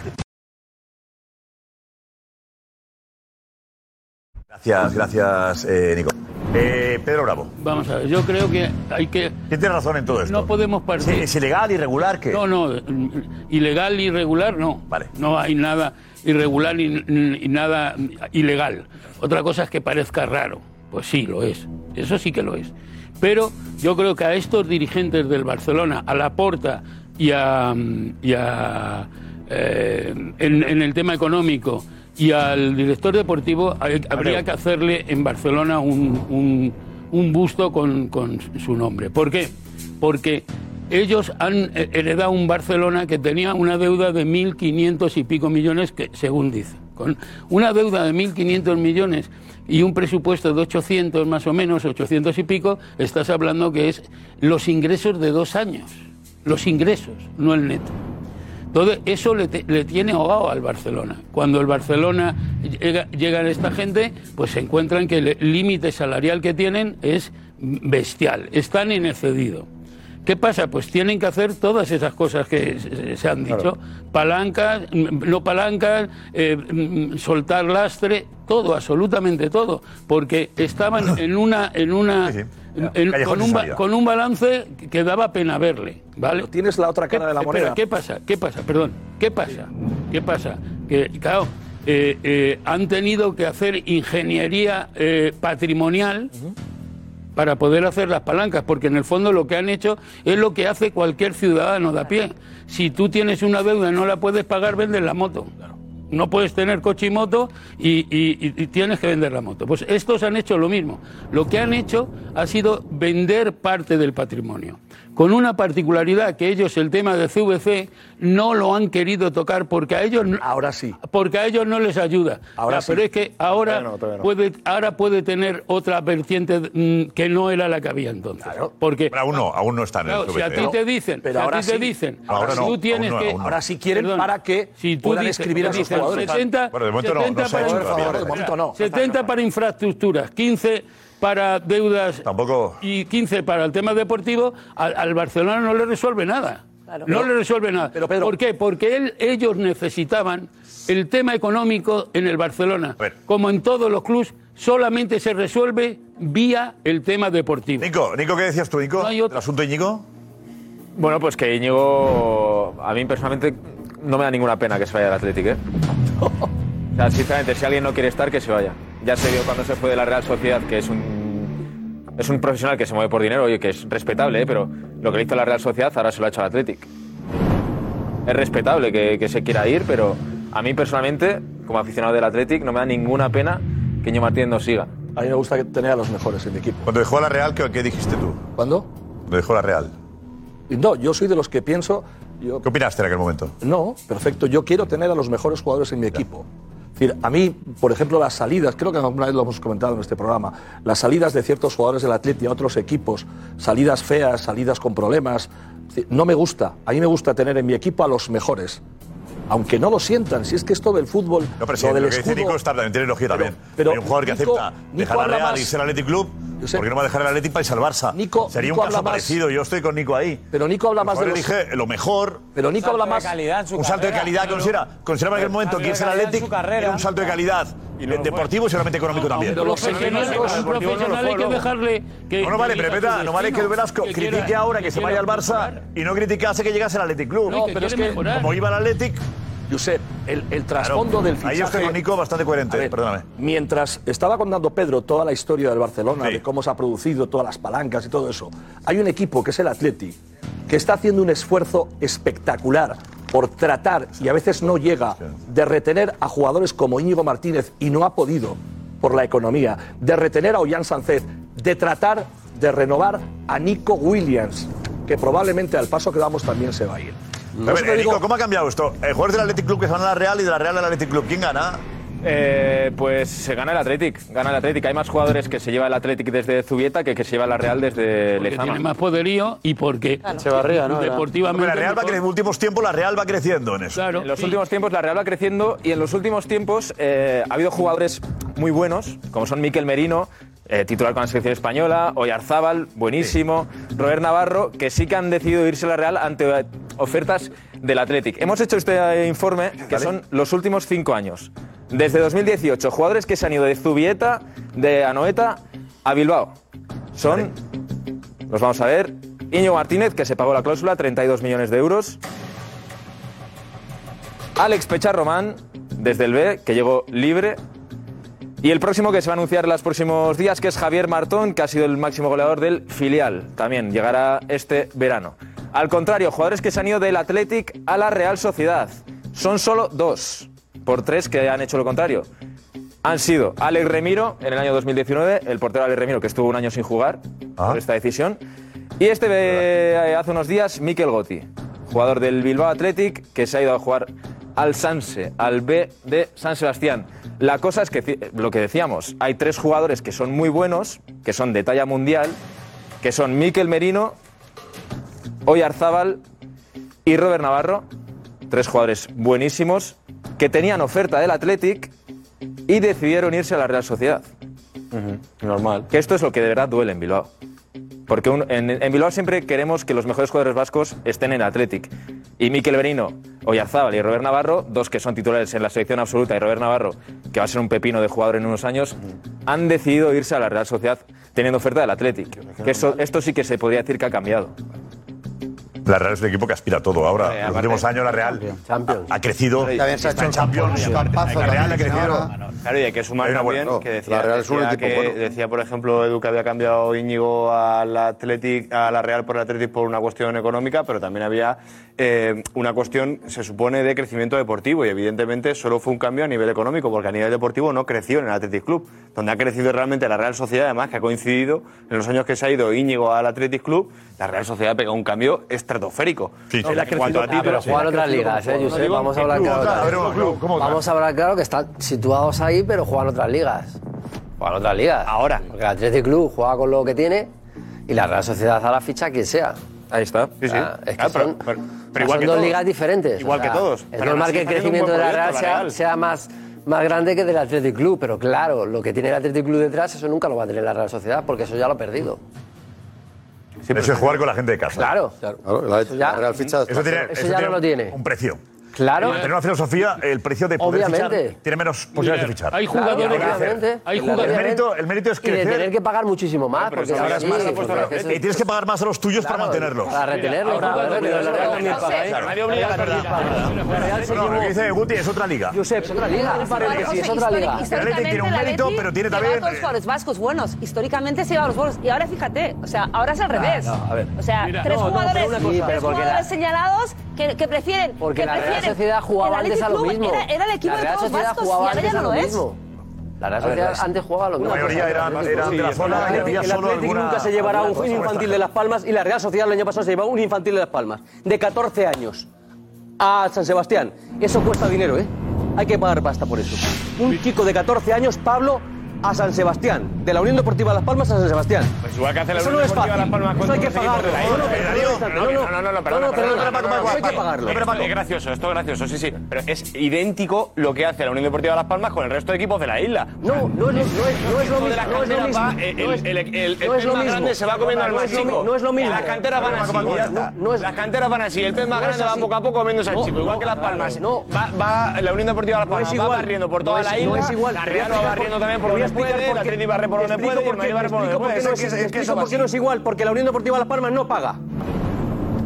Speaker 9: Gracias, gracias, eh, Nico. Eh, Pedro Bravo.
Speaker 20: Vamos a ver, yo creo que hay que...
Speaker 9: ¿Quién tiene razón en todo esto?
Speaker 20: No podemos partir...
Speaker 9: ¿Es ilegal, irregular, qué?
Speaker 20: No, no, mm, ilegal, irregular, no. Vale. No hay nada irregular ni, ni nada mm, ilegal. Otra cosa es que parezca raro. Pues sí, lo es. Eso sí que lo es. Pero yo creo que a estos dirigentes del Barcelona, a Laporta y a... mm, Y a eh, en, en el tema económico y al director deportivo hay- habría que hacerle en Barcelona un, un- un busto con, con su nombre. ¿Por qué? Porque ellos han eh, heredado un Barcelona que tenía una deuda de 1.500 y pico millones, que según dice, con una deuda de 1.500 millones y un presupuesto de 800 más o menos, 800 y pico, estás hablando que es los ingresos de dos años, los ingresos, no el neto. Entonces, eso le, te- le tiene ahogado al Barcelona. Cuando el Barcelona llega, llega a esta gente, pues se encuentran que el límite salarial que tienen es bestial, están en excedido. ¿Qué pasa? Pues tienen que hacer todas esas cosas que se- se han dicho. Palancas, mm, no palancas, eh, mm, soltar lastre, todo, absolutamente todo. Porque estaban en una... En una en-
Speaker 9: Callejón
Speaker 20: con,
Speaker 9: sin
Speaker 20: un, ba-
Speaker 9: salida.
Speaker 20: con un balance que daba pena verle, ¿vale?
Speaker 24: tienes la otra cara de la
Speaker 20: espera,
Speaker 24: moneda.
Speaker 20: ¿Qué pasa? ¿Qué pasa? Perdón. ¿Qué pasa? ¿Qué pasa? Que, claro, eh, eh, han tenido que hacer ingeniería eh, patrimonial para poder hacer las palancas, porque en el fondo lo que han hecho es lo que hace cualquier ciudadano de a pie. Si tú tienes una deuda y no la puedes pagar, vendes la moto. No puedes tener coche y moto y, y- y- y tienes que vender la moto. Pues estos han hecho lo mismo. Lo que han hecho ha sido vender parte del patrimonio. Con una particularidad que ellos el tema de CVC no lo han querido tocar porque a ellos ahora sí porque a ellos no les ayuda.
Speaker 9: Ahora
Speaker 20: Ya,
Speaker 9: sí.
Speaker 20: Pero es que ahora
Speaker 9: Todavía no, todavía no.
Speaker 20: puede ahora puede tener otra vertiente mm, que no era la que había entonces. Porque
Speaker 9: aún no, aún no está en el
Speaker 20: Claro, si a ti
Speaker 9: VTO.
Speaker 20: te dicen,
Speaker 9: Pero
Speaker 20: si a
Speaker 9: ahora
Speaker 20: ti te
Speaker 9: sí.
Speaker 20: dicen,
Speaker 9: Ahora
Speaker 20: si
Speaker 9: no,
Speaker 20: tú
Speaker 9: aún
Speaker 20: tienes
Speaker 9: no,
Speaker 20: que
Speaker 9: aún no. Ahora
Speaker 24: sí quieren para que
Speaker 20: si tú
Speaker 24: puedan
Speaker 20: dices-
Speaker 24: escribir a
Speaker 20: te
Speaker 24: sus
Speaker 20: dicen
Speaker 24: jugadores.
Speaker 20: 70,
Speaker 24: Bueno, de momento no, no se
Speaker 20: 70
Speaker 9: ha
Speaker 20: para
Speaker 9: hecho
Speaker 20: infra-
Speaker 9: todavía, de momento
Speaker 24: no.
Speaker 20: 70 para infraestructuras, 15 para deudas y 15 para el tema deportivo, al, al Barcelona no le resuelve nada. No le resuelve nada. ¿Por qué? Porque él- ellos necesitaban el tema económico en el Barcelona. Como en todos los clubes, solamente se resuelve vía el tema deportivo.
Speaker 9: Nico, Nico, ¿qué decías tú, Nico? ¿El asunto de Íñigo?
Speaker 1: Bueno, pues que Íñigo, a mí personalmente no me da ninguna pena que se vaya del Atlético, ¿eh? O sea, sinceramente, si alguien no quiere estar, que se vaya. Ya se vio cuando se fue de la Real Sociedad, que es un, es un profesional que se mueve por dinero y que es respetable, ¿eh? pero lo que le hizo a la Real Sociedad ahora se lo ha hecho al Atlético. Es respetable que, que se quiera ir, pero a mí personalmente, como aficionado del Atlético, no me da ninguna pena que Íñigo Martínez no siga.
Speaker 24: A mí me gusta tener a los mejores en mi equipo.
Speaker 9: Cuando dejó la Real, ¿qué, qué dijiste tú?
Speaker 24: ¿Cuándo?
Speaker 9: Lo dejó la Real.
Speaker 24: No, yo soy de los que pienso. Yo,
Speaker 9: ¿Qué opinaste en aquel momento?
Speaker 24: No, perfecto. Yo quiero tener a los mejores jugadores en mi equipo. Es decir, a mí, por ejemplo, las salidas, creo que alguna vez lo hemos comentado en este programa, las salidas de ciertos jugadores del Atleti a otros equipos, salidas feas, salidas con problemas, es decir, no me gusta. A mí me gusta tener en mi equipo a los mejores. Aunque no lo sientan, si es que esto del fútbol,
Speaker 9: No, pero sí,
Speaker 24: lo
Speaker 9: lo,
Speaker 24: del
Speaker 9: que dice
Speaker 24: escudo-
Speaker 9: Nico está, también tiene lógica también.
Speaker 24: pero
Speaker 9: Hay un jugador que
Speaker 24: Nico-
Speaker 9: acepta
Speaker 24: Nico
Speaker 9: dejar la
Speaker 24: habla
Speaker 9: Real
Speaker 24: más-
Speaker 9: y ser Athletic Club, porque no va a dejar el Athletic para irse al Barça. Sería
Speaker 24: Nico
Speaker 9: un caso
Speaker 24: habla más-
Speaker 9: parecido, yo estoy con Nico ahí.
Speaker 24: Pero Nico habla más de
Speaker 9: Yo
Speaker 24: los-
Speaker 9: dije lo mejor.
Speaker 24: Pero Nico habla más-
Speaker 9: un salto de calidad, considera. Considera en aquel momento que irse al Athletic era un salto de calidad eh, deportivo y seguramente económico también.
Speaker 20: Pero los profesionales, los profesionales hay que dejarle que.
Speaker 9: No, no vale,
Speaker 20: que
Speaker 9: pero
Speaker 20: elija
Speaker 9: espera,
Speaker 20: su
Speaker 9: no vale que el
Speaker 20: destino,
Speaker 9: Velasco
Speaker 20: que
Speaker 9: critique
Speaker 20: quiera-
Speaker 9: ahora que, se
Speaker 20: quiera
Speaker 9: vaya al Barça
Speaker 20: mejorar.
Speaker 9: y no criticase que llegase al Athletic Club.
Speaker 20: No, No, que pero es quiere que mejorar.
Speaker 9: como iba al Athletic,
Speaker 24: Josep, el, el trasfondo
Speaker 9: Claro.
Speaker 24: del
Speaker 9: Ahí
Speaker 24: fichaje...
Speaker 9: estoy con Nico bastante coherente,
Speaker 24: A ver,
Speaker 9: perdóname.
Speaker 24: Mientras estaba contando Pedro toda la historia del Barcelona,
Speaker 9: Sí.
Speaker 24: de cómo se ha producido, todas las palancas y todo eso, hay un equipo que es el Atleti, que está haciendo un esfuerzo espectacular por tratar, y a veces no llega, de retener a jugadores como Íñigo Martínez, y no ha podido por la economía, de retener a Ollán Sánchez, de tratar de renovar a Nico Williams, que probablemente al paso que damos también se va a ir.
Speaker 9: A
Speaker 24: Por eso
Speaker 9: ver,
Speaker 24: te
Speaker 9: eh,
Speaker 24: digo-
Speaker 9: Nico, ¿cómo ha cambiado esto? Eh, jugadores del Athletic Club que se van a la Real y de la Real al Athletic Club. ¿Quién gana?
Speaker 1: Eh, pues se gana el Athletic, gana el Athletic. Hay más jugadores que se lleva el Athletic desde Zubieta que que se lleva la Real desde
Speaker 20: Porque
Speaker 1: Lezama.
Speaker 20: tiene más poderío y porque deportivamente...
Speaker 9: Porque la Real va
Speaker 20: mejor-
Speaker 9: cre- en los últimos tiempos la Real va creciendo en eso.
Speaker 1: en los últimos tiempos la Real va creciendo y en los últimos tiempos eh, ha habido jugadores muy buenos, como son Miquel Merino, eh, titular con la selección española, Oyarzábal, buenísimo, Robert Navarro, que sí que han decidido irse a la Real ante eh, ofertas del Athletic. Hemos hecho este informe, que
Speaker 9: Vale.
Speaker 1: son los últimos cinco años. Desde 2018, jugadores que se han ido de Zubieta, de Anoeta, a Bilbao. Son los vamos a ver. Iñigo Martínez, que se pagó la cláusula, 32 millones de euros. Alex Pecharromán, desde el B, que llegó libre. Y el próximo que se va a anunciar en los próximos días, que es Javier Martón, que ha sido el máximo goleador del filial. También llegará este verano. Al contrario, jugadores que se han ido del Athletic a la Real Sociedad. Son solo dos, por tres que han hecho lo contrario. Han sido Alex Remiro en el año 2019, el portero Alex Remiro, que estuvo un año sin jugar por esta decisión. Y este eh, hace unos días, Mikel Gotti, jugador del Bilbao Athletic, que se ha ido a jugar al Sanse, al B de San Sebastián. La cosa es que, ci- lo que decíamos, hay tres jugadores que son muy buenos, que son de talla mundial, que son Mikel Merino, Oyarzábal y Robert Navarro, tres jugadores buenísimos, que tenían oferta del Athletic y decidieron irse a la Real Sociedad. Normal. Que esto es lo que de verdad duele en Bilbao. Porque un- en, en Bilbao siempre queremos que los mejores jugadores vascos estén en Athletic. Y Miquel Berino, Oyarzábal y Robert Navarro, dos que son titulares en la selección absoluta, y Robert Navarro, que va a ser un pepino de jugador en unos años, han decidido irse a la Real Sociedad teniendo oferta del Athletic. Que eso, esto sí que se podría decir que ha cambiado.
Speaker 9: La Real es un equipo que aspira a todo ahora. en los últimos años la Real ha, ha crecido.
Speaker 30: También
Speaker 9: está
Speaker 30: se ha hecho
Speaker 9: en Champions.
Speaker 30: un campazo
Speaker 9: La Real ha
Speaker 30: también,
Speaker 9: crecido.
Speaker 30: Claro, y hay que sumar
Speaker 9: Hay una
Speaker 30: también
Speaker 9: buena- no,
Speaker 30: que decía,
Speaker 9: la Real es un
Speaker 30: decía
Speaker 9: equipo
Speaker 30: que-
Speaker 9: bueno.
Speaker 30: decía, por ejemplo, Edu que había cambiado Íñigo al Athletic, a la Real por el Athletic por una cuestión económica, pero también había eh, una cuestión, se supone, de crecimiento deportivo y evidentemente solo fue un cambio a nivel económico, porque a nivel deportivo no creció en el Athletic Club, donde ha crecido realmente la Real Sociedad, además que ha coincidido en los años que se ha ido Íñigo al Athletic Club, la Real Sociedad ha pegado un cambio estratosférico.
Speaker 21: sí. Él ha
Speaker 30: En cuanto
Speaker 21: crecido- Ah,
Speaker 30: a
Speaker 21: pero
Speaker 30: títulos,
Speaker 21: jugar
Speaker 30: ha
Speaker 21: otras
Speaker 30: crecido
Speaker 21: ligas,
Speaker 30: como
Speaker 21: eh,
Speaker 30: jugador.
Speaker 21: Josep,
Speaker 30: No digo
Speaker 21: vamos a
Speaker 30: en
Speaker 21: hablar
Speaker 30: club,
Speaker 21: claro.
Speaker 30: otra, a ver,
Speaker 21: Vamos
Speaker 30: un club, ¿cómo otra?
Speaker 21: Vamos a hablar claro que están situados ahí, pero juegan otras ligas. Juegan otras ligas. Ahora. Porque el Athletic Club juega con lo que tiene y la Real Sociedad a la ficha a quien sea.
Speaker 1: Ahí está.
Speaker 30: Sí, sí.
Speaker 21: Ah, es que
Speaker 30: Ah, pero-
Speaker 21: son,
Speaker 30: pero-
Speaker 21: o
Speaker 30: pero
Speaker 21: sea,
Speaker 30: igual
Speaker 21: son
Speaker 30: que
Speaker 21: dos
Speaker 30: todos.
Speaker 21: ligas diferentes.
Speaker 30: Igual
Speaker 21: o
Speaker 30: que
Speaker 21: sea,
Speaker 30: todos.
Speaker 21: Es
Speaker 30: Pero
Speaker 21: normal
Speaker 30: aún
Speaker 21: que
Speaker 30: así
Speaker 21: el
Speaker 30: está haciendo un
Speaker 21: crecimiento de
Speaker 30: buen
Speaker 21: la Real
Speaker 30: proyecto, la
Speaker 21: sea,
Speaker 30: Real.
Speaker 21: sea más, más grande que del Athletic Club, pero claro, lo que tiene el Athletic Club detrás, eso nunca lo va a tener la Real Sociedad, porque eso ya lo ha perdido.
Speaker 9: eso es jugar con la gente de casa.
Speaker 21: Claro.
Speaker 9: la, Real ficha. Eso, tiene,
Speaker 21: Eso
Speaker 9: eso
Speaker 21: ya no
Speaker 9: tiene
Speaker 21: lo tiene.
Speaker 9: Un precio.
Speaker 21: Claro.
Speaker 9: Al tener una filosofía, el precio de poder
Speaker 21: Obviamente.
Speaker 9: fichar tiene menos posibilidades de fichar.
Speaker 21: Hay jugadores
Speaker 9: Y de
Speaker 21: que-
Speaker 9: crecer.
Speaker 21: obviamente. Hay
Speaker 9: El
Speaker 21: jugadores-
Speaker 9: mérito, el mérito es
Speaker 21: Y de
Speaker 9: crecer.
Speaker 21: tener que pagar muchísimo más.
Speaker 9: Pero
Speaker 21: porque
Speaker 9: eso Ah, ahora es
Speaker 21: sí,
Speaker 9: más
Speaker 21: porque
Speaker 9: apuesto a la-
Speaker 21: eso-
Speaker 9: Y tienes que pagar más a los tuyos para mantenerlos.
Speaker 21: para retenerlos,
Speaker 9: Ahora,
Speaker 21: para retenerlos.
Speaker 9: la Real también
Speaker 21: Claro.
Speaker 9: paga, ¿eh?
Speaker 21: Nadie
Speaker 30: obliga
Speaker 9: La Real No, lo que dice Guti es otra liga.
Speaker 21: Josep, es otra liga.
Speaker 19: Pero,
Speaker 21: Parece que sí, es otra
Speaker 19: históric-
Speaker 21: liga.
Speaker 9: El Athletic tiene un
Speaker 19: la
Speaker 9: mérito,
Speaker 19: Leti
Speaker 9: pero tiene
Speaker 19: se va
Speaker 9: también-
Speaker 19: con los jugadores vascos buenos. Históricamente se lleva a los buenos. Y ahora fíjate, o sea, ahora es al revés.
Speaker 21: no, a ver.
Speaker 19: O sea,
Speaker 21: Mira,
Speaker 19: tres
Speaker 21: no, no,
Speaker 19: jugadores,
Speaker 21: pero una cosa. Sí,
Speaker 19: tres
Speaker 21: pero porque la-
Speaker 19: jugadores señalados que, que prefieren.
Speaker 21: Porque
Speaker 19: que
Speaker 21: la Real
Speaker 19: prefieren.
Speaker 21: Sociedad jugaba
Speaker 19: El
Speaker 21: antes a lo
Speaker 19: Athletic Club
Speaker 21: mismo.
Speaker 19: Era, era el equipo
Speaker 21: La Real
Speaker 19: de todos los
Speaker 21: Sociedad
Speaker 19: vascos y
Speaker 21: jugaba
Speaker 19: ahora ya
Speaker 21: antes a
Speaker 19: no lo
Speaker 21: lo
Speaker 19: es.
Speaker 21: mismo. La Real
Speaker 9: A ver,
Speaker 21: Sociedad
Speaker 9: las-
Speaker 21: antes jugaba lo
Speaker 9: la
Speaker 21: mismo.
Speaker 9: mayoría eran-
Speaker 21: El
Speaker 9: eran de la
Speaker 21: Athletic-
Speaker 9: zona y
Speaker 21: el
Speaker 9: había
Speaker 21: Athletic
Speaker 9: solo alguna-
Speaker 6: nunca se llevará un
Speaker 9: alguna
Speaker 6: infantil
Speaker 9: extra.
Speaker 6: de Las Palmas y la Real Sociedad el año pasado se llevó un infantil de Las Palmas de 14 años a San Sebastián. Eso cuesta dinero, ¿eh? Hay que pagar pasta por eso. Un chico de 14 años, Pablo, a San Sebastián. De la Unión Deportiva Las Palmas a San Sebastián.
Speaker 30: Igual que hace la
Speaker 6: Eso
Speaker 30: Unión
Speaker 6: no es
Speaker 30: Deportiva
Speaker 6: fácil.
Speaker 30: Las Palmas
Speaker 6: Eso
Speaker 30: cuando
Speaker 6: hay que
Speaker 30: conseguimos
Speaker 6: pagarlo.
Speaker 30: la
Speaker 6: No, no, pero
Speaker 30: ida.
Speaker 6: no, no, no,
Speaker 30: No, no, no, perdona,
Speaker 6: no,
Speaker 30: perdona,
Speaker 6: perdona, Paco,
Speaker 30: perdona,
Speaker 6: Paco,
Speaker 30: perdona,
Speaker 6: hay que
Speaker 30: Paco.
Speaker 6: pagarlo.
Speaker 30: Esto es gracioso, esto es gracioso, sí, sí. Pero es idéntico lo que hace la Unión Deportiva de Las Palmas con el resto de equipos de la isla.
Speaker 6: No, no es lo- no es- no es lo
Speaker 30: El equipo de
Speaker 6: mismo,
Speaker 30: la
Speaker 6: no es lo
Speaker 30: cantera
Speaker 6: mismo,
Speaker 30: va,
Speaker 6: no
Speaker 30: el-
Speaker 6: es-
Speaker 30: el- el- el-
Speaker 6: no es
Speaker 30: el
Speaker 6: lo
Speaker 30: más
Speaker 6: mismo.
Speaker 30: grande se va comiendo al
Speaker 6: No
Speaker 30: más
Speaker 6: es lo
Speaker 30: chico.
Speaker 6: mi- no es lo mismo.
Speaker 30: Las canteras van así,
Speaker 6: No,
Speaker 30: y ya está.
Speaker 6: no es-
Speaker 30: Las canteras van así, el pez más
Speaker 6: No es
Speaker 30: grande va
Speaker 6: así.
Speaker 30: poco a poco comiéndose al
Speaker 6: No,
Speaker 30: chico. Igual que Las Palmas.
Speaker 6: no.
Speaker 30: Va- Va la Unión Deportiva de Las
Speaker 6: No es
Speaker 30: Palmas, va
Speaker 6: igual.
Speaker 30: barriendo por
Speaker 6: No
Speaker 30: toda
Speaker 6: es-
Speaker 30: la
Speaker 6: no
Speaker 30: isla.
Speaker 6: es igual.
Speaker 30: La
Speaker 6: Te voy a
Speaker 30: Real va
Speaker 6: explicar
Speaker 30: barriendo
Speaker 6: por-
Speaker 30: también por
Speaker 6: te voy a explicar
Speaker 30: donde puede,
Speaker 6: por
Speaker 30: la
Speaker 6: qué.
Speaker 30: Atleti barre por
Speaker 6: Te
Speaker 30: donde
Speaker 6: explico
Speaker 30: puede,
Speaker 6: por
Speaker 30: el
Speaker 6: qué-
Speaker 30: Madrid barre por
Speaker 6: te
Speaker 30: donde
Speaker 6: explico por
Speaker 30: puede.
Speaker 6: qué no
Speaker 30: Es que-
Speaker 6: es-
Speaker 30: es que
Speaker 6: explico
Speaker 30: eso va
Speaker 6: por qué
Speaker 30: así.
Speaker 6: no es igual, porque la Unión Deportiva Las Palmas no paga.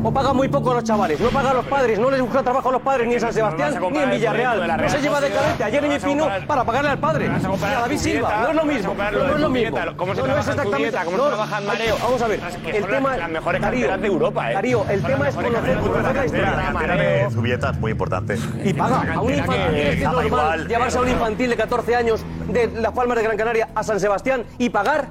Speaker 6: o paga muy poco a los chavales. No paga a los padres, no les busca trabajo a los padres ni en San Sebastián
Speaker 21: vas a
Speaker 6: ni
Speaker 21: comparar
Speaker 6: en
Speaker 21: el proyecto de la
Speaker 6: Villarreal. No
Speaker 21: Real
Speaker 6: se lleva de
Speaker 21: Sociedad,
Speaker 6: cadete a
Speaker 21: no
Speaker 6: Jeremy
Speaker 21: vas a
Speaker 6: Pino
Speaker 21: comparar-
Speaker 6: para pagarle al padre.
Speaker 21: no vas a
Speaker 6: Ni
Speaker 21: comparar
Speaker 6: a David
Speaker 21: tu dieta,
Speaker 6: Silva, no es lo
Speaker 21: no vas a
Speaker 6: mismo.
Speaker 21: comparar
Speaker 6: No
Speaker 21: lo de
Speaker 6: es lo
Speaker 21: tu
Speaker 6: mismo.
Speaker 21: dieta, cómo se
Speaker 6: No, no
Speaker 21: trabaja
Speaker 6: es
Speaker 21: tu
Speaker 6: exactamente.
Speaker 21: dieta, cómo se
Speaker 6: No,
Speaker 21: trabaja el mareo.
Speaker 6: Vamos a ver,
Speaker 21: Las que
Speaker 6: el
Speaker 21: son
Speaker 6: tema
Speaker 21: las- las mejores
Speaker 6: Darío,
Speaker 21: carteras de Europa, ¿eh?
Speaker 6: Darío, el
Speaker 21: Son
Speaker 6: tema
Speaker 21: las mejores
Speaker 6: es conocer
Speaker 21: carteras de
Speaker 6: conocer la
Speaker 9: La
Speaker 6: historia.
Speaker 9: cantera de Zubieta es muy importante.
Speaker 6: Y paga a un
Speaker 9: Cantera
Speaker 6: infantil.
Speaker 9: que-
Speaker 6: Es
Speaker 9: Nada
Speaker 6: normal
Speaker 9: igual.
Speaker 6: llevarse a un infantil de 14 años de Las Palmas de Gran Canaria a San Sebastián y pagar.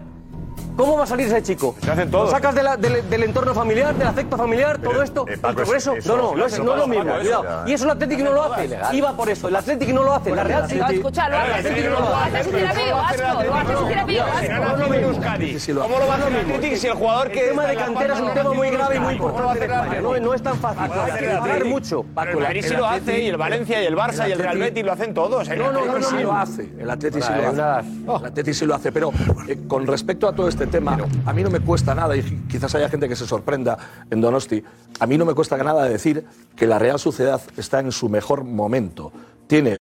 Speaker 6: ¿Cómo va a salir ese chico?
Speaker 9: todos.
Speaker 6: Lo sacas de la- del, del entorno familiar, del afecto familiar,
Speaker 9: Pero,
Speaker 6: todo esto,
Speaker 9: eh,
Speaker 6: el
Speaker 9: Paco,
Speaker 6: progreso.
Speaker 9: eso-
Speaker 6: no, no, no es,
Speaker 9: eso
Speaker 6: no es lo
Speaker 9: pasa,
Speaker 6: mismo.
Speaker 9: Paco, eso
Speaker 6: cuidado.
Speaker 9: ya, eh.
Speaker 6: Y eso el Atlético no lo hace. Iba por eso. El Atlético no lo hace. La Real
Speaker 19: No,
Speaker 6: Sociedad.
Speaker 19: escúchalo.
Speaker 6: El Atlético no lo hace.
Speaker 19: haces un terapido, asco. Lo haces un terapido, asco.
Speaker 6: ¿Cómo lo va a hacer el Atlético si el jugador que El tema de cantera es un tema muy grave y muy importante en España. No, no es tan fácil. Hay que pagar mucho.
Speaker 30: Paco, el Madrid sí lo hace, y el Valencia, y el Barça, y el Real Betis lo hacen todos. ¿eh?
Speaker 24: No, no, no, sí lo hace. El Atleti sí
Speaker 30: Bueno,
Speaker 24: lo
Speaker 30: es
Speaker 24: hace. El Atleti sí lo hace. Pero eh, con respecto a todo este tema, a mí no me cuesta nada, y quizás haya gente que se sorprenda en Donosti, a mí no me cuesta nada decir que la Real Sociedad está en su mejor momento. Tiene.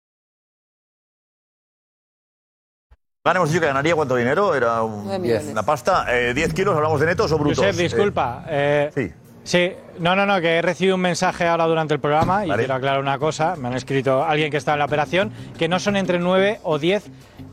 Speaker 9: Ganemos yo que ganaría cuánto dinero, era un-
Speaker 16: Nueve millones.
Speaker 9: una pasta. Eh, 10 kilos, hablamos de netos o brutos.
Speaker 16: Josep,
Speaker 9: Eh,
Speaker 16: disculpa. eh, sí. no, no, no, que he recibido un mensaje ahora durante el programa y quiero aclarar una cosa. Me han escrito alguien que está en la operación, que no son entre 9 o 10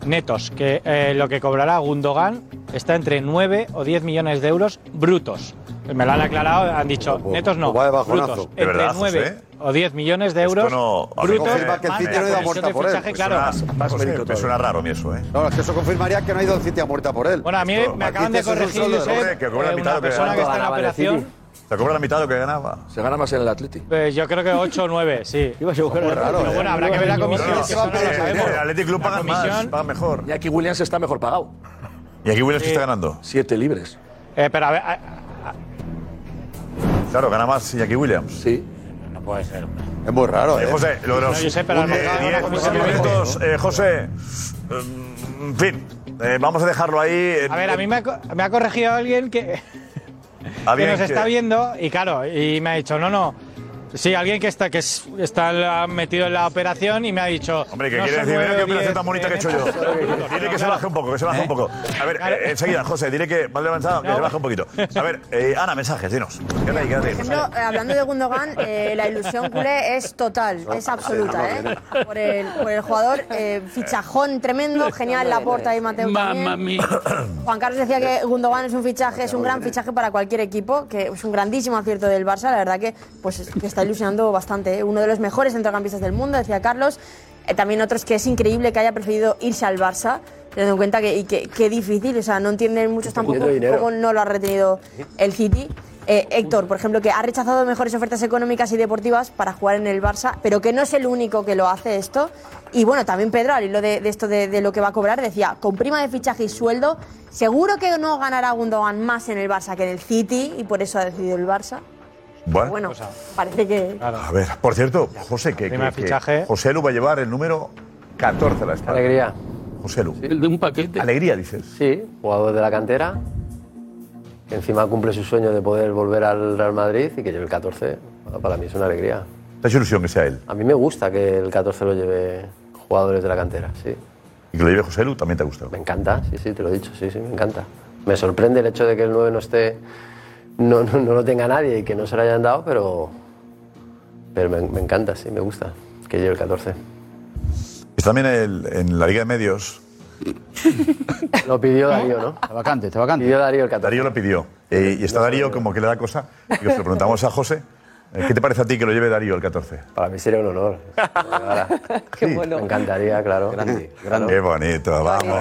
Speaker 16: netos, que eh, lo que cobrará Gundogan está entre 9 o 10 millones de euros brutos. Me lo han aclarado, han dicho, netos no,
Speaker 9: va de bajonazo.
Speaker 16: brutos,
Speaker 9: De
Speaker 16: entre
Speaker 9: verdad,
Speaker 16: 9
Speaker 9: José.
Speaker 16: o 10 millones de euros
Speaker 9: no, a ver,
Speaker 16: brutos.
Speaker 9: confirma que el
Speaker 16: más
Speaker 9: City no
Speaker 16: la
Speaker 9: iba a
Speaker 16: comisión de
Speaker 9: aportar por él.
Speaker 16: fichaje,
Speaker 9: Pues
Speaker 16: Eh, claro.
Speaker 9: más- más José, mérito me suena todavía. raro a mí eso, ¿eh?
Speaker 7: No, es que eso confirmaría que no ha ido el City a muerta por él.
Speaker 16: Bueno, a mí me acaban de corregir, Josep,
Speaker 9: que cobra la mitad
Speaker 16: eh,
Speaker 9: de
Speaker 16: una
Speaker 9: lo que
Speaker 16: persona que está en la
Speaker 9: ganaba.
Speaker 16: operación.
Speaker 9: Se cobra la mitad de lo que ganaba.
Speaker 24: Se gana más en el Atleti.
Speaker 16: Pues yo creo que 8 o 9, sí. Ibas a buscar
Speaker 24: raro,
Speaker 16: Pero
Speaker 24: ¿eh?
Speaker 16: bueno, habrá que ver la comisión.
Speaker 24: No, no,
Speaker 16: que eso no lo
Speaker 24: eh,
Speaker 16: sabemos.
Speaker 24: el Athletic Club
Speaker 16: La
Speaker 24: paga más,
Speaker 16: comisión-
Speaker 24: paga
Speaker 9: mejor.
Speaker 24: Y aquí Williams está mejor pagado.
Speaker 9: ¿Y aquí Williams
Speaker 16: Sí.
Speaker 9: qué está ganando?
Speaker 24: Siete libres.
Speaker 16: Eh, pero a ver, a-
Speaker 9: Claro, gana más Jackie Williams.
Speaker 24: Sí.
Speaker 9: No puede ser. Es muy raro, ¿eh? José, lo de los.
Speaker 16: No, yo sé, pero
Speaker 9: un-
Speaker 16: no-
Speaker 9: eh, diez,
Speaker 16: no, no,
Speaker 9: once
Speaker 16: no, no,
Speaker 9: minutos, eh, José. mm, En fin, eh, vamos a dejarlo ahí. eh,
Speaker 16: a ver, a mí me ha, co- me ha corregido alguien que, que
Speaker 9: Había
Speaker 16: nos
Speaker 9: que-
Speaker 16: está viendo y claro, y me ha dicho, no, no. Sí, alguien que está que es- está la- metido en la operación y me ha dicho.
Speaker 9: Hombre, que
Speaker 16: no
Speaker 9: quiere
Speaker 16: son
Speaker 9: decir, mira
Speaker 16: nueve
Speaker 9: qué
Speaker 16: o diez
Speaker 9: operación tan bonita que he hecho yo.
Speaker 16: netos.
Speaker 9: Dile que se baje un poco, que se baje un poco. A ver, eh, enseguida, José, dile que mal avanzado, que se baje un poquito. A ver, eh, Ana, mensajes, dinos. Quédate ahí, quédate ahí,
Speaker 10: Por
Speaker 9: José.
Speaker 10: ejemplo, eh, hablando de Gundogan, eh, la ilusión culé es total, es absoluta, ¿eh? Por el, por el jugador, eh, fichajón tremendo, genial la porta y Mateo
Speaker 20: Mamma
Speaker 10: también.
Speaker 20: mía.
Speaker 10: Juan Carlos decía que Gundogan es un fichaje, es un gran fichaje para cualquier equipo, que es un grandísimo acierto del Barça, la verdad que pues es- que está ilusionando bastante, ¿eh? uno de los mejores centrocampistas del mundo, decía Carlos. Eh, también otros que es increíble que haya preferido irse al Barça, teniendo en cuenta que y que- qué difícil, o sea, no entienden muchos tampoco Teniendo dinero. cómo no lo ha retenido el City. Eh, Héctor, por ejemplo, que ha rechazado mejores ofertas económicas y deportivas para jugar en el Barça, pero que no es el único que lo hace esto. Y bueno, también Pedro, al hilo de, de esto de, de lo que va a cobrar, decía, con prima de fichaje y sueldo, seguro que no ganará Gundogan más en el Barça que en el City, y por eso ha decidido el Barça.
Speaker 9: Bueno,
Speaker 10: Bueno, parece que...
Speaker 9: a ver, por cierto, José, que,
Speaker 16: Primer
Speaker 9: que- que
Speaker 16: fichaje.
Speaker 9: José Lu va a llevar el número 14 a la espalda.
Speaker 21: Alegría.
Speaker 9: José Lu.
Speaker 21: El de un paquete.
Speaker 9: Alegría, dices.
Speaker 21: Sí, jugador de la cantera, que encima cumple su sueño de poder volver al Real Madrid y que lleve el 14. Bueno, para mí es una alegría.
Speaker 9: Te hace ilusión que sea él.
Speaker 21: A mí me gusta que el 14 lo lleve jugadores de la cantera, sí.
Speaker 9: Y que lo lleve José Lu también te ha gustado.
Speaker 21: Me encanta, sí, sí, te lo he dicho, sí, sí, me encanta. Me sorprende el hecho de que el 9 no esté, no, no, no lo tenga nadie y que no se lo hayan dado, pero, pero me, me encanta, sí, me gusta que lleve el 14.
Speaker 9: Está también el- en la Liga de Medios.
Speaker 21: Lo pidió Darío, ¿no?
Speaker 25: Está vacante, está vacante.
Speaker 21: Pidió Darío el 14.
Speaker 9: Darío lo pidió. Eh, y está Darío como que le da cosa. Y se lo preguntamos a José. eh, ¿Qué te parece a ti que lo lleve Darío el 14?
Speaker 21: Para mí sería un honor. Qué bueno. Me encantaría, claro. Grande,
Speaker 9: Qué bonito, vamos.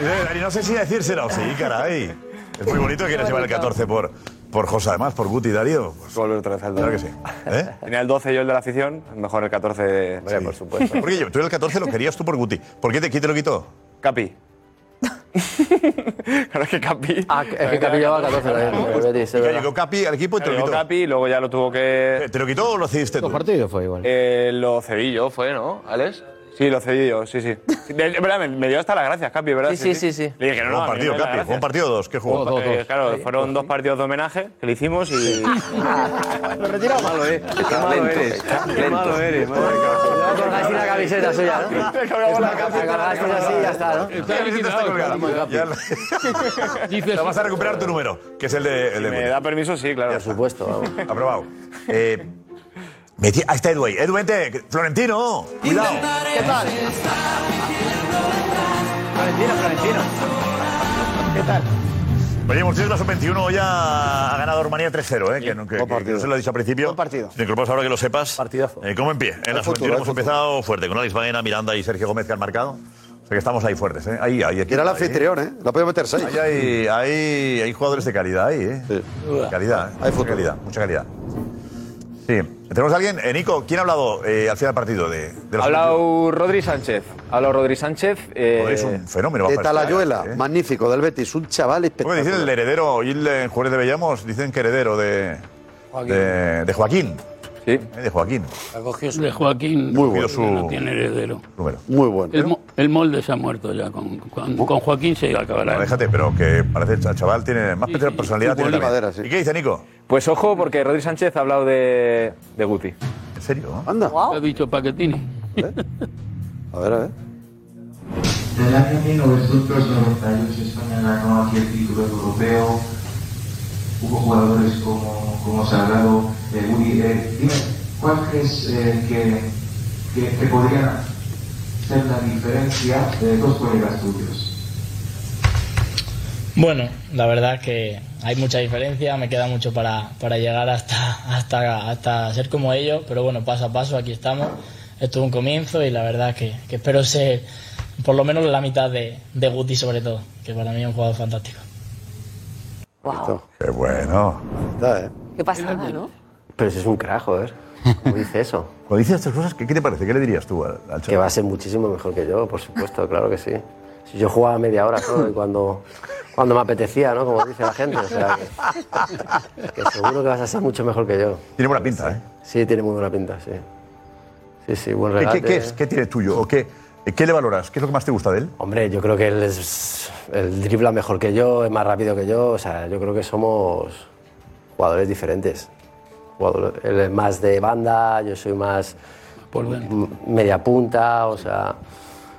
Speaker 9: Y Eh, no sé si decírselo, sí, caray. Es muy bonito que quieras llevar el 14 por, por José, además, por Guti Darío. Pues,
Speaker 30: Volver otra vez al
Speaker 9: claro que sí. ¿Eh?
Speaker 30: Tenía el 12 yo el de la afición, mejor el 14 de... por supuesto.
Speaker 9: ¿Por qué yo? Tú el 14 lo querías tú por Guti. ¿Por qué te, quién te lo quitó?
Speaker 30: Capi. claro es que Capi... Ah,
Speaker 21: es que Capi llevaba 14 también, el Betis, es
Speaker 9: Y que
Speaker 21: verdad.
Speaker 9: llegó Capi al equipo y te lo
Speaker 30: Llegó
Speaker 9: quitó.
Speaker 30: Capi y luego ya lo tuvo que...
Speaker 9: ¿Te lo quitó o lo cediste tú? Eh,
Speaker 25: partidos fue igual.
Speaker 30: Eh, lo cedí yo, fue, ¿no, Alex? Sí, lo cedí yo, sí, sí. De- de verdad, me, me dio hasta las gracias, Capi, ¿verdad?
Speaker 9: Sí, sí, sí, sí.
Speaker 30: Le dije, no,
Speaker 9: Fue un
Speaker 30: no, a mí
Speaker 9: partido,
Speaker 30: me da
Speaker 9: Capi,
Speaker 30: las
Speaker 9: fue un
Speaker 30: gracias.
Speaker 9: partido o dos, ¿qué jugó? Dos,
Speaker 30: Eh,
Speaker 9: dos.
Speaker 30: Claro, fueron dos partidos de homenaje que le hicimos y...
Speaker 21: Me retiro malo, eh. Qué malo eres. Qué malo eres. madre mía. Te colgaste una camiseta suya, ¿no? Te colgaste así y ya está, ¿no?
Speaker 9: La camiseta está colgada. Ya la- Pero vas a recuperar tu número, que es el de. El de
Speaker 30: me da permiso, sí, claro.
Speaker 9: Por supuesto, aprobado. Eh, metí- ahí está Edway. Edway, vente, Florentino. Cuidado.
Speaker 21: ¿Qué tal? Florentino, Florentino.
Speaker 9: ¿Qué tal? Oye, Morcillo la sub-21 hoy ha, ha ganado Rumanía 3-0, ¿eh? que, no- que- que- que no se lo he dicho al principio. partido. Te incorporas ahora que lo sepas. Partidazo. ¿Cómo en pie? En la sub-21 hemos empezado fuerte, con Alex Baena, Miranda y Sergio Gómez que han marcado. O sea que estamos ahí fuertes, ¿eh? Ahí, ahí. Aquí,
Speaker 7: Era el
Speaker 9: ahí.
Speaker 7: anfitrión, ¿eh? La podía meter seis.
Speaker 9: Ahí hay, hay, hay jugadores de calidad ahí, ¿eh? Calidad, ¿eh? Hay mucha calidad, mucha calidad. Sí. ¿Tenemos a alguien? Eh, Nico, ¿quién ha hablado eh, al final del partido? De, de
Speaker 31: Ha
Speaker 9: la
Speaker 31: hablado Rodri Sánchez. Ha hablado Rodri Sánchez. eh,
Speaker 9: Rodri es un fenómeno,
Speaker 7: De Talayuela, magnífico, del Betis, un chaval
Speaker 9: Bueno,
Speaker 7: espectacular.
Speaker 9: ¿eh? dicen el heredero, hoy en Juárez de Bellamos dicen que heredero de Joaquín. De, de Joaquín. Eh,
Speaker 31: Sí.
Speaker 9: de Joaquín.
Speaker 20: De Joaquín.
Speaker 9: Muy bueno.
Speaker 20: que No tiene heredero.
Speaker 7: Muy bueno.
Speaker 20: El, mo- el molde se ha muerto ya. Con, con, con Joaquín se acabará.
Speaker 9: No, déjate, pero que parece el chaval tiene más personalidad.
Speaker 31: sí,
Speaker 9: Tiene
Speaker 31: futbolista.
Speaker 9: también. ¿Y qué dice Nico?
Speaker 31: Pues ojo, porque Rodri Sánchez ha hablado de, de Guti.
Speaker 9: ¿En serio?
Speaker 7: Anda.
Speaker 20: Ha dicho Paquetini.
Speaker 7: A ver, a ver.
Speaker 3: En el año 1998 España ganó aquí el título europeo. Hubo jugadores como, como Salgado, eh, Uri. eh, dime, ¿cuál crees eh, que, que, que podría ser la diferencia de dos colegas tuyos?
Speaker 18: Bueno, la verdad que hay mucha diferencia, me queda mucho para, para llegar hasta, hasta, hasta ser como ellos, pero bueno, paso a paso, aquí estamos. Esto es un comienzo y la verdad que, que espero ser por lo menos la mitad de, de Guti sobre todo, que para mí es un jugador fantástico.
Speaker 9: Qué bueno.
Speaker 30: ¿eh?
Speaker 19: Qué pasada, ¿no?
Speaker 21: Pero ese es un crack, joder. ¿Cómo dice eso?
Speaker 9: Cuando dice estas cosas, ¿qué, qué te parece? ¿Qué le dirías tú al, al chaval?
Speaker 21: Que va a ser muchísimo mejor que yo, por supuesto, claro que sí. Si yo jugaba media hora solo y cuando, cuando me apetecía, ¿no? Como dice la gente. O sea, que, que seguro que vas a ser mucho mejor que yo.
Speaker 9: Tiene buena pinta, ¿eh?
Speaker 21: Sí, tiene muy buena pinta, sí. Sí, sí, buen
Speaker 9: ¿Qué,
Speaker 21: regate. ¿eh?
Speaker 9: qué, qué es? ¿Qué tiene tuyo? ¿O qué, qué le valoras? ¿Qué es lo que más te gusta de él?
Speaker 21: Hombre, yo creo que él es. Él dribla mejor que yo, es más rápido que yo. O sea, yo creo que somos jugadores diferentes. Jugador- él es más de banda, yo soy más. m- media punta, o sea.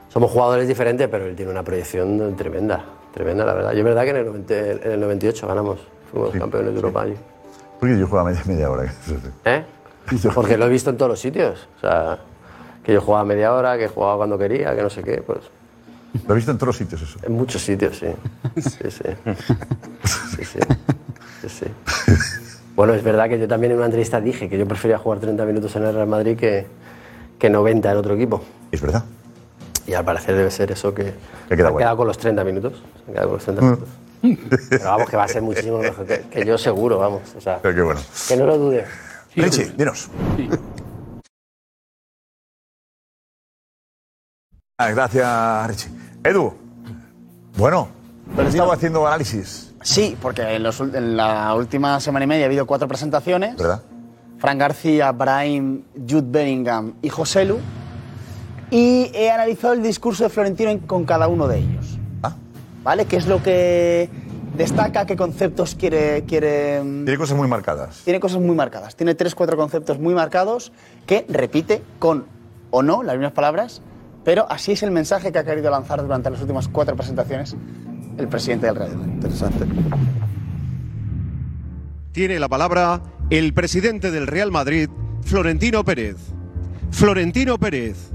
Speaker 21: Somos jugadores diferentes, pero él tiene una proyección tremenda. Tremenda, la verdad. Yo, es verdad que en el, 90 en el 98 ganamos. Fuimos campeones de Europa allí.
Speaker 9: ¿Por qué yo jugaba media, media hora?
Speaker 21: ¿Eh? Porque lo he visto en todos los sitios. O sea, que yo jugaba media hora, que jugaba cuando quería, que no sé qué, pues.
Speaker 9: Lo he visto en todos los sitios eso.
Speaker 21: En muchos sitios, sí. Sí, sí. Sí, sí. Sí, sí. Bueno, es verdad que yo también en una entrevista dije que yo prefería jugar 30 minutos en el Real Madrid que, que 90 en otro equipo.
Speaker 9: Es verdad.
Speaker 21: Y al parecer debe ser eso que
Speaker 9: Que
Speaker 21: se
Speaker 9: queda
Speaker 21: han
Speaker 9: bueno. Mm.
Speaker 21: quedado con los 30 minutos. Se han quedado con los 30 minutos. Pero vamos, que va a ser muchísimo mejor que, que yo seguro, vamos. O sea,
Speaker 9: Pero qué bueno.
Speaker 21: que no lo dudes.
Speaker 9: Richie, dinos. Ah, gracias, Richie. Edu, bueno, estaba haciendo análisis,
Speaker 32: Sí, porque en, los ul- en la última semana y media ha habido cuatro presentaciones.
Speaker 9: ¿verdad?
Speaker 32: Frank García, Brahim, Jude Bellingham y Joselu. Y he analizado el discurso de Florentino en- con cada uno de ellos.
Speaker 9: Ah.
Speaker 32: ¿Vale? ¿Qué es lo que destaca? ¿Qué conceptos quiere, quiere mm,
Speaker 9: Tiene cosas muy marcadas.
Speaker 32: tiene cosas muy marcadas. Tiene tres, cuatro conceptos muy marcados que repite con o no las mismas palabras, pero así es el mensaje que ha querido lanzar durante las últimas cuatro presentaciones el presidente del Real Madrid. Interesante.
Speaker 6: Tiene la palabra el presidente del Real Madrid, Florentino Pérez. Florentino Pérez.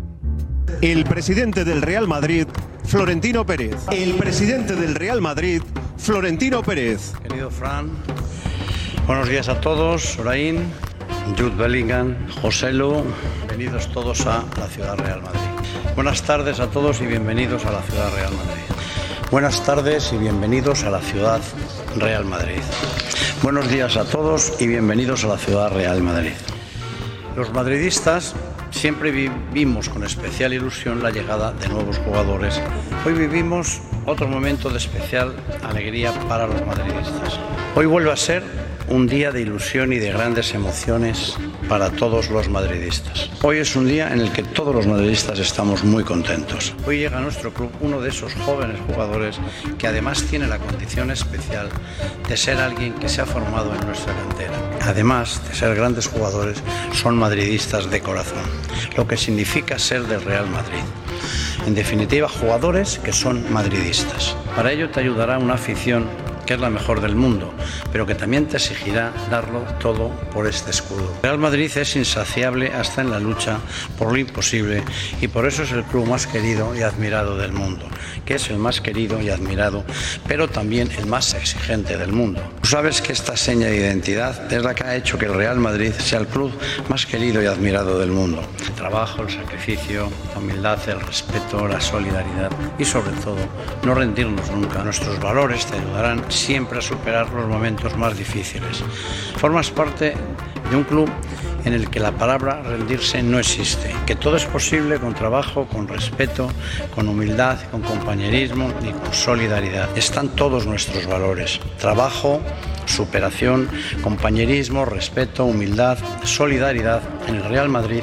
Speaker 6: El presidente del Real Madrid, Florentino Pérez. El presidente del Real Madrid, Florentino Pérez.
Speaker 33: Querido Fran, buenos días a todos. Sorain, Jude Bellingham, Joselu, bienvenidos todos a la Ciudad Real Madrid. Buenas tardes a todos y bienvenidos a la Ciudad Real Madrid. Buenas tardes y bienvenidos a la Ciudad Real Madrid. Buenos días a todos y bienvenidos a la Ciudad Real Madrid. Los madridistas siempre vivimos con especial ilusión la llegada de nuevos jugadores. Hoy vivimos otro momento de especial alegría para los madridistas. Hoy vuelve a ser un día de ilusión y de grandes emociones para todos los madridistas. Hoy es un día en el que todos los madridistas estamos muy contentos. Hoy llega a nuestro club uno de esos jóvenes jugadores que además tiene la condición especial de ser alguien que se ha formado en nuestra cantera. Además de ser grandes jugadores, son madridistas de corazón, lo que significa ser del Real Madrid. En definitiva, jugadores que son madridistas. Para ello te ayudará una afición que es la mejor del mundo, pero que también te exigirá darlo todo por este escudo. Real Madrid es insaciable hasta en la lucha por lo imposible y por eso es el club más querido y admirado del mundo, que es el más querido y admirado, pero también el más exigente del mundo. Tú sabes que esta seña de identidad es la que ha hecho que el Real Madrid sea el club más querido y admirado del mundo. El trabajo, el sacrificio, la humildad, el respeto, la solidaridad y sobre todo no rendirnos nunca. Nuestros valores te ayudarán siempre a superar los momentos más difíciles. Formas parte de un club en el que la palabra rendirse no existe, que todo es posible con trabajo, con respeto, con humildad, con compañerismo y con solidaridad. Están todos nuestros valores, trabajo, superación, compañerismo, respeto, humildad, solidaridad. En el Real Madrid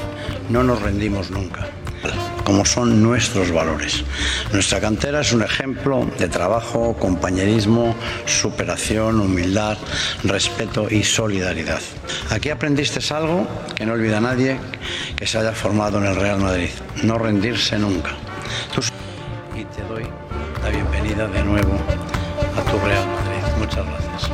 Speaker 33: no nos rendimos nunca como son nuestros valores. Nuestra cantera es un ejemplo de trabajo, compañerismo, superación, humildad, respeto y solidaridad. Aquí aprendiste algo que no olvida nadie que se haya formado en el Real Madrid, no rendirse nunca. Tú- Y te doy la bienvenida de nuevo a tu Real Madrid. Muchas gracias.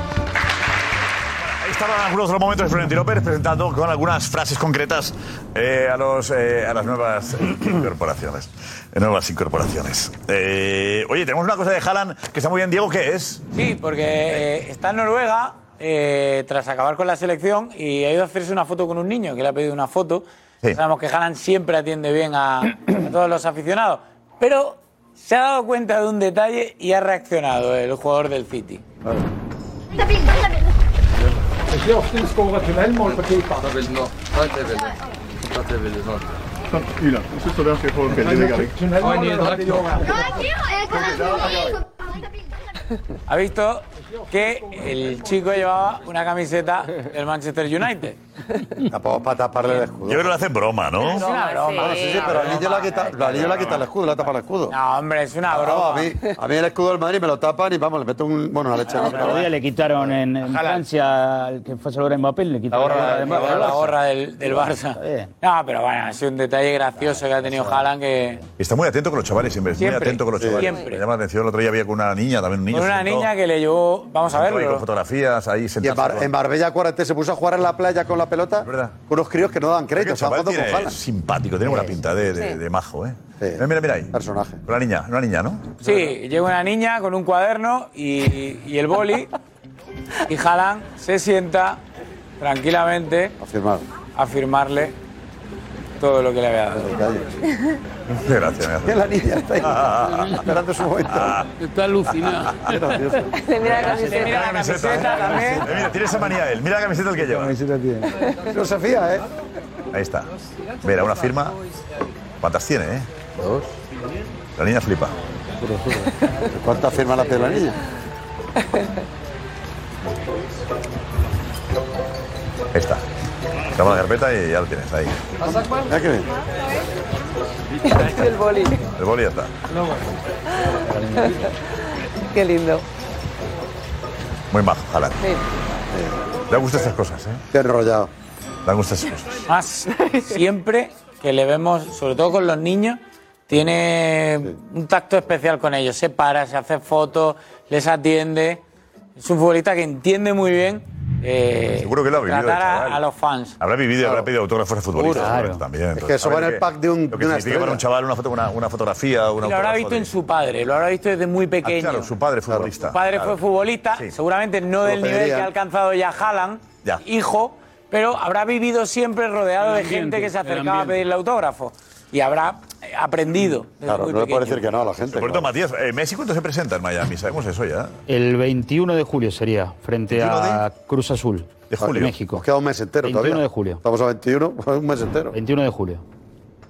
Speaker 9: Ahí estaban algunos de los momentos de Florentino Pérez presentando con algunas frases concretas eh, a, los, eh, a las nuevas incorporaciones. eh, Nuevas incorporaciones. Eh, oye, tenemos una cosa de Haaland que está muy bien, Diego, ¿qué es?
Speaker 22: Sí, porque eh, está en Noruega eh, tras acabar con la selección y ha ido a hacerse una foto con un niño que le ha pedido una foto. Sabemos que Haaland siempre atiende bien a, a todos los aficionados, pero se ha dado cuenta de un detalle y ha reaccionado el jugador del City. Ha visto que el chico llevaba una camiseta del Manchester United.
Speaker 9: Tampoco para taparle el escudo. Yo creo que lo hace en broma, ¿no?
Speaker 22: Es una broma.
Speaker 9: Bueno,
Speaker 7: Sí, sí, pero al niño le ha quitado- al niño le ha quitado el escudo, le ha tapado el escudo. Ah,
Speaker 22: No, hombre, es una broma.
Speaker 7: a, mí, a mí el escudo del Madrid me lo tapan y vamos, le meto un. Bueno, una leche.
Speaker 25: El otro día Ah, le quitaron en, en Francia al que fue a saludar a Mbappé, le quitaron
Speaker 22: La
Speaker 25: de Mbappé.
Speaker 22: gorra, la gorra del, del Barça. No, pero bueno, ha sido un detalle gracioso que ha tenido Haaland que...
Speaker 9: Está muy atento con los chavales siempre, es muy
Speaker 22: Siempre,
Speaker 9: atento con los
Speaker 22: sí.
Speaker 9: chavales.
Speaker 22: Siempre.
Speaker 9: Me llama la atención, el otro día había con una niña, también un niño.
Speaker 22: Con
Speaker 9: se
Speaker 22: una
Speaker 9: sentó,
Speaker 22: niña que le llevó... Vamos a
Speaker 9: sentó ahí Con
Speaker 22: verlo.
Speaker 9: fotografías, ahí
Speaker 7: Y en,
Speaker 9: sentado.
Speaker 7: Bar- en Marbella 40 se puso a jugar en la playa con la pelota. Con unos críos que no dan crédito,
Speaker 9: El
Speaker 7: se han
Speaker 9: chaval
Speaker 7: jugado con
Speaker 9: tiene-
Speaker 7: Haaland.
Speaker 9: simpático, tiene buena pinta de, de,
Speaker 7: Sí.
Speaker 9: de majo, ¿eh? Mira, mira, mira ahí. Personaje. Una niña, una niña, ¿no?
Speaker 22: Sí, llega una niña con un cuaderno y, y el boli. y Haaland se sienta tranquilamente
Speaker 7: Afirmado.
Speaker 22: a firmarle todo lo que le había dado.
Speaker 9: Gracias.
Speaker 7: Que la niña está ahí, esperando su momento.
Speaker 20: Está alucinado.
Speaker 19: Le mira la
Speaker 9: Se
Speaker 19: camiseta.
Speaker 9: mira la camiseta también. Mira, tiene esa manía él. Mira la camiseta el que lleva.
Speaker 7: No se fía, ¿eh?
Speaker 9: Ahí está. Mira, una firma. ¿Cuántas tiene, eh? Dos. La niña flipa.
Speaker 7: ¿Cuántas firmas la hace la niña?
Speaker 9: Ahí está. Estamos en la carpeta y ya lo tienes ahí.
Speaker 7: Ya que bien.
Speaker 19: El boli.
Speaker 9: El boli ya está.
Speaker 19: Qué lindo.
Speaker 9: Muy majo, ojalá.
Speaker 19: Sí.
Speaker 9: Le gustan estas cosas, ¿eh?
Speaker 7: Qué enrollado.
Speaker 9: Le gustan estas cosas.
Speaker 22: Más siempre que le vemos, sobre todo con los niños, tiene un tacto especial con ellos. Se para, se hace fotos, les atiende. Es un futbolista que entiende muy bien eh,
Speaker 9: Seguro que lo ha vivido,
Speaker 22: tratar
Speaker 9: chaval.
Speaker 22: a, a los fans.
Speaker 9: Habrá vivido y habrá pedido autógrafos de futbolistas.
Speaker 22: Claro.
Speaker 9: seguro, También.
Speaker 22: Es que eso va en el pack de un-
Speaker 9: Lo
Speaker 22: de
Speaker 9: que
Speaker 22: una
Speaker 9: significa para un
Speaker 22: estrella.
Speaker 9: chaval una, foto, una, una fotografía, un
Speaker 22: Y lo habrá
Speaker 9: autógrafo
Speaker 22: visto
Speaker 9: de-
Speaker 22: en su padre, lo habrá visto desde muy
Speaker 9: Ah,
Speaker 22: pequeño.
Speaker 9: Claro, su padre futbolista.
Speaker 22: Su padre
Speaker 9: Claro.
Speaker 22: fue futbolista,
Speaker 9: Sí.
Speaker 22: seguramente no del nivel que
Speaker 9: Pedrían.
Speaker 22: ha alcanzado ya Haaland,
Speaker 9: Ya.
Speaker 22: hijo, pero habrá vivido siempre rodeado
Speaker 7: El
Speaker 22: de
Speaker 7: ambiente,
Speaker 22: gente que se
Speaker 7: el
Speaker 22: acercaba a
Speaker 7: ambiente.
Speaker 22: pedirle autógrafo y habrá eh, aprendido. desde muy pequeño.
Speaker 7: no a la gente.
Speaker 9: Por cierto, Matías, eh, ¿Messi cuándo se presenta en Miami? Sabemos eso ya.
Speaker 25: El 21 de julio sería, frente
Speaker 9: 21
Speaker 25: a Cruz Azul,
Speaker 9: de julio.
Speaker 25: México.
Speaker 7: Nos queda un mes entero
Speaker 25: 21
Speaker 7: todavía.
Speaker 25: de julio.
Speaker 7: Estamos a 21, un mes entero.
Speaker 25: 21 de julio.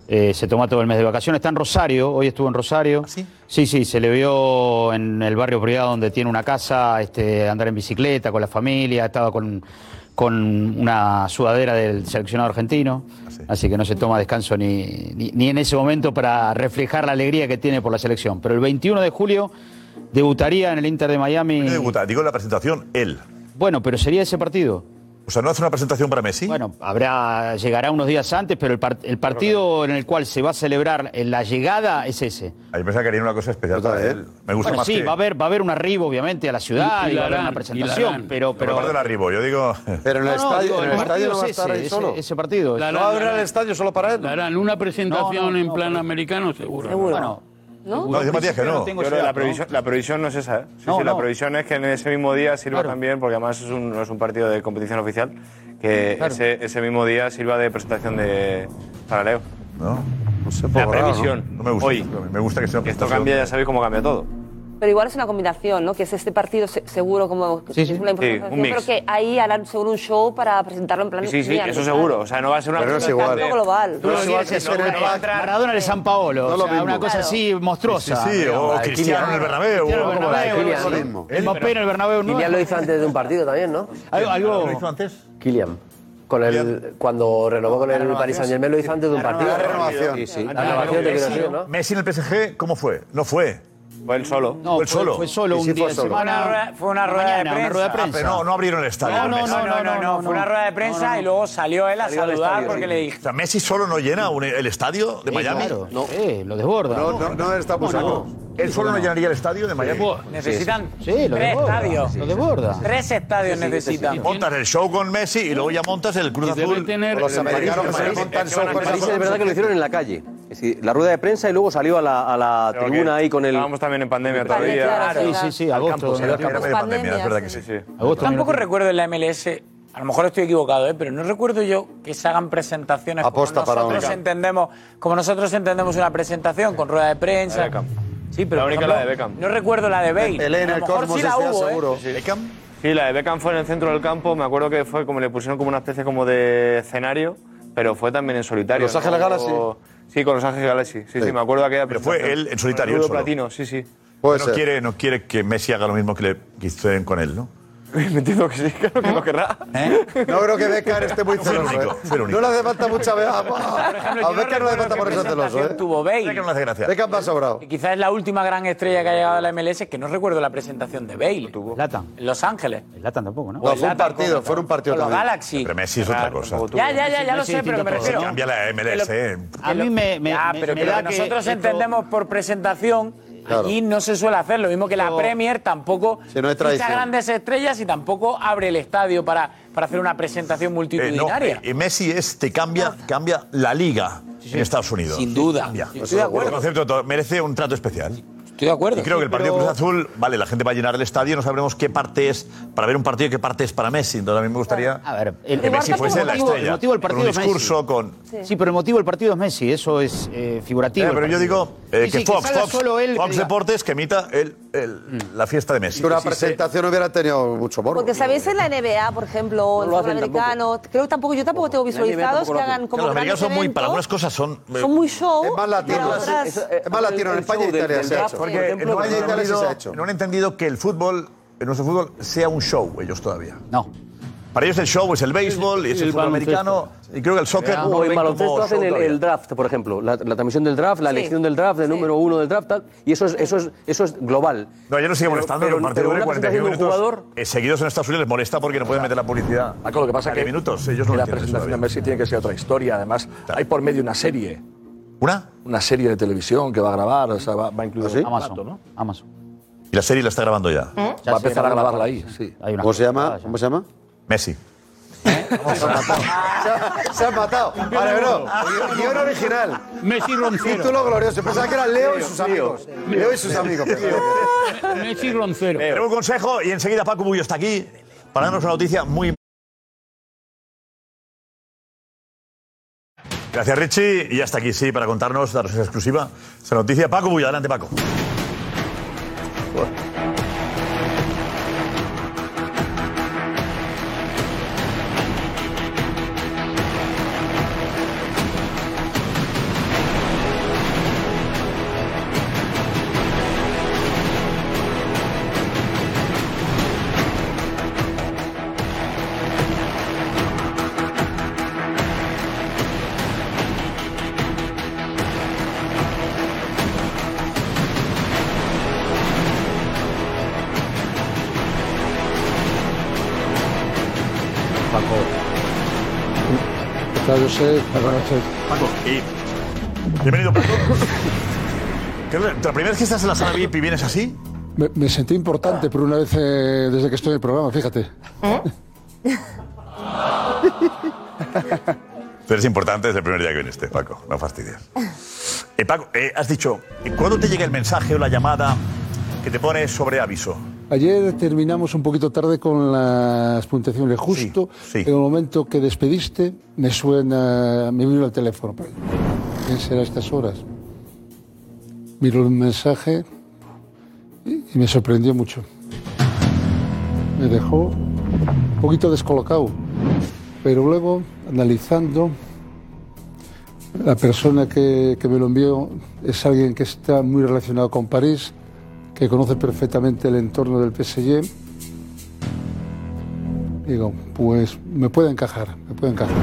Speaker 25: Eh, se toma todo el mes de vacaciones. Está en Rosario, hoy estuvo en Rosario.
Speaker 9: ¿Ah,
Speaker 25: ¿Sí? Sí, sí, se le vio en el barrio privado donde tiene una casa, este, andar en bicicleta con la familia, estaba con, con una sudadera del seleccionado argentino.
Speaker 9: Ah,
Speaker 25: Así que no se toma descanso ni, ni, ni en ese momento para reflejar la alegría que tiene por la selección. Pero el 21 de julio debutaría en el Inter de Miami.
Speaker 9: debuta? Digo en la presentación, él.
Speaker 25: Bueno, pero sería ese partido.
Speaker 9: O sea, ¿no hace una presentación para Messi?
Speaker 25: Bueno, habrá, llegará unos días antes, pero el, par- el partido en el cual se va a celebrar eh, la llegada es ese.
Speaker 9: Ahí pensaba que haría una cosa especial para él. Me gusta
Speaker 25: Bueno,
Speaker 9: más
Speaker 25: sí,
Speaker 9: que...
Speaker 25: va a haber, va a haber un arribo, obviamente, a la ciudad
Speaker 9: Y-
Speaker 25: y,
Speaker 9: y
Speaker 25: va a haber
Speaker 9: la
Speaker 25: una
Speaker 9: harán, y la
Speaker 25: presentación,
Speaker 9: harán.
Speaker 25: pero, pero
Speaker 9: Aparte del arribo, yo digo...
Speaker 25: Pero
Speaker 9: en el estadio-
Speaker 25: digo,
Speaker 9: en el
Speaker 25: partido
Speaker 9: estadio no va a
Speaker 25: es
Speaker 9: estar ahí
Speaker 25: ese,
Speaker 9: solo.
Speaker 25: Ese, ese partido.
Speaker 20: La-
Speaker 25: es-
Speaker 20: la- No va a haber al
Speaker 9: estadio solo para él.
Speaker 20: La harán una presentación en plan americano, seguro.
Speaker 25: Bueno,
Speaker 30: ¿No?
Speaker 20: No, dice Matías que no.
Speaker 30: Yo creo que la, previsión, la previsión no es esa. ¿eh? Sí,
Speaker 20: No,
Speaker 30: sí, la
Speaker 20: no.
Speaker 30: previsión es que en ese mismo día sirva también, porque además es un, no es un partido de competición oficial, que ese, ese mismo día sirva de presentación de, para Leo.
Speaker 9: No, no sé,
Speaker 30: La
Speaker 9: poco raro,
Speaker 30: previsión.
Speaker 9: ¿no? No me gusta.
Speaker 30: Hoy.
Speaker 9: Me gusta que sea una
Speaker 30: Esto
Speaker 9: presentación.
Speaker 30: cambia, ya sabéis cómo cambia todo.
Speaker 19: Pero igual es una combinación, ¿no? Que es este partido se- seguro como...
Speaker 30: Sí, sí.
Speaker 19: es una
Speaker 30: Sí, un
Speaker 19: improvisación,
Speaker 30: mix.
Speaker 19: Pero que ahí harán seguro un show para presentarlo en plan...
Speaker 30: Sí, sí,
Speaker 19: mira,
Speaker 30: eso
Speaker 19: ¿no?
Speaker 30: seguro. O sea, no va a ser una
Speaker 19: Pero no es igual. Tampoco global.
Speaker 25: Tú lo
Speaker 30: No es
Speaker 25: que
Speaker 30: igual
Speaker 25: quieres es
Speaker 30: que no,
Speaker 25: una-
Speaker 30: no va a entrar-
Speaker 25: Maradona en el San Paolo,
Speaker 30: No
Speaker 25: o
Speaker 30: lo
Speaker 25: sea,
Speaker 30: mismo.
Speaker 25: una cosa
Speaker 30: Claro.
Speaker 25: así monstruosa.
Speaker 9: Sí, sí, o
Speaker 25: Digamos.
Speaker 9: Cristiano en el Bernabéu,
Speaker 25: Cristiano
Speaker 9: o
Speaker 25: en el
Speaker 9: como la de
Speaker 25: Bernabéu,
Speaker 9: Kylian,
Speaker 25: el-
Speaker 9: ¿no?
Speaker 25: el Mbappé en el Bernabéu. ¿no?
Speaker 21: Kylian lo hizo antes de un partido también, ¿no?
Speaker 25: Algo- algo- ¿Lo
Speaker 21: hizo
Speaker 9: antes?
Speaker 21: Kylian. Con el, cuando renovó con el
Speaker 9: renovación,
Speaker 21: Paris Saint Germain lo hizo antes de un partido. Sí, sí. La renovación te quiero decir, ¿no?
Speaker 9: Messi en el PSG, ¿cómo fue? No fue.
Speaker 30: Fue él solo.
Speaker 9: fue él solo.
Speaker 25: fue solo
Speaker 9: Sí, sí,
Speaker 25: un día
Speaker 9: fue
Speaker 25: de
Speaker 9: solo.
Speaker 25: semana.
Speaker 22: Una rueda- fue una rueda
Speaker 25: Mañana,
Speaker 22: de
Speaker 25: una
Speaker 22: prensa.
Speaker 25: rueda de
Speaker 9: Ah, pero no, no abrieron el estadio.
Speaker 22: No,
Speaker 9: con
Speaker 22: no,
Speaker 9: Messi.
Speaker 22: no, no, no, no, fue una rueda de prensa y luego salió él a
Speaker 9: Salió al
Speaker 22: saludar
Speaker 9: estadio,
Speaker 22: porque
Speaker 9: sí.
Speaker 22: le dije.
Speaker 9: O sea, Messi solo no llena un- el estadio de
Speaker 22: Sí,
Speaker 9: Miami.
Speaker 22: claro.
Speaker 9: No.
Speaker 25: lo desborda.
Speaker 9: No, no, no está
Speaker 22: buscando.
Speaker 9: Él solo no llenaría el estadio de Miami.
Speaker 22: Necesitan
Speaker 25: Sí, lo
Speaker 22: tres
Speaker 25: desborda,
Speaker 22: estadios.
Speaker 25: Lo desborda.
Speaker 22: Tres estadios necesitan.
Speaker 9: Montas el show con Messi y luego ya montas el Cruz Azul.
Speaker 21: tener-
Speaker 9: con los americanos.
Speaker 21: París-
Speaker 9: que se montan show con
Speaker 21: En París es verdad que lo hicieron en la calle. Es decir, la rueda de prensa y luego salió a la, a la
Speaker 30: Pero
Speaker 21: tribuna
Speaker 30: que
Speaker 21: ahí con el.
Speaker 30: estábamos también en pandemia
Speaker 21: Claro,
Speaker 30: todavía.
Speaker 21: claro,
Speaker 30: Claro.
Speaker 21: sí, sí, sí, agosto,
Speaker 30: Al campo,
Speaker 21: era
Speaker 30: sí,
Speaker 21: el campo de pandemia, es verdad que
Speaker 30: sí.
Speaker 22: Tampoco recuerdo en la MLS, a lo mejor estoy equivocado, ¿eh? pero no recuerdo yo que se hagan presentaciones
Speaker 7: Aposta
Speaker 22: como
Speaker 7: para
Speaker 22: nosotros
Speaker 7: Beckham.
Speaker 22: entendemos, como nosotros entendemos una presentación con rueda de prensa.
Speaker 7: La de Beckham.
Speaker 22: Sí, pero
Speaker 30: La
Speaker 22: por
Speaker 30: única,
Speaker 22: ejemplo,
Speaker 30: la de Beckham.
Speaker 22: No recuerdo la de Bale.
Speaker 30: Elena,
Speaker 22: A lo mejor sí la hubo, ¿eh?
Speaker 30: ¿Beckham? Sí, la de Beckham fue en el centro del campo. Me acuerdo que fue como le pusieron como una especie como de escenario, pero fue también en solitario.
Speaker 9: ¿Los Ángeles Galaxy?
Speaker 30: Sí, con Los Ángeles Galaxy. Sí, sí, me acuerdo aquella
Speaker 9: Pero fue
Speaker 30: presentación.
Speaker 9: él en solitario,
Speaker 30: Con el
Speaker 9: él solo.
Speaker 30: platino, sí, sí.
Speaker 9: no, quiere, no quiere que Messi haga lo mismo que le que hicieron con él, ¿no?
Speaker 30: Me entiendo que sí, claro
Speaker 9: ¿Eh?
Speaker 30: que lo querrá.
Speaker 7: No creo que Beckham esté muy
Speaker 9: Fue el
Speaker 7: celoso.
Speaker 9: único,
Speaker 7: ¿eh?
Speaker 9: fue el único.
Speaker 7: No le hace falta mucha vez. A,
Speaker 22: yo
Speaker 7: a
Speaker 22: no
Speaker 7: Beckham no le hace falta ponerse celoso. ¿eh?
Speaker 22: tuvo Bale.
Speaker 9: no le hace gracia.
Speaker 7: Beckham va sobrado.
Speaker 22: Que quizás es la última gran estrella que ha llegado a la MLS, que no recuerdo la presentación de Bale. En Los Ángeles.
Speaker 25: Latan tampoco, ¿no?
Speaker 7: No, fue un partido, fue un partido
Speaker 22: Con los
Speaker 7: también.
Speaker 22: Galaxy.
Speaker 9: Pero Messi es otra cosa.
Speaker 22: Ya, ya, ya, ya lo
Speaker 25: Sí,
Speaker 22: sé, pero me
Speaker 25: distinto
Speaker 22: refiero.
Speaker 25: todo.
Speaker 9: Cambia la MLS, ¿eh?
Speaker 25: A mí me, me,
Speaker 22: Ah,
Speaker 25: me-
Speaker 22: pero
Speaker 25: me
Speaker 22: que lo
Speaker 25: da
Speaker 22: que
Speaker 25: que
Speaker 22: nosotros
Speaker 25: esto-
Speaker 22: entendemos por presentación,
Speaker 25: Claro.
Speaker 22: allí no se suele hacer. Lo mismo que la Premier tampoco
Speaker 7: Sí, no es
Speaker 22: ficha
Speaker 7: tradición.
Speaker 22: grandes estrellas y tampoco abre el estadio para, para hacer una presentación
Speaker 9: Eh, no,
Speaker 22: multitudinaria.
Speaker 9: eh, Messi es, te cambia, cambia la liga en Estados Unidos.
Speaker 22: Sin duda.
Speaker 9: Cambia.
Speaker 22: Estoy de acuerdo.
Speaker 9: El concepto de todo, merece un trato especial.
Speaker 22: Estoy de acuerdo.
Speaker 9: Y creo que el partido Cruz Azul, vale, la gente va a llenar el estadio, no sabremos qué parte es para ver un partido, qué parte es para Messi. Entonces a mí me gustaría
Speaker 25: el-
Speaker 9: que
Speaker 25: el
Speaker 9: Messi
Speaker 25: Barça
Speaker 9: fuese
Speaker 25: como
Speaker 9: la
Speaker 25: motivo- el
Speaker 9: estrella.
Speaker 25: motivo del
Speaker 9: con
Speaker 25: partido
Speaker 9: un
Speaker 25: es Messi.
Speaker 9: discurso, con.
Speaker 25: Sí, pero el motivo del partido es Messi, eso es eh, figurativo.
Speaker 9: Eh,
Speaker 25: el
Speaker 9: pero yo
Speaker 25: partido.
Speaker 9: digo eh,
Speaker 25: Sí,
Speaker 9: que
Speaker 25: sí,
Speaker 9: Fox,
Speaker 25: salga
Speaker 9: Fox,
Speaker 25: solo él, que
Speaker 9: Fox
Speaker 25: diga, Mm.
Speaker 9: Deportes que emita el- el- la fiesta de Messi.
Speaker 7: Que una presentación hubiera tenido mucho morbo.
Speaker 19: Porque sabéis en la NBA, por ejemplo, o en
Speaker 7: lo
Speaker 19: el fútbol
Speaker 7: hacen tampoco.
Speaker 19: americano, creo que tampoco, yo tampoco tengo visualizados que hagan como
Speaker 9: Claro, los
Speaker 19: grandes
Speaker 9: americanos son muy, para
Speaker 19: eventos.
Speaker 9: algunas cosas son.
Speaker 19: Son muy show.
Speaker 7: Es más latino.
Speaker 19: para otras-
Speaker 7: Es es más latino. En España y Italia se ha hecho.
Speaker 9: Porque
Speaker 7: En
Speaker 9: no,
Speaker 7: España
Speaker 9: han
Speaker 7: y Italia sí
Speaker 9: entendido-
Speaker 7: se ha hecho.
Speaker 9: no han entendido que el fútbol, en nuestro fútbol, sea un show, ellos todavía.
Speaker 25: No.
Speaker 9: Para ellos el show es Pues el béisbol, es el,
Speaker 21: el
Speaker 9: fútbol
Speaker 21: baloncesto.
Speaker 9: americano, y creo que el soccer. no lo
Speaker 21: O en
Speaker 9: ven como
Speaker 21: baloncesto hacen
Speaker 9: show
Speaker 21: el,
Speaker 9: todavía.
Speaker 21: el draft, por ejemplo. La, la transmisión del draft, la
Speaker 9: Sí.
Speaker 21: elección del draft, el número uno del draft, tal. Y eso es, eso es, eso es global.
Speaker 9: No, ya no sigue
Speaker 21: Pero-
Speaker 9: molestando
Speaker 21: pero-
Speaker 9: que un partido
Speaker 21: pero
Speaker 9: dure
Speaker 21: una
Speaker 9: 45
Speaker 21: presentación de
Speaker 9: minutos.
Speaker 21: un jugador
Speaker 9: eh, seguidos en Estados Unidos les molesta porque no pueden meter la publicidad.
Speaker 24: Paco, lo que pasa
Speaker 9: Cada
Speaker 24: que
Speaker 9: diez minutos, ellos no
Speaker 24: que
Speaker 9: lo
Speaker 24: la
Speaker 9: entienden
Speaker 24: presentación de
Speaker 9: todavía.
Speaker 24: Messi tiene que ser otra historia. Además, hay por medio una serie.
Speaker 9: ¿Una?
Speaker 24: Una serie de televisión que va a grabar, o sea, va, va a incluir un
Speaker 25: ¿Ah, Amazon,
Speaker 24: plato, ¿no?
Speaker 25: Amazon.
Speaker 9: Y la serie la está grabando ya.
Speaker 24: ¿Eh? Va a empezar a grabarla ahí, sí.
Speaker 7: ¿Cómo se llama? ¿Cómo se llama?
Speaker 9: Messi.
Speaker 7: Se han matado. Vale, bro. Guión original.
Speaker 20: Messi Roncero.
Speaker 7: Título glorioso. Pensaba que era Leo y sus amigos. Leo y sus amigos.
Speaker 20: Messi Roncero.
Speaker 9: Tenemos un consejo y enseguida Paco Bullo está aquí para darnos una noticia muy Gracias Richie y hasta aquí, sí, para contarnos, daros esa exclusiva, esa noticia. Paco Bullo, adelante Paco.
Speaker 29: Hola, José. Buenas noches.
Speaker 9: Paco, y. Bienvenido, Paco. ¿Qué- ¿La primera vez que estás en la sala VIP y vienes así?
Speaker 29: Me, me sentí importante por una vez eh, desde que estoy en el programa, fíjate.
Speaker 9: Tú eres importante desde el primer día que viniste, Paco. No fastidies. Eh, Paco, eh, has dicho, eh, ¿cuándo te llega el mensaje o la llamada que te pone sobre aviso?
Speaker 29: Ayer terminamos un poquito tarde con las puntuaciones. Justo en el momento que despediste, me suena, me vino el teléfono. ¿Quién será a estas horas? Miro el mensaje y, y me sorprendió mucho. Me dejó un poquito descolocado, pero luego, analizando, la persona que, que me lo envió es alguien que está muy relacionado con París, que conoce perfectamente el entorno del PSG. Digo, pues me puede encajar, me puede encajar.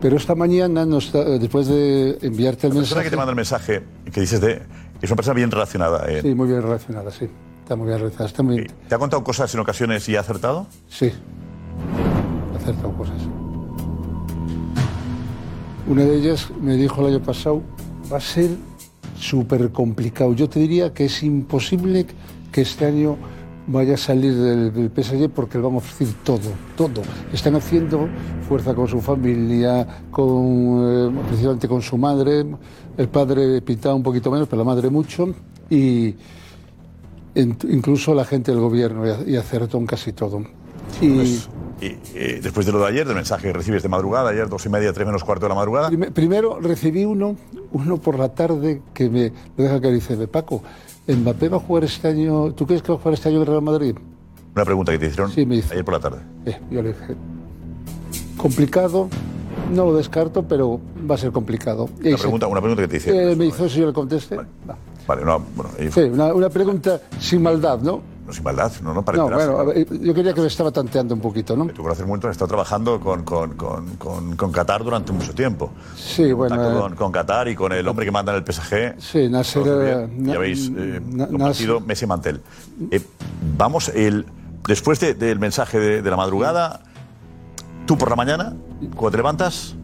Speaker 29: Pero esta mañana, nos da- después de enviarte el
Speaker 9: La persona
Speaker 29: mensaje...
Speaker 9: que te manda el mensaje que dices de. Es una persona bien relacionada. eh.
Speaker 29: Sí, muy bien relacionada, sí. Está muy bien relacionada, está muy bien.
Speaker 9: ¿Te ha contado cosas en ocasiones y ha acertado?
Speaker 29: Sí. Ha acertado cosas. Una de ellas me dijo el año pasado, va a ser súper complicado. Yo te diría que es imposible que este año vaya a salir del, del PSG porque le van a ofrecer todo, todo. Están haciendo fuerza con su familia, con, eh, principalmente con su madre, el padre pintaba un poquito menos, pero la madre mucho, y en- incluso la gente del gobierno, y a- y acertó en casi todo. Y,
Speaker 9: Pues, Y eh, después de lo de ayer, del mensaje que recibes de madrugada, ayer dos y media, tres menos cuarto de la madrugada,
Speaker 29: Prime- Primero recibí uno, uno por la tarde que me, me deja que dice, "Ve, Paco, Mbappé va a jugar este año, ¿tú crees que va a jugar este año en el Real Madrid?
Speaker 9: una pregunta que te hicieron ayer por la tarde.
Speaker 29: Eh, yo le dije, complicado, no lo descarto, pero va a ser complicado. Y ahí
Speaker 9: Una
Speaker 29: se-
Speaker 9: pregunta, una pregunta que te hicieron.
Speaker 29: Eh, me hizo eso, yo le contesté.
Speaker 9: Vale, no, bueno, y-
Speaker 29: Sí, una, una pregunta sin maldad, ¿no?
Speaker 9: no, sin maldad, no, no, para
Speaker 29: no,
Speaker 9: enterarse,
Speaker 29: bueno, a
Speaker 9: claro.
Speaker 29: ver, yo quería que lo estaba tanteando un poquito, ¿no?
Speaker 9: Tu corazón muerto ha estado trabajando con, con, con, con, con Qatar durante mucho tiempo.
Speaker 29: Sí, bueno,
Speaker 9: Contacto
Speaker 29: eh,
Speaker 9: con, con Qatar y con el hombre que manda en el PSG.
Speaker 29: Sí, Nasser, eh,
Speaker 9: Ya
Speaker 29: na-
Speaker 9: habéis eh,
Speaker 29: na-
Speaker 9: compartido Messi Mantel. Eh, vamos, el, después de- del mensaje de, de la madrugada, tú por la mañana, cuando te levantas,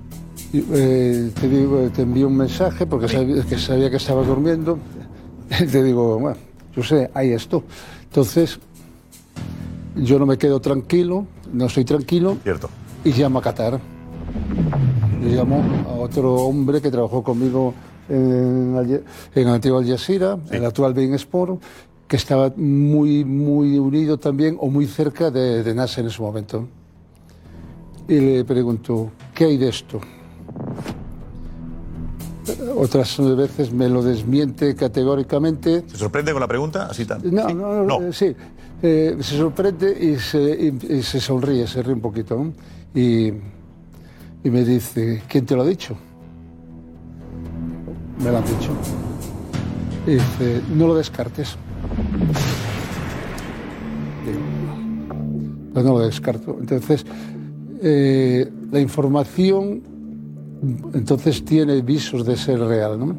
Speaker 29: Y, eh, te, digo, te envío un mensaje porque sabía que, sabía que estabas durmiendo. Te digo, bueno, yo sé, ahí esto. Entonces, yo no me quedo tranquilo, no estoy tranquilo.
Speaker 9: Cierto.
Speaker 29: Y llamo a Qatar. Yo llamo a otro hombre que trabajó conmigo en, Alge- en antiguo Al Jazeera, el actual Bein Sport, que estaba muy, muy unido también o muy cerca de, de Nasser en su momento. Y le pregunto, ¿qué hay de esto? Otras veces me lo desmiente categóricamente.
Speaker 9: ¿te sorprende con la pregunta? Así tan.
Speaker 29: No, no, no, eh, sí. Eh, se sorprende y se, y- y se sonríe, se ríe un poquito. ¿no? Y, y me dice, ¿quién te lo ha dicho? Me lo han dicho. Y dice, no lo descartes. Digo, no, no lo descarto. Entonces, eh, la información entonces tiene visos de ser real, ¿no?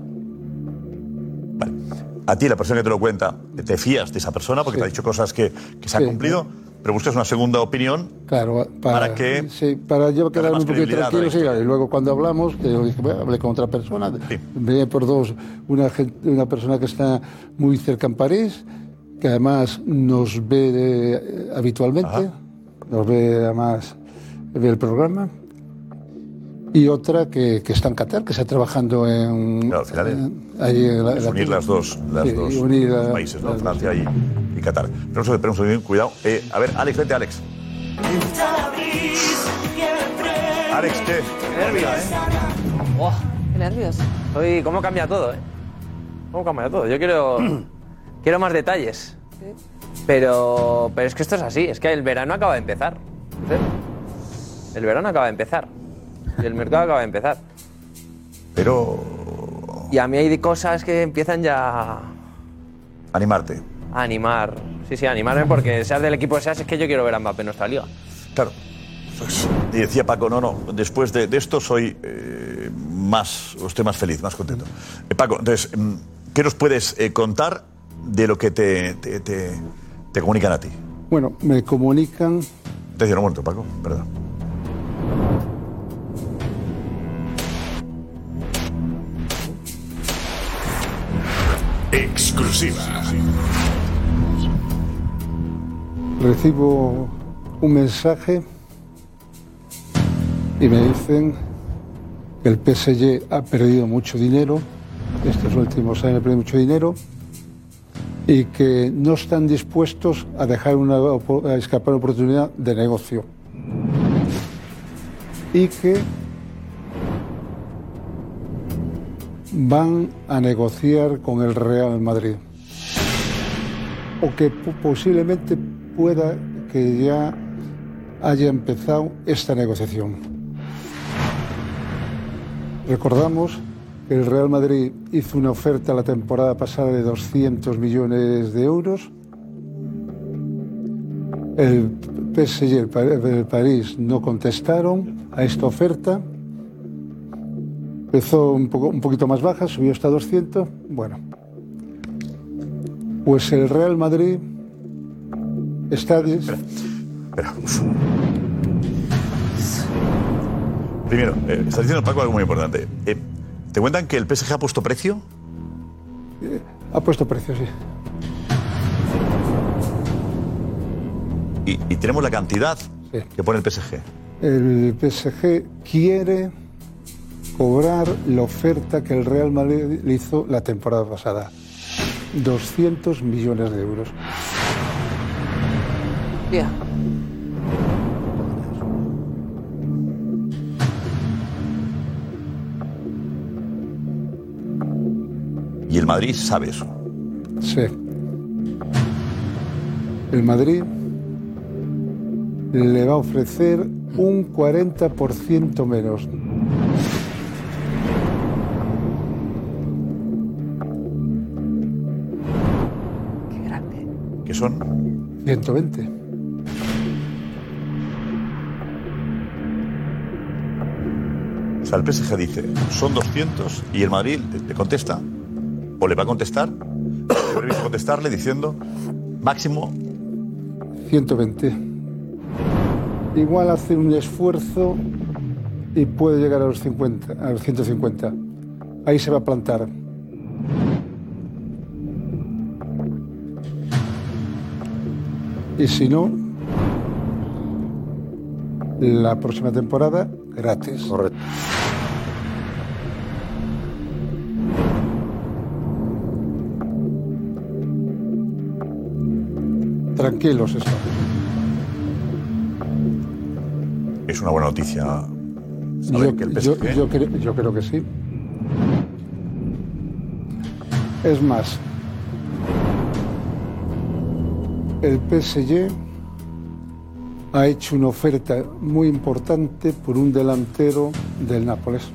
Speaker 9: A ti, la persona que te lo cuenta, te fías de esa persona porque te ha dicho cosas que, que se han
Speaker 29: Sí.
Speaker 9: cumplido, pero buscas una segunda opinión.
Speaker 29: Claro, para,
Speaker 9: ¿Para qué?
Speaker 29: sí, para yo quedarme
Speaker 9: más
Speaker 29: un poquito
Speaker 9: credibilidad a la
Speaker 29: tranquilo. sí, y luego cuando hablamos, te dije, bueno, hablé con otra persona. Veía por dos, una, gen- una persona que está muy cerca en París, que además nos ve eh, habitualmente, nos ve además, ve el programa. Y otra que, que está en Qatar, que está trabajando en.
Speaker 9: Claro, al final es-
Speaker 29: en- ahí en la-
Speaker 9: es
Speaker 29: la-
Speaker 9: unir las dos, las
Speaker 29: Sí,
Speaker 9: dos
Speaker 29: y unir la-
Speaker 9: países, ¿no? Francia y, y Qatar. Pero eso tenemos que tener cuidado. Eh, a ver, Alex, vente, Alex. Alex, ¿qué? ¿eh?
Speaker 19: Qué nervios.
Speaker 5: Soy, ¿Cómo cambia todo? eh? ¿Cómo cambia todo? Yo quiero, quiero más detalles. Pero, pero es que esto es así. Es que el verano acaba de empezar. ¿sí? El verano acaba de empezar. Y el mercado acaba de empezar.
Speaker 9: Pero...
Speaker 5: Y a mí hay cosas que empiezan ya
Speaker 9: Animarte.
Speaker 5: a animar. Sí, sí, a animarme porque seas del equipo que seas, es que yo quiero ver a Mbappé en nuestra liga.
Speaker 9: Claro. Pues, y decía Paco, no, no, después de, de esto soy eh, más, o estoy más feliz, más contento. Eh, Paco, entonces, mm, ¿qué nos puedes eh, contar de lo que te, te, te- te comunican a ti?
Speaker 29: Bueno, me comunican
Speaker 9: Te dieron muerto, Paco, ¿verdad?
Speaker 15: Exclusiva.
Speaker 29: Recibo un mensaje y me dicen que el PSG ha perdido mucho dinero, estos últimos años ha perdido mucho dinero, y que no están dispuestos a dejar una, opo- a escapar una oportunidad de negocio. Y que van a negociar con el Real Madrid. O que po- posiblemente pueda que ya haya empezado esta negociación. Recordamos que el Real Madrid hizo una oferta la temporada pasada de 200 millones de euros. El PSG y el, Pa- el París no contestaron a esta oferta. Empezó un, poco, un poquito más baja, subió hasta 200. Bueno, pues el Real Madrid está...
Speaker 9: Primero, eh, está diciendo Paco algo muy importante. Eh, ¿Te cuentan que el PSG ha puesto precio?
Speaker 29: Ha puesto precio, sí.
Speaker 9: Y, y tenemos la cantidad que pone el PSG.
Speaker 29: El PSG quiere cobrar la oferta que el Real Madrid le hizo la temporada pasada. 200 millones de euros.
Speaker 9: Y el Madrid sabe eso.
Speaker 29: Sí. El Madrid le va a ofrecer un 40% menos.
Speaker 9: ¿Qué son?
Speaker 29: 120.
Speaker 9: O sea, el PSG dice, son 200 y el Madrid le- le contesta, o le va a contestar, o le va a contestarle diciendo, máximo
Speaker 29: 120. Igual hace un esfuerzo y puede llegar a los 50, a los 150. Ahí se va a plantar. Y si no, la próxima temporada gratis. Correcto. Tranquilos estamos.
Speaker 9: es una buena noticia. Saber
Speaker 29: Yo,
Speaker 9: que el
Speaker 29: yo-
Speaker 9: PSG
Speaker 29: yo cre- yo creo que sí. Es más, el PSG ha hecho una oferta muy importante por un delantero del Nápoles.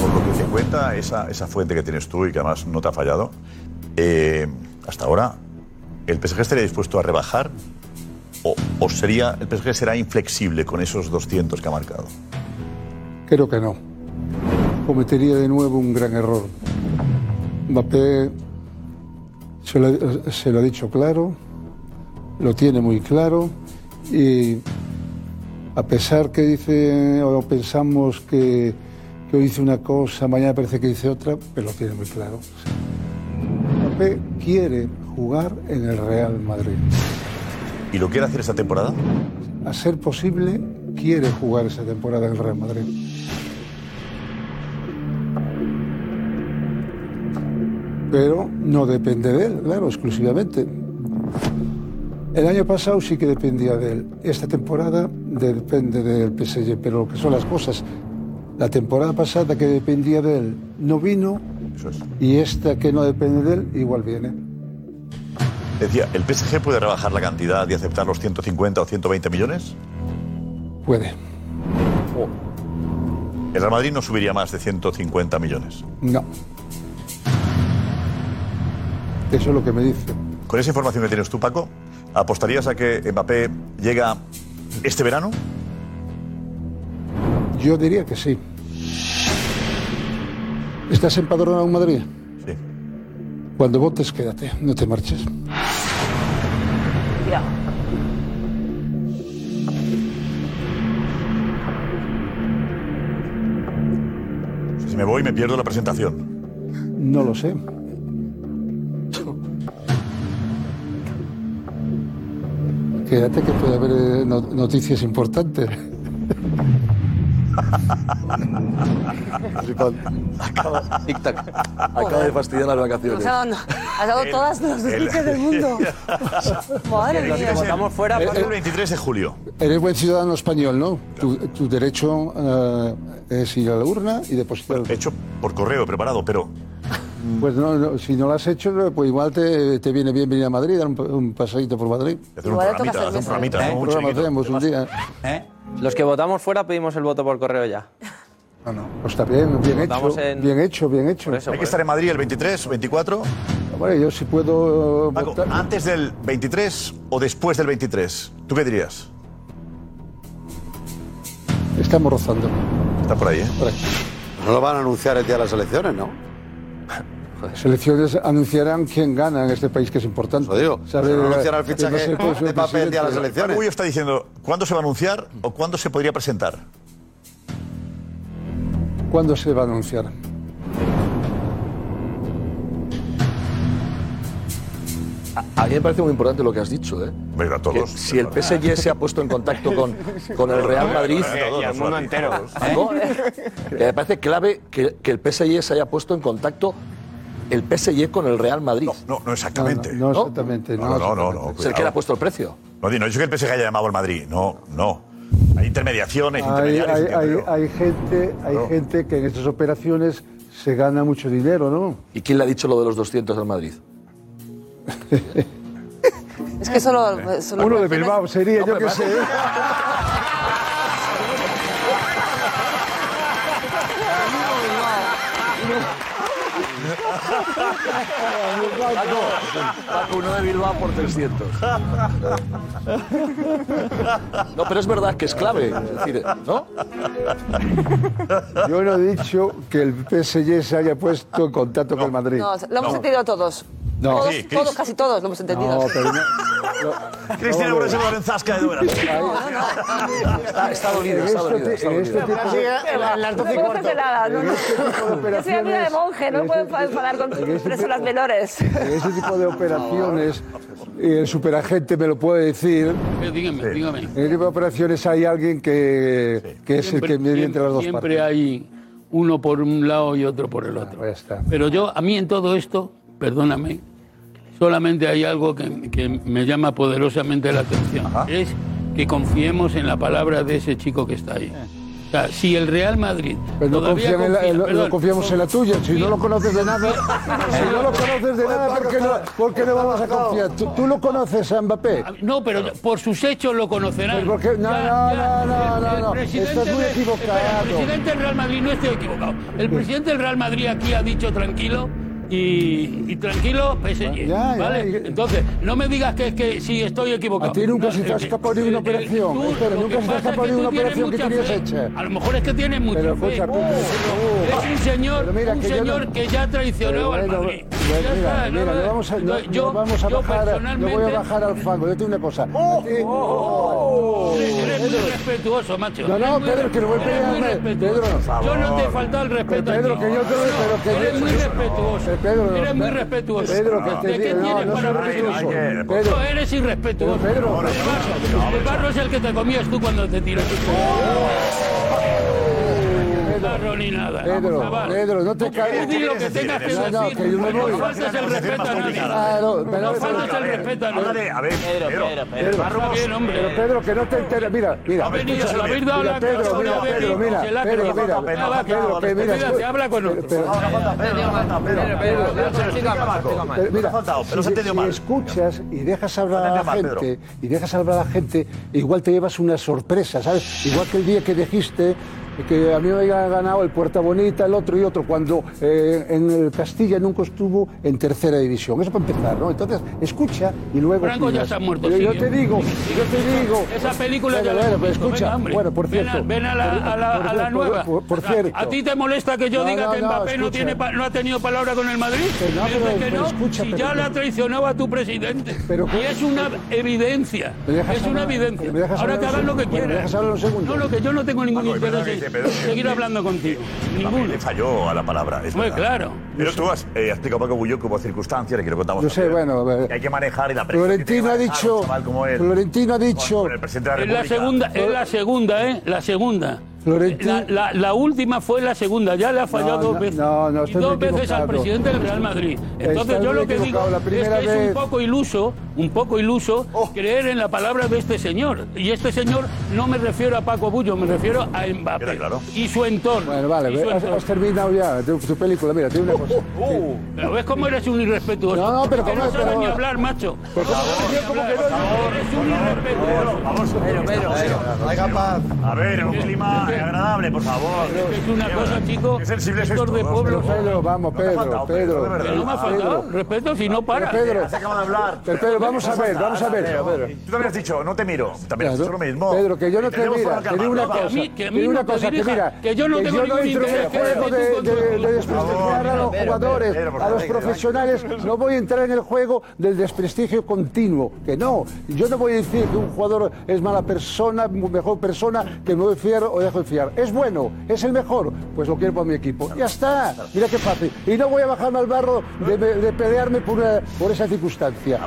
Speaker 9: por lo que te cuenta, esa, esa fuente que tienes tú y que además no te ha fallado, eh, hasta ahora, ¿el PSG estaría dispuesto a rebajar? O, o sería, el PSG será inflexible con esos 200 que ha marcado?
Speaker 29: Creo que no. Cometería de nuevo un gran error. Mbappé se lo, se lo ha dicho claro, lo tiene muy claro y a pesar que dice o pensamos que, que hoy dice una cosa, mañana parece que dice otra, pero lo tiene muy claro. Mbappé quiere jugar en el Real Madrid.
Speaker 9: ¿Y lo quiere hacer esta temporada?
Speaker 29: A ser posible, quiere jugar esa temporada en el Real Madrid. pero no depende de él, claro, exclusivamente. El año pasado sí que dependía de él. Esta temporada depende del PSG, pero lo que son las cosas. La temporada pasada que dependía de él no vino y esta que no depende de él igual viene.
Speaker 9: Decía, ¿el PSG puede rebajar la cantidad y aceptar los 150 o 120 millones?
Speaker 29: Puede.
Speaker 9: El Real Madrid no subiría más de 150 millones.
Speaker 29: No. Eso es lo que me dice.
Speaker 9: Con esa información que tienes tú, Paco, ¿apostarías a que Mbappé llega este verano?
Speaker 29: Yo diría que sí. ¿Estás empadronado en Madrid?
Speaker 9: Sí.
Speaker 29: Cuando votes, quédate, no te marches.
Speaker 19: Mira.
Speaker 9: Si me voy, me pierdo la presentación.
Speaker 29: No lo sé. Quédate que puede haber eh, no- noticias importantes.
Speaker 24: Acaba de fastidiar las vacaciones.
Speaker 19: Nos ha dado, has dado todas las noticias del mundo. Madre
Speaker 9: El-
Speaker 19: mía.
Speaker 9: el- el 23 de julio.
Speaker 29: Eres buen ciudadano español, ¿no? Tu, tu derecho eh, es ir a la urna y depositar.
Speaker 9: hecho por correo, preparado, pero.
Speaker 29: Pues no, no, si no lo has hecho, no, pues igual te, te viene bien venir a Madrid, dar un, un pasadito por Madrid.
Speaker 9: Hacer un programita, hacer un programita,
Speaker 29: ¿Eh?
Speaker 9: ¿no?
Speaker 29: Un
Speaker 9: Un
Speaker 29: programa
Speaker 9: chiquito.
Speaker 29: hacemos un día.
Speaker 5: Los que votamos fuera pedimos el voto por correo ya.
Speaker 29: Pues está bien, bien
Speaker 5: Votamos
Speaker 29: hecho,
Speaker 5: en-
Speaker 29: bien hecho, bien hecho.
Speaker 9: Hay que estar en Madrid el 23, 24.
Speaker 29: Hombre, yo si puedo.
Speaker 9: Paco, ¿antes del 23 o después del 23? ¿Tú qué dirías?
Speaker 29: Estamos rozando.
Speaker 9: Está por ahí, ¿eh?
Speaker 7: No lo van a anunciar el día de las elecciones, ¿no?
Speaker 29: Las elecciones anunciarán quién gana en este país, que es importante. Lo digo.
Speaker 7: se va a anunciar el fichaje de papel el día de las
Speaker 9: Paco Bullo está diciendo cuándo se va a anunciar o cuándo se podría presentar.
Speaker 29: ¿Cuándo se va a anunciar?
Speaker 24: A mí me parece muy importante lo que has dicho, ¿eh?
Speaker 9: Venga, todos.
Speaker 24: Que si el PSG se ha puesto en contacto con, con el Real Madrid.
Speaker 30: Y al mundo entero. ¿Eh?
Speaker 24: Paco, que me parece clave que, que el PSG se haya puesto en contacto el PSG con el Real Madrid.
Speaker 9: No, no exactamente.
Speaker 29: Ah, No, exactamente.
Speaker 9: No, no, no. no,
Speaker 24: Es el que le ha puesto el precio.
Speaker 9: No, di- no he dicho que el PSG haya llamado al Madrid. No, no. Hay intermediaciones,
Speaker 29: Hay,
Speaker 9: intermediarios.
Speaker 29: hay-
Speaker 9: entiendo
Speaker 29: hay-
Speaker 9: yo.
Speaker 29: hay gente, hay gente que en estas operaciones se gana mucho dinero, ¿no?
Speaker 24: ¿Y quién le ha dicho lo de los 200 al Madrid?
Speaker 19: Es que solo. solo
Speaker 29: Uno de Bilbao sería, yo qué sé.
Speaker 24: Paco, Paco, uno de Bilbao por 300. No, pero es verdad que es clave. Es decir, ¿no?
Speaker 29: Yo no he dicho que el PSG se haya puesto en contacto con el Madrid.
Speaker 19: No, lo hemos entendido todos.
Speaker 29: No.
Speaker 19: Todos,
Speaker 29: Sí, Chris.
Speaker 19: todos, casi todos lo hemos entendido.
Speaker 29: No, pero no-
Speaker 9: Cristina
Speaker 29: no,
Speaker 9: Lorenzo Lorenzasca de Duenas.
Speaker 24: Está, está dolido,
Speaker 29: En
Speaker 24: está dolido. Está
Speaker 29: este ti- en
Speaker 24: dolido.
Speaker 29: este tipo de-
Speaker 19: No me cuentes de nada, no, no. Yo soy amiga de monje, no puedo pagar con personas menores.
Speaker 29: en ese tipo de operaciones, eh, el superagente me lo puede decir.
Speaker 20: Eh, dígame, dígame. En
Speaker 29: ese tipo de operaciones hay alguien que, que es el que
Speaker 20: Siempre-
Speaker 29: mide entre las dos
Speaker 20: siempre
Speaker 29: partes.
Speaker 20: hay uno por un lado y otro por
Speaker 29: Ah,
Speaker 20: el otro.
Speaker 29: pues
Speaker 20: Pero yo, a mí en todo esto, perdóname, solamente hay algo que, que me llama poderosamente la atención. Es que confiemos en la palabra de ese chico que está ahí. O sea, si el Real Madrid
Speaker 29: Eh. Pero no,
Speaker 20: todavía
Speaker 29: confían en la-
Speaker 20: confía-
Speaker 29: en lo-
Speaker 20: perdón,
Speaker 29: no confiamos en la tuya. Si no lo conoces de nada, si no lo conoces de nada, ¿por qué no, por qué no vamos a confiar? ¿Tú, tú lo conoces a Mbappé?
Speaker 20: No, pero por sus hechos lo conocerán.
Speaker 29: Pero porque- no, no, no, no, no, no. Estás muy
Speaker 20: de-
Speaker 29: equivocado.
Speaker 20: espera, El presidente del Real Madrid no estoy equivocado. El presidente del Real Madrid aquí ha dicho tranquilo y, y tranquilo PSG.
Speaker 29: ya, ya,
Speaker 20: ¿vale? Entonces, no me digas que es que sí estoy equivocado.
Speaker 29: A ti nunca
Speaker 20: No,
Speaker 29: se te ha
Speaker 20: es que-
Speaker 29: escapado ni una
Speaker 20: eh, eh,
Speaker 29: operación.
Speaker 20: tú,
Speaker 29: Espera,
Speaker 20: lo
Speaker 29: nunca se
Speaker 20: que
Speaker 29: te ha
Speaker 20: pasa es
Speaker 29: escapado
Speaker 20: que
Speaker 29: ni
Speaker 20: tú
Speaker 29: una
Speaker 20: tienes
Speaker 29: operación que
Speaker 20: mucha
Speaker 29: tenías
Speaker 20: fe.
Speaker 29: hecha.
Speaker 20: A lo mejor es que tiene mucha
Speaker 29: Pero
Speaker 20: fe.
Speaker 29: escucha, pero-
Speaker 20: es un señor,
Speaker 29: mira,
Speaker 20: un
Speaker 29: que yo no-
Speaker 20: señor que ya ha traicionado
Speaker 29: Pero
Speaker 20: al
Speaker 29: bueno,
Speaker 20: Madrid.
Speaker 29: Pues
Speaker 20: Ya
Speaker 29: mira,
Speaker 20: está, no,
Speaker 29: mira,
Speaker 20: no,
Speaker 29: no vamos a, no-
Speaker 20: yo-
Speaker 29: no vamos a
Speaker 20: yo
Speaker 29: bajar, no voy
Speaker 20: personalmente-
Speaker 29: a bajar al fango. Yo te digo una cosa. A ti-
Speaker 20: Eres muy respetuoso, macho.
Speaker 29: No, no,
Speaker 20: Eres muy
Speaker 29: Pedro, que no voy a
Speaker 20: eres muy
Speaker 29: pelearme. Pedro,
Speaker 20: respetuoso. Yo no te he faltado el respeto.
Speaker 29: Pedro,
Speaker 20: a ti.
Speaker 29: que yo te lo- pero que
Speaker 20: eres
Speaker 29: yo-
Speaker 20: muy respetuoso.
Speaker 29: Pedro,
Speaker 20: eres muy
Speaker 29: Pe-
Speaker 20: respetuoso.
Speaker 29: Pedro, que te
Speaker 20: ¿De qué
Speaker 29: digo- no,
Speaker 20: tienes
Speaker 29: no
Speaker 20: para
Speaker 29: soy respetuoso.
Speaker 20: respetuoso?
Speaker 29: Pedro.
Speaker 20: No, eres irrespetuoso.
Speaker 29: Pedro.
Speaker 20: El barro- el barro es el que te comías tú cuando te tiras.
Speaker 29: Oh.
Speaker 20: Barro ni nada.
Speaker 29: Pedro, Pedro, no te
Speaker 20: Tú di lo
Speaker 29: calles.
Speaker 20: que tengas que
Speaker 29: No, no,
Speaker 20: decir.
Speaker 29: que yo me voy.
Speaker 20: No faltes el respeto a nadie.
Speaker 29: Ah, no, pero-
Speaker 20: No faltes el respeto a nadie.
Speaker 9: A ver, Pedro,
Speaker 20: Pedro,
Speaker 29: Pedro,
Speaker 20: Está bien, hombre.
Speaker 29: Pero Pedro, que no te enteres. Mira, mira.
Speaker 20: venido, se lo habéis dado
Speaker 29: Mira,
Speaker 20: la
Speaker 29: Pedro,
Speaker 20: cosa,
Speaker 29: mira,
Speaker 20: una vez
Speaker 29: Pedro,
Speaker 20: y
Speaker 29: mira,
Speaker 20: se la ha
Speaker 29: Pedro,
Speaker 20: quedado.
Speaker 29: mira.
Speaker 20: Nada, va,
Speaker 29: Pedro,
Speaker 20: que-
Speaker 29: Pedro, mira.
Speaker 20: Espérate, habla con otro.
Speaker 29: Pero mira,
Speaker 9: pero se
Speaker 29: si,
Speaker 9: ha entendido
Speaker 29: si
Speaker 9: mal.
Speaker 29: escuchas y dejas hablar a la
Speaker 9: entendido mal,
Speaker 29: gente, y dejas hablar a la gente, igual te llevas una sorpresa, ¿sabes? Igual que el día que dijiste que a mí me había ganado el Puerta Bonita, el otro y otro, cuando eh, en el Castilla nunca estuvo en tercera división. Eso para empezar, ¿no? Entonces, escucha y luego.
Speaker 20: Franco ya
Speaker 29: miras.
Speaker 20: se ha muerto.
Speaker 29: Yo, yo
Speaker 20: sigue.
Speaker 29: te digo, yo te digo.
Speaker 20: Esa película
Speaker 29: Venga,
Speaker 20: ya la
Speaker 29: venga,
Speaker 20: hemos visto,
Speaker 29: escucha.
Speaker 20: venga, hombre.
Speaker 29: bueno, por
Speaker 20: Ven a-
Speaker 29: cierto.
Speaker 20: Ven a la, a la-
Speaker 29: por-
Speaker 20: a la
Speaker 29: por-
Speaker 20: nueva.
Speaker 29: Por, por
Speaker 20: O sea,
Speaker 29: cierto.
Speaker 20: ¿A ti te molesta que yo
Speaker 29: No,
Speaker 20: diga
Speaker 29: no,
Speaker 20: que
Speaker 29: no,
Speaker 20: Mbappé no,
Speaker 29: escucha.
Speaker 20: tiene, pa- no ha tenido palabra con el Madrid?
Speaker 29: Que no,
Speaker 20: Me dices
Speaker 29: pero-
Speaker 20: que
Speaker 29: pero
Speaker 20: no,
Speaker 29: escucha,
Speaker 20: si
Speaker 29: pero-
Speaker 20: ya la traicionaba tu presidente. y es una evidencia.
Speaker 29: ¿Me dejas
Speaker 20: Es una
Speaker 29: hablar?
Speaker 20: evidencia.
Speaker 29: ¿Me dejas
Speaker 20: Ahora que
Speaker 29: hablar
Speaker 20: hagas
Speaker 29: un-
Speaker 20: lo que
Speaker 29: bueno, ¿me
Speaker 20: quieras.
Speaker 29: dejas hablar un segundo?
Speaker 20: No, no, que yo no tengo ningún
Speaker 9: Paco, es verdad
Speaker 20: interés
Speaker 9: que dice,
Speaker 20: en
Speaker 9: pero sí,
Speaker 20: seguir
Speaker 9: sí.
Speaker 20: hablando contigo.
Speaker 9: Ninguno. Le falló a la palabra. Es
Speaker 20: Hombre,
Speaker 9: verdad.
Speaker 20: claro.
Speaker 9: Pero tú has, eh, has explicado a Paco Bulló que hubo circunstancias, le quiero contar
Speaker 29: Yo sé, bueno, a ver.
Speaker 9: Que hay que manejar y la presión que tiene que
Speaker 29: Florentino ha
Speaker 9: manejar un
Speaker 29: dicho.
Speaker 9: chaval como él.
Speaker 29: Florentino ha dicho.
Speaker 9: Con el presidente de la
Speaker 20: Es la
Speaker 9: República.
Speaker 20: segunda, es la segunda, ¿eh? La segunda. La, la- la última fue la segunda, ya le ha fallado
Speaker 29: No,
Speaker 20: dos
Speaker 29: no,
Speaker 20: veces.
Speaker 29: no, no,
Speaker 20: y
Speaker 29: estoy
Speaker 20: dos
Speaker 29: muy
Speaker 20: veces al
Speaker 29: equivocado.
Speaker 20: presidente del Real Madrid. Entonces
Speaker 29: Estoy
Speaker 20: yo
Speaker 29: muy
Speaker 20: lo que digo
Speaker 29: equivocado. La
Speaker 20: es
Speaker 29: primera
Speaker 20: que es un
Speaker 29: vez- Oh.
Speaker 20: poco iluso, un poco iluso creer en la palabra de este señor. Y este señor no me refiero a Paco Bullo, me refiero a Mbappé y su entorno.
Speaker 29: Bueno, vale,
Speaker 20: Y su
Speaker 29: has,
Speaker 20: entorno.
Speaker 29: has terminado ya tu, tu película. Mira, tiene una cosa.
Speaker 20: Pero ¿Ves cómo eres un irrespetuoso?
Speaker 29: No, no, pero
Speaker 20: Que
Speaker 29: ¿cómo
Speaker 20: no
Speaker 29: es?
Speaker 20: sabes
Speaker 29: Pero-
Speaker 20: ni hablar, macho.
Speaker 9: A ver, un clima agradable, por favor.
Speaker 20: Es una cosa, chico.
Speaker 9: Qué sensible es esto.
Speaker 20: de pueblo.
Speaker 29: Pedro, vamos, Pedro,
Speaker 9: faltado, Pedro, de
Speaker 29: Pedro.
Speaker 9: verdad.
Speaker 20: No me ha faltado respeto si no para.
Speaker 29: Pero Pedro,
Speaker 9: Acaba de hablar.
Speaker 29: Pero Pedro, vamos a ver, vamos a ver.
Speaker 9: Pedro, Tú también has dicho, no te miro. También has dicho
Speaker 29: Claro.
Speaker 9: lo mismo.
Speaker 29: Pedro, que yo no te
Speaker 9: Tenemos
Speaker 29: mira,
Speaker 9: forma
Speaker 29: que
Speaker 9: de
Speaker 29: di una
Speaker 9: calmarlo.
Speaker 29: cosa, que di una cosa, que mira,
Speaker 9: que yo no tengo
Speaker 29: yo no
Speaker 9: ningún
Speaker 29: entro en el
Speaker 9: interés, Pedro,
Speaker 29: juego de,
Speaker 9: que tú
Speaker 29: de-
Speaker 9: controles. Por
Speaker 29: de
Speaker 9: favor,
Speaker 29: desprestigiar a los
Speaker 9: Pedro,
Speaker 29: jugadores,
Speaker 9: Pedro, por
Speaker 29: a
Speaker 9: favor,
Speaker 29: los
Speaker 9: venga,
Speaker 29: profesionales, no voy a entrar en el juego del desprestigio continuo, que no, yo no voy a decir que un jugador es mala persona, mejor persona, que me voy a fiar o dejo de fiar, es bueno, es el mejor, pues lo quiero para mi equipo, ya está, mira qué fácil, y no voy a bajarme al barro de, de pelearme por, una- por esa circunstancia.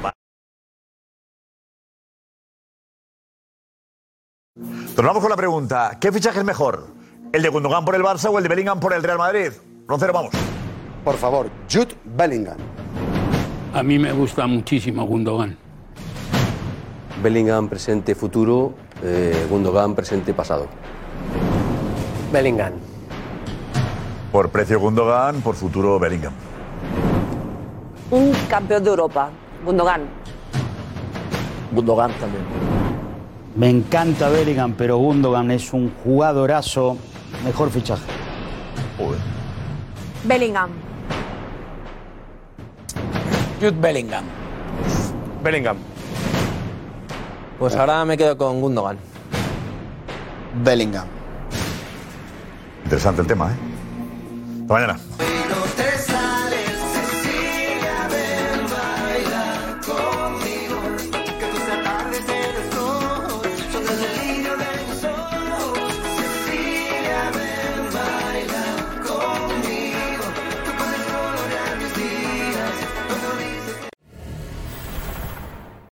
Speaker 9: Tornamos con la pregunta: ¿qué fichaje es mejor? ¿El de Gundogan por el Barça o el de Bellingham por el Real Madrid? Roncero, vamos.
Speaker 7: Por favor, Jude Bellingham.
Speaker 20: A mí me gusta muchísimo Gundogan.
Speaker 6: Bellingham presente futuro, eh, Gundogan presente pasado. Bellingham.
Speaker 9: Por precio Gundogan, por futuro Bellingham.
Speaker 19: Un campeón de Europa, Gundogan.
Speaker 32: Gundogan también. Me encanta Bellingham, pero Gundogan es un jugadorazo. Mejor fichaje.
Speaker 10: Bellingham.
Speaker 22: Jude Bellingham.
Speaker 5: Bellingham. Pues ahora me quedo con Gundogan.
Speaker 32: Bellingham.
Speaker 9: Interesante el tema, ¿eh? Hasta mañana.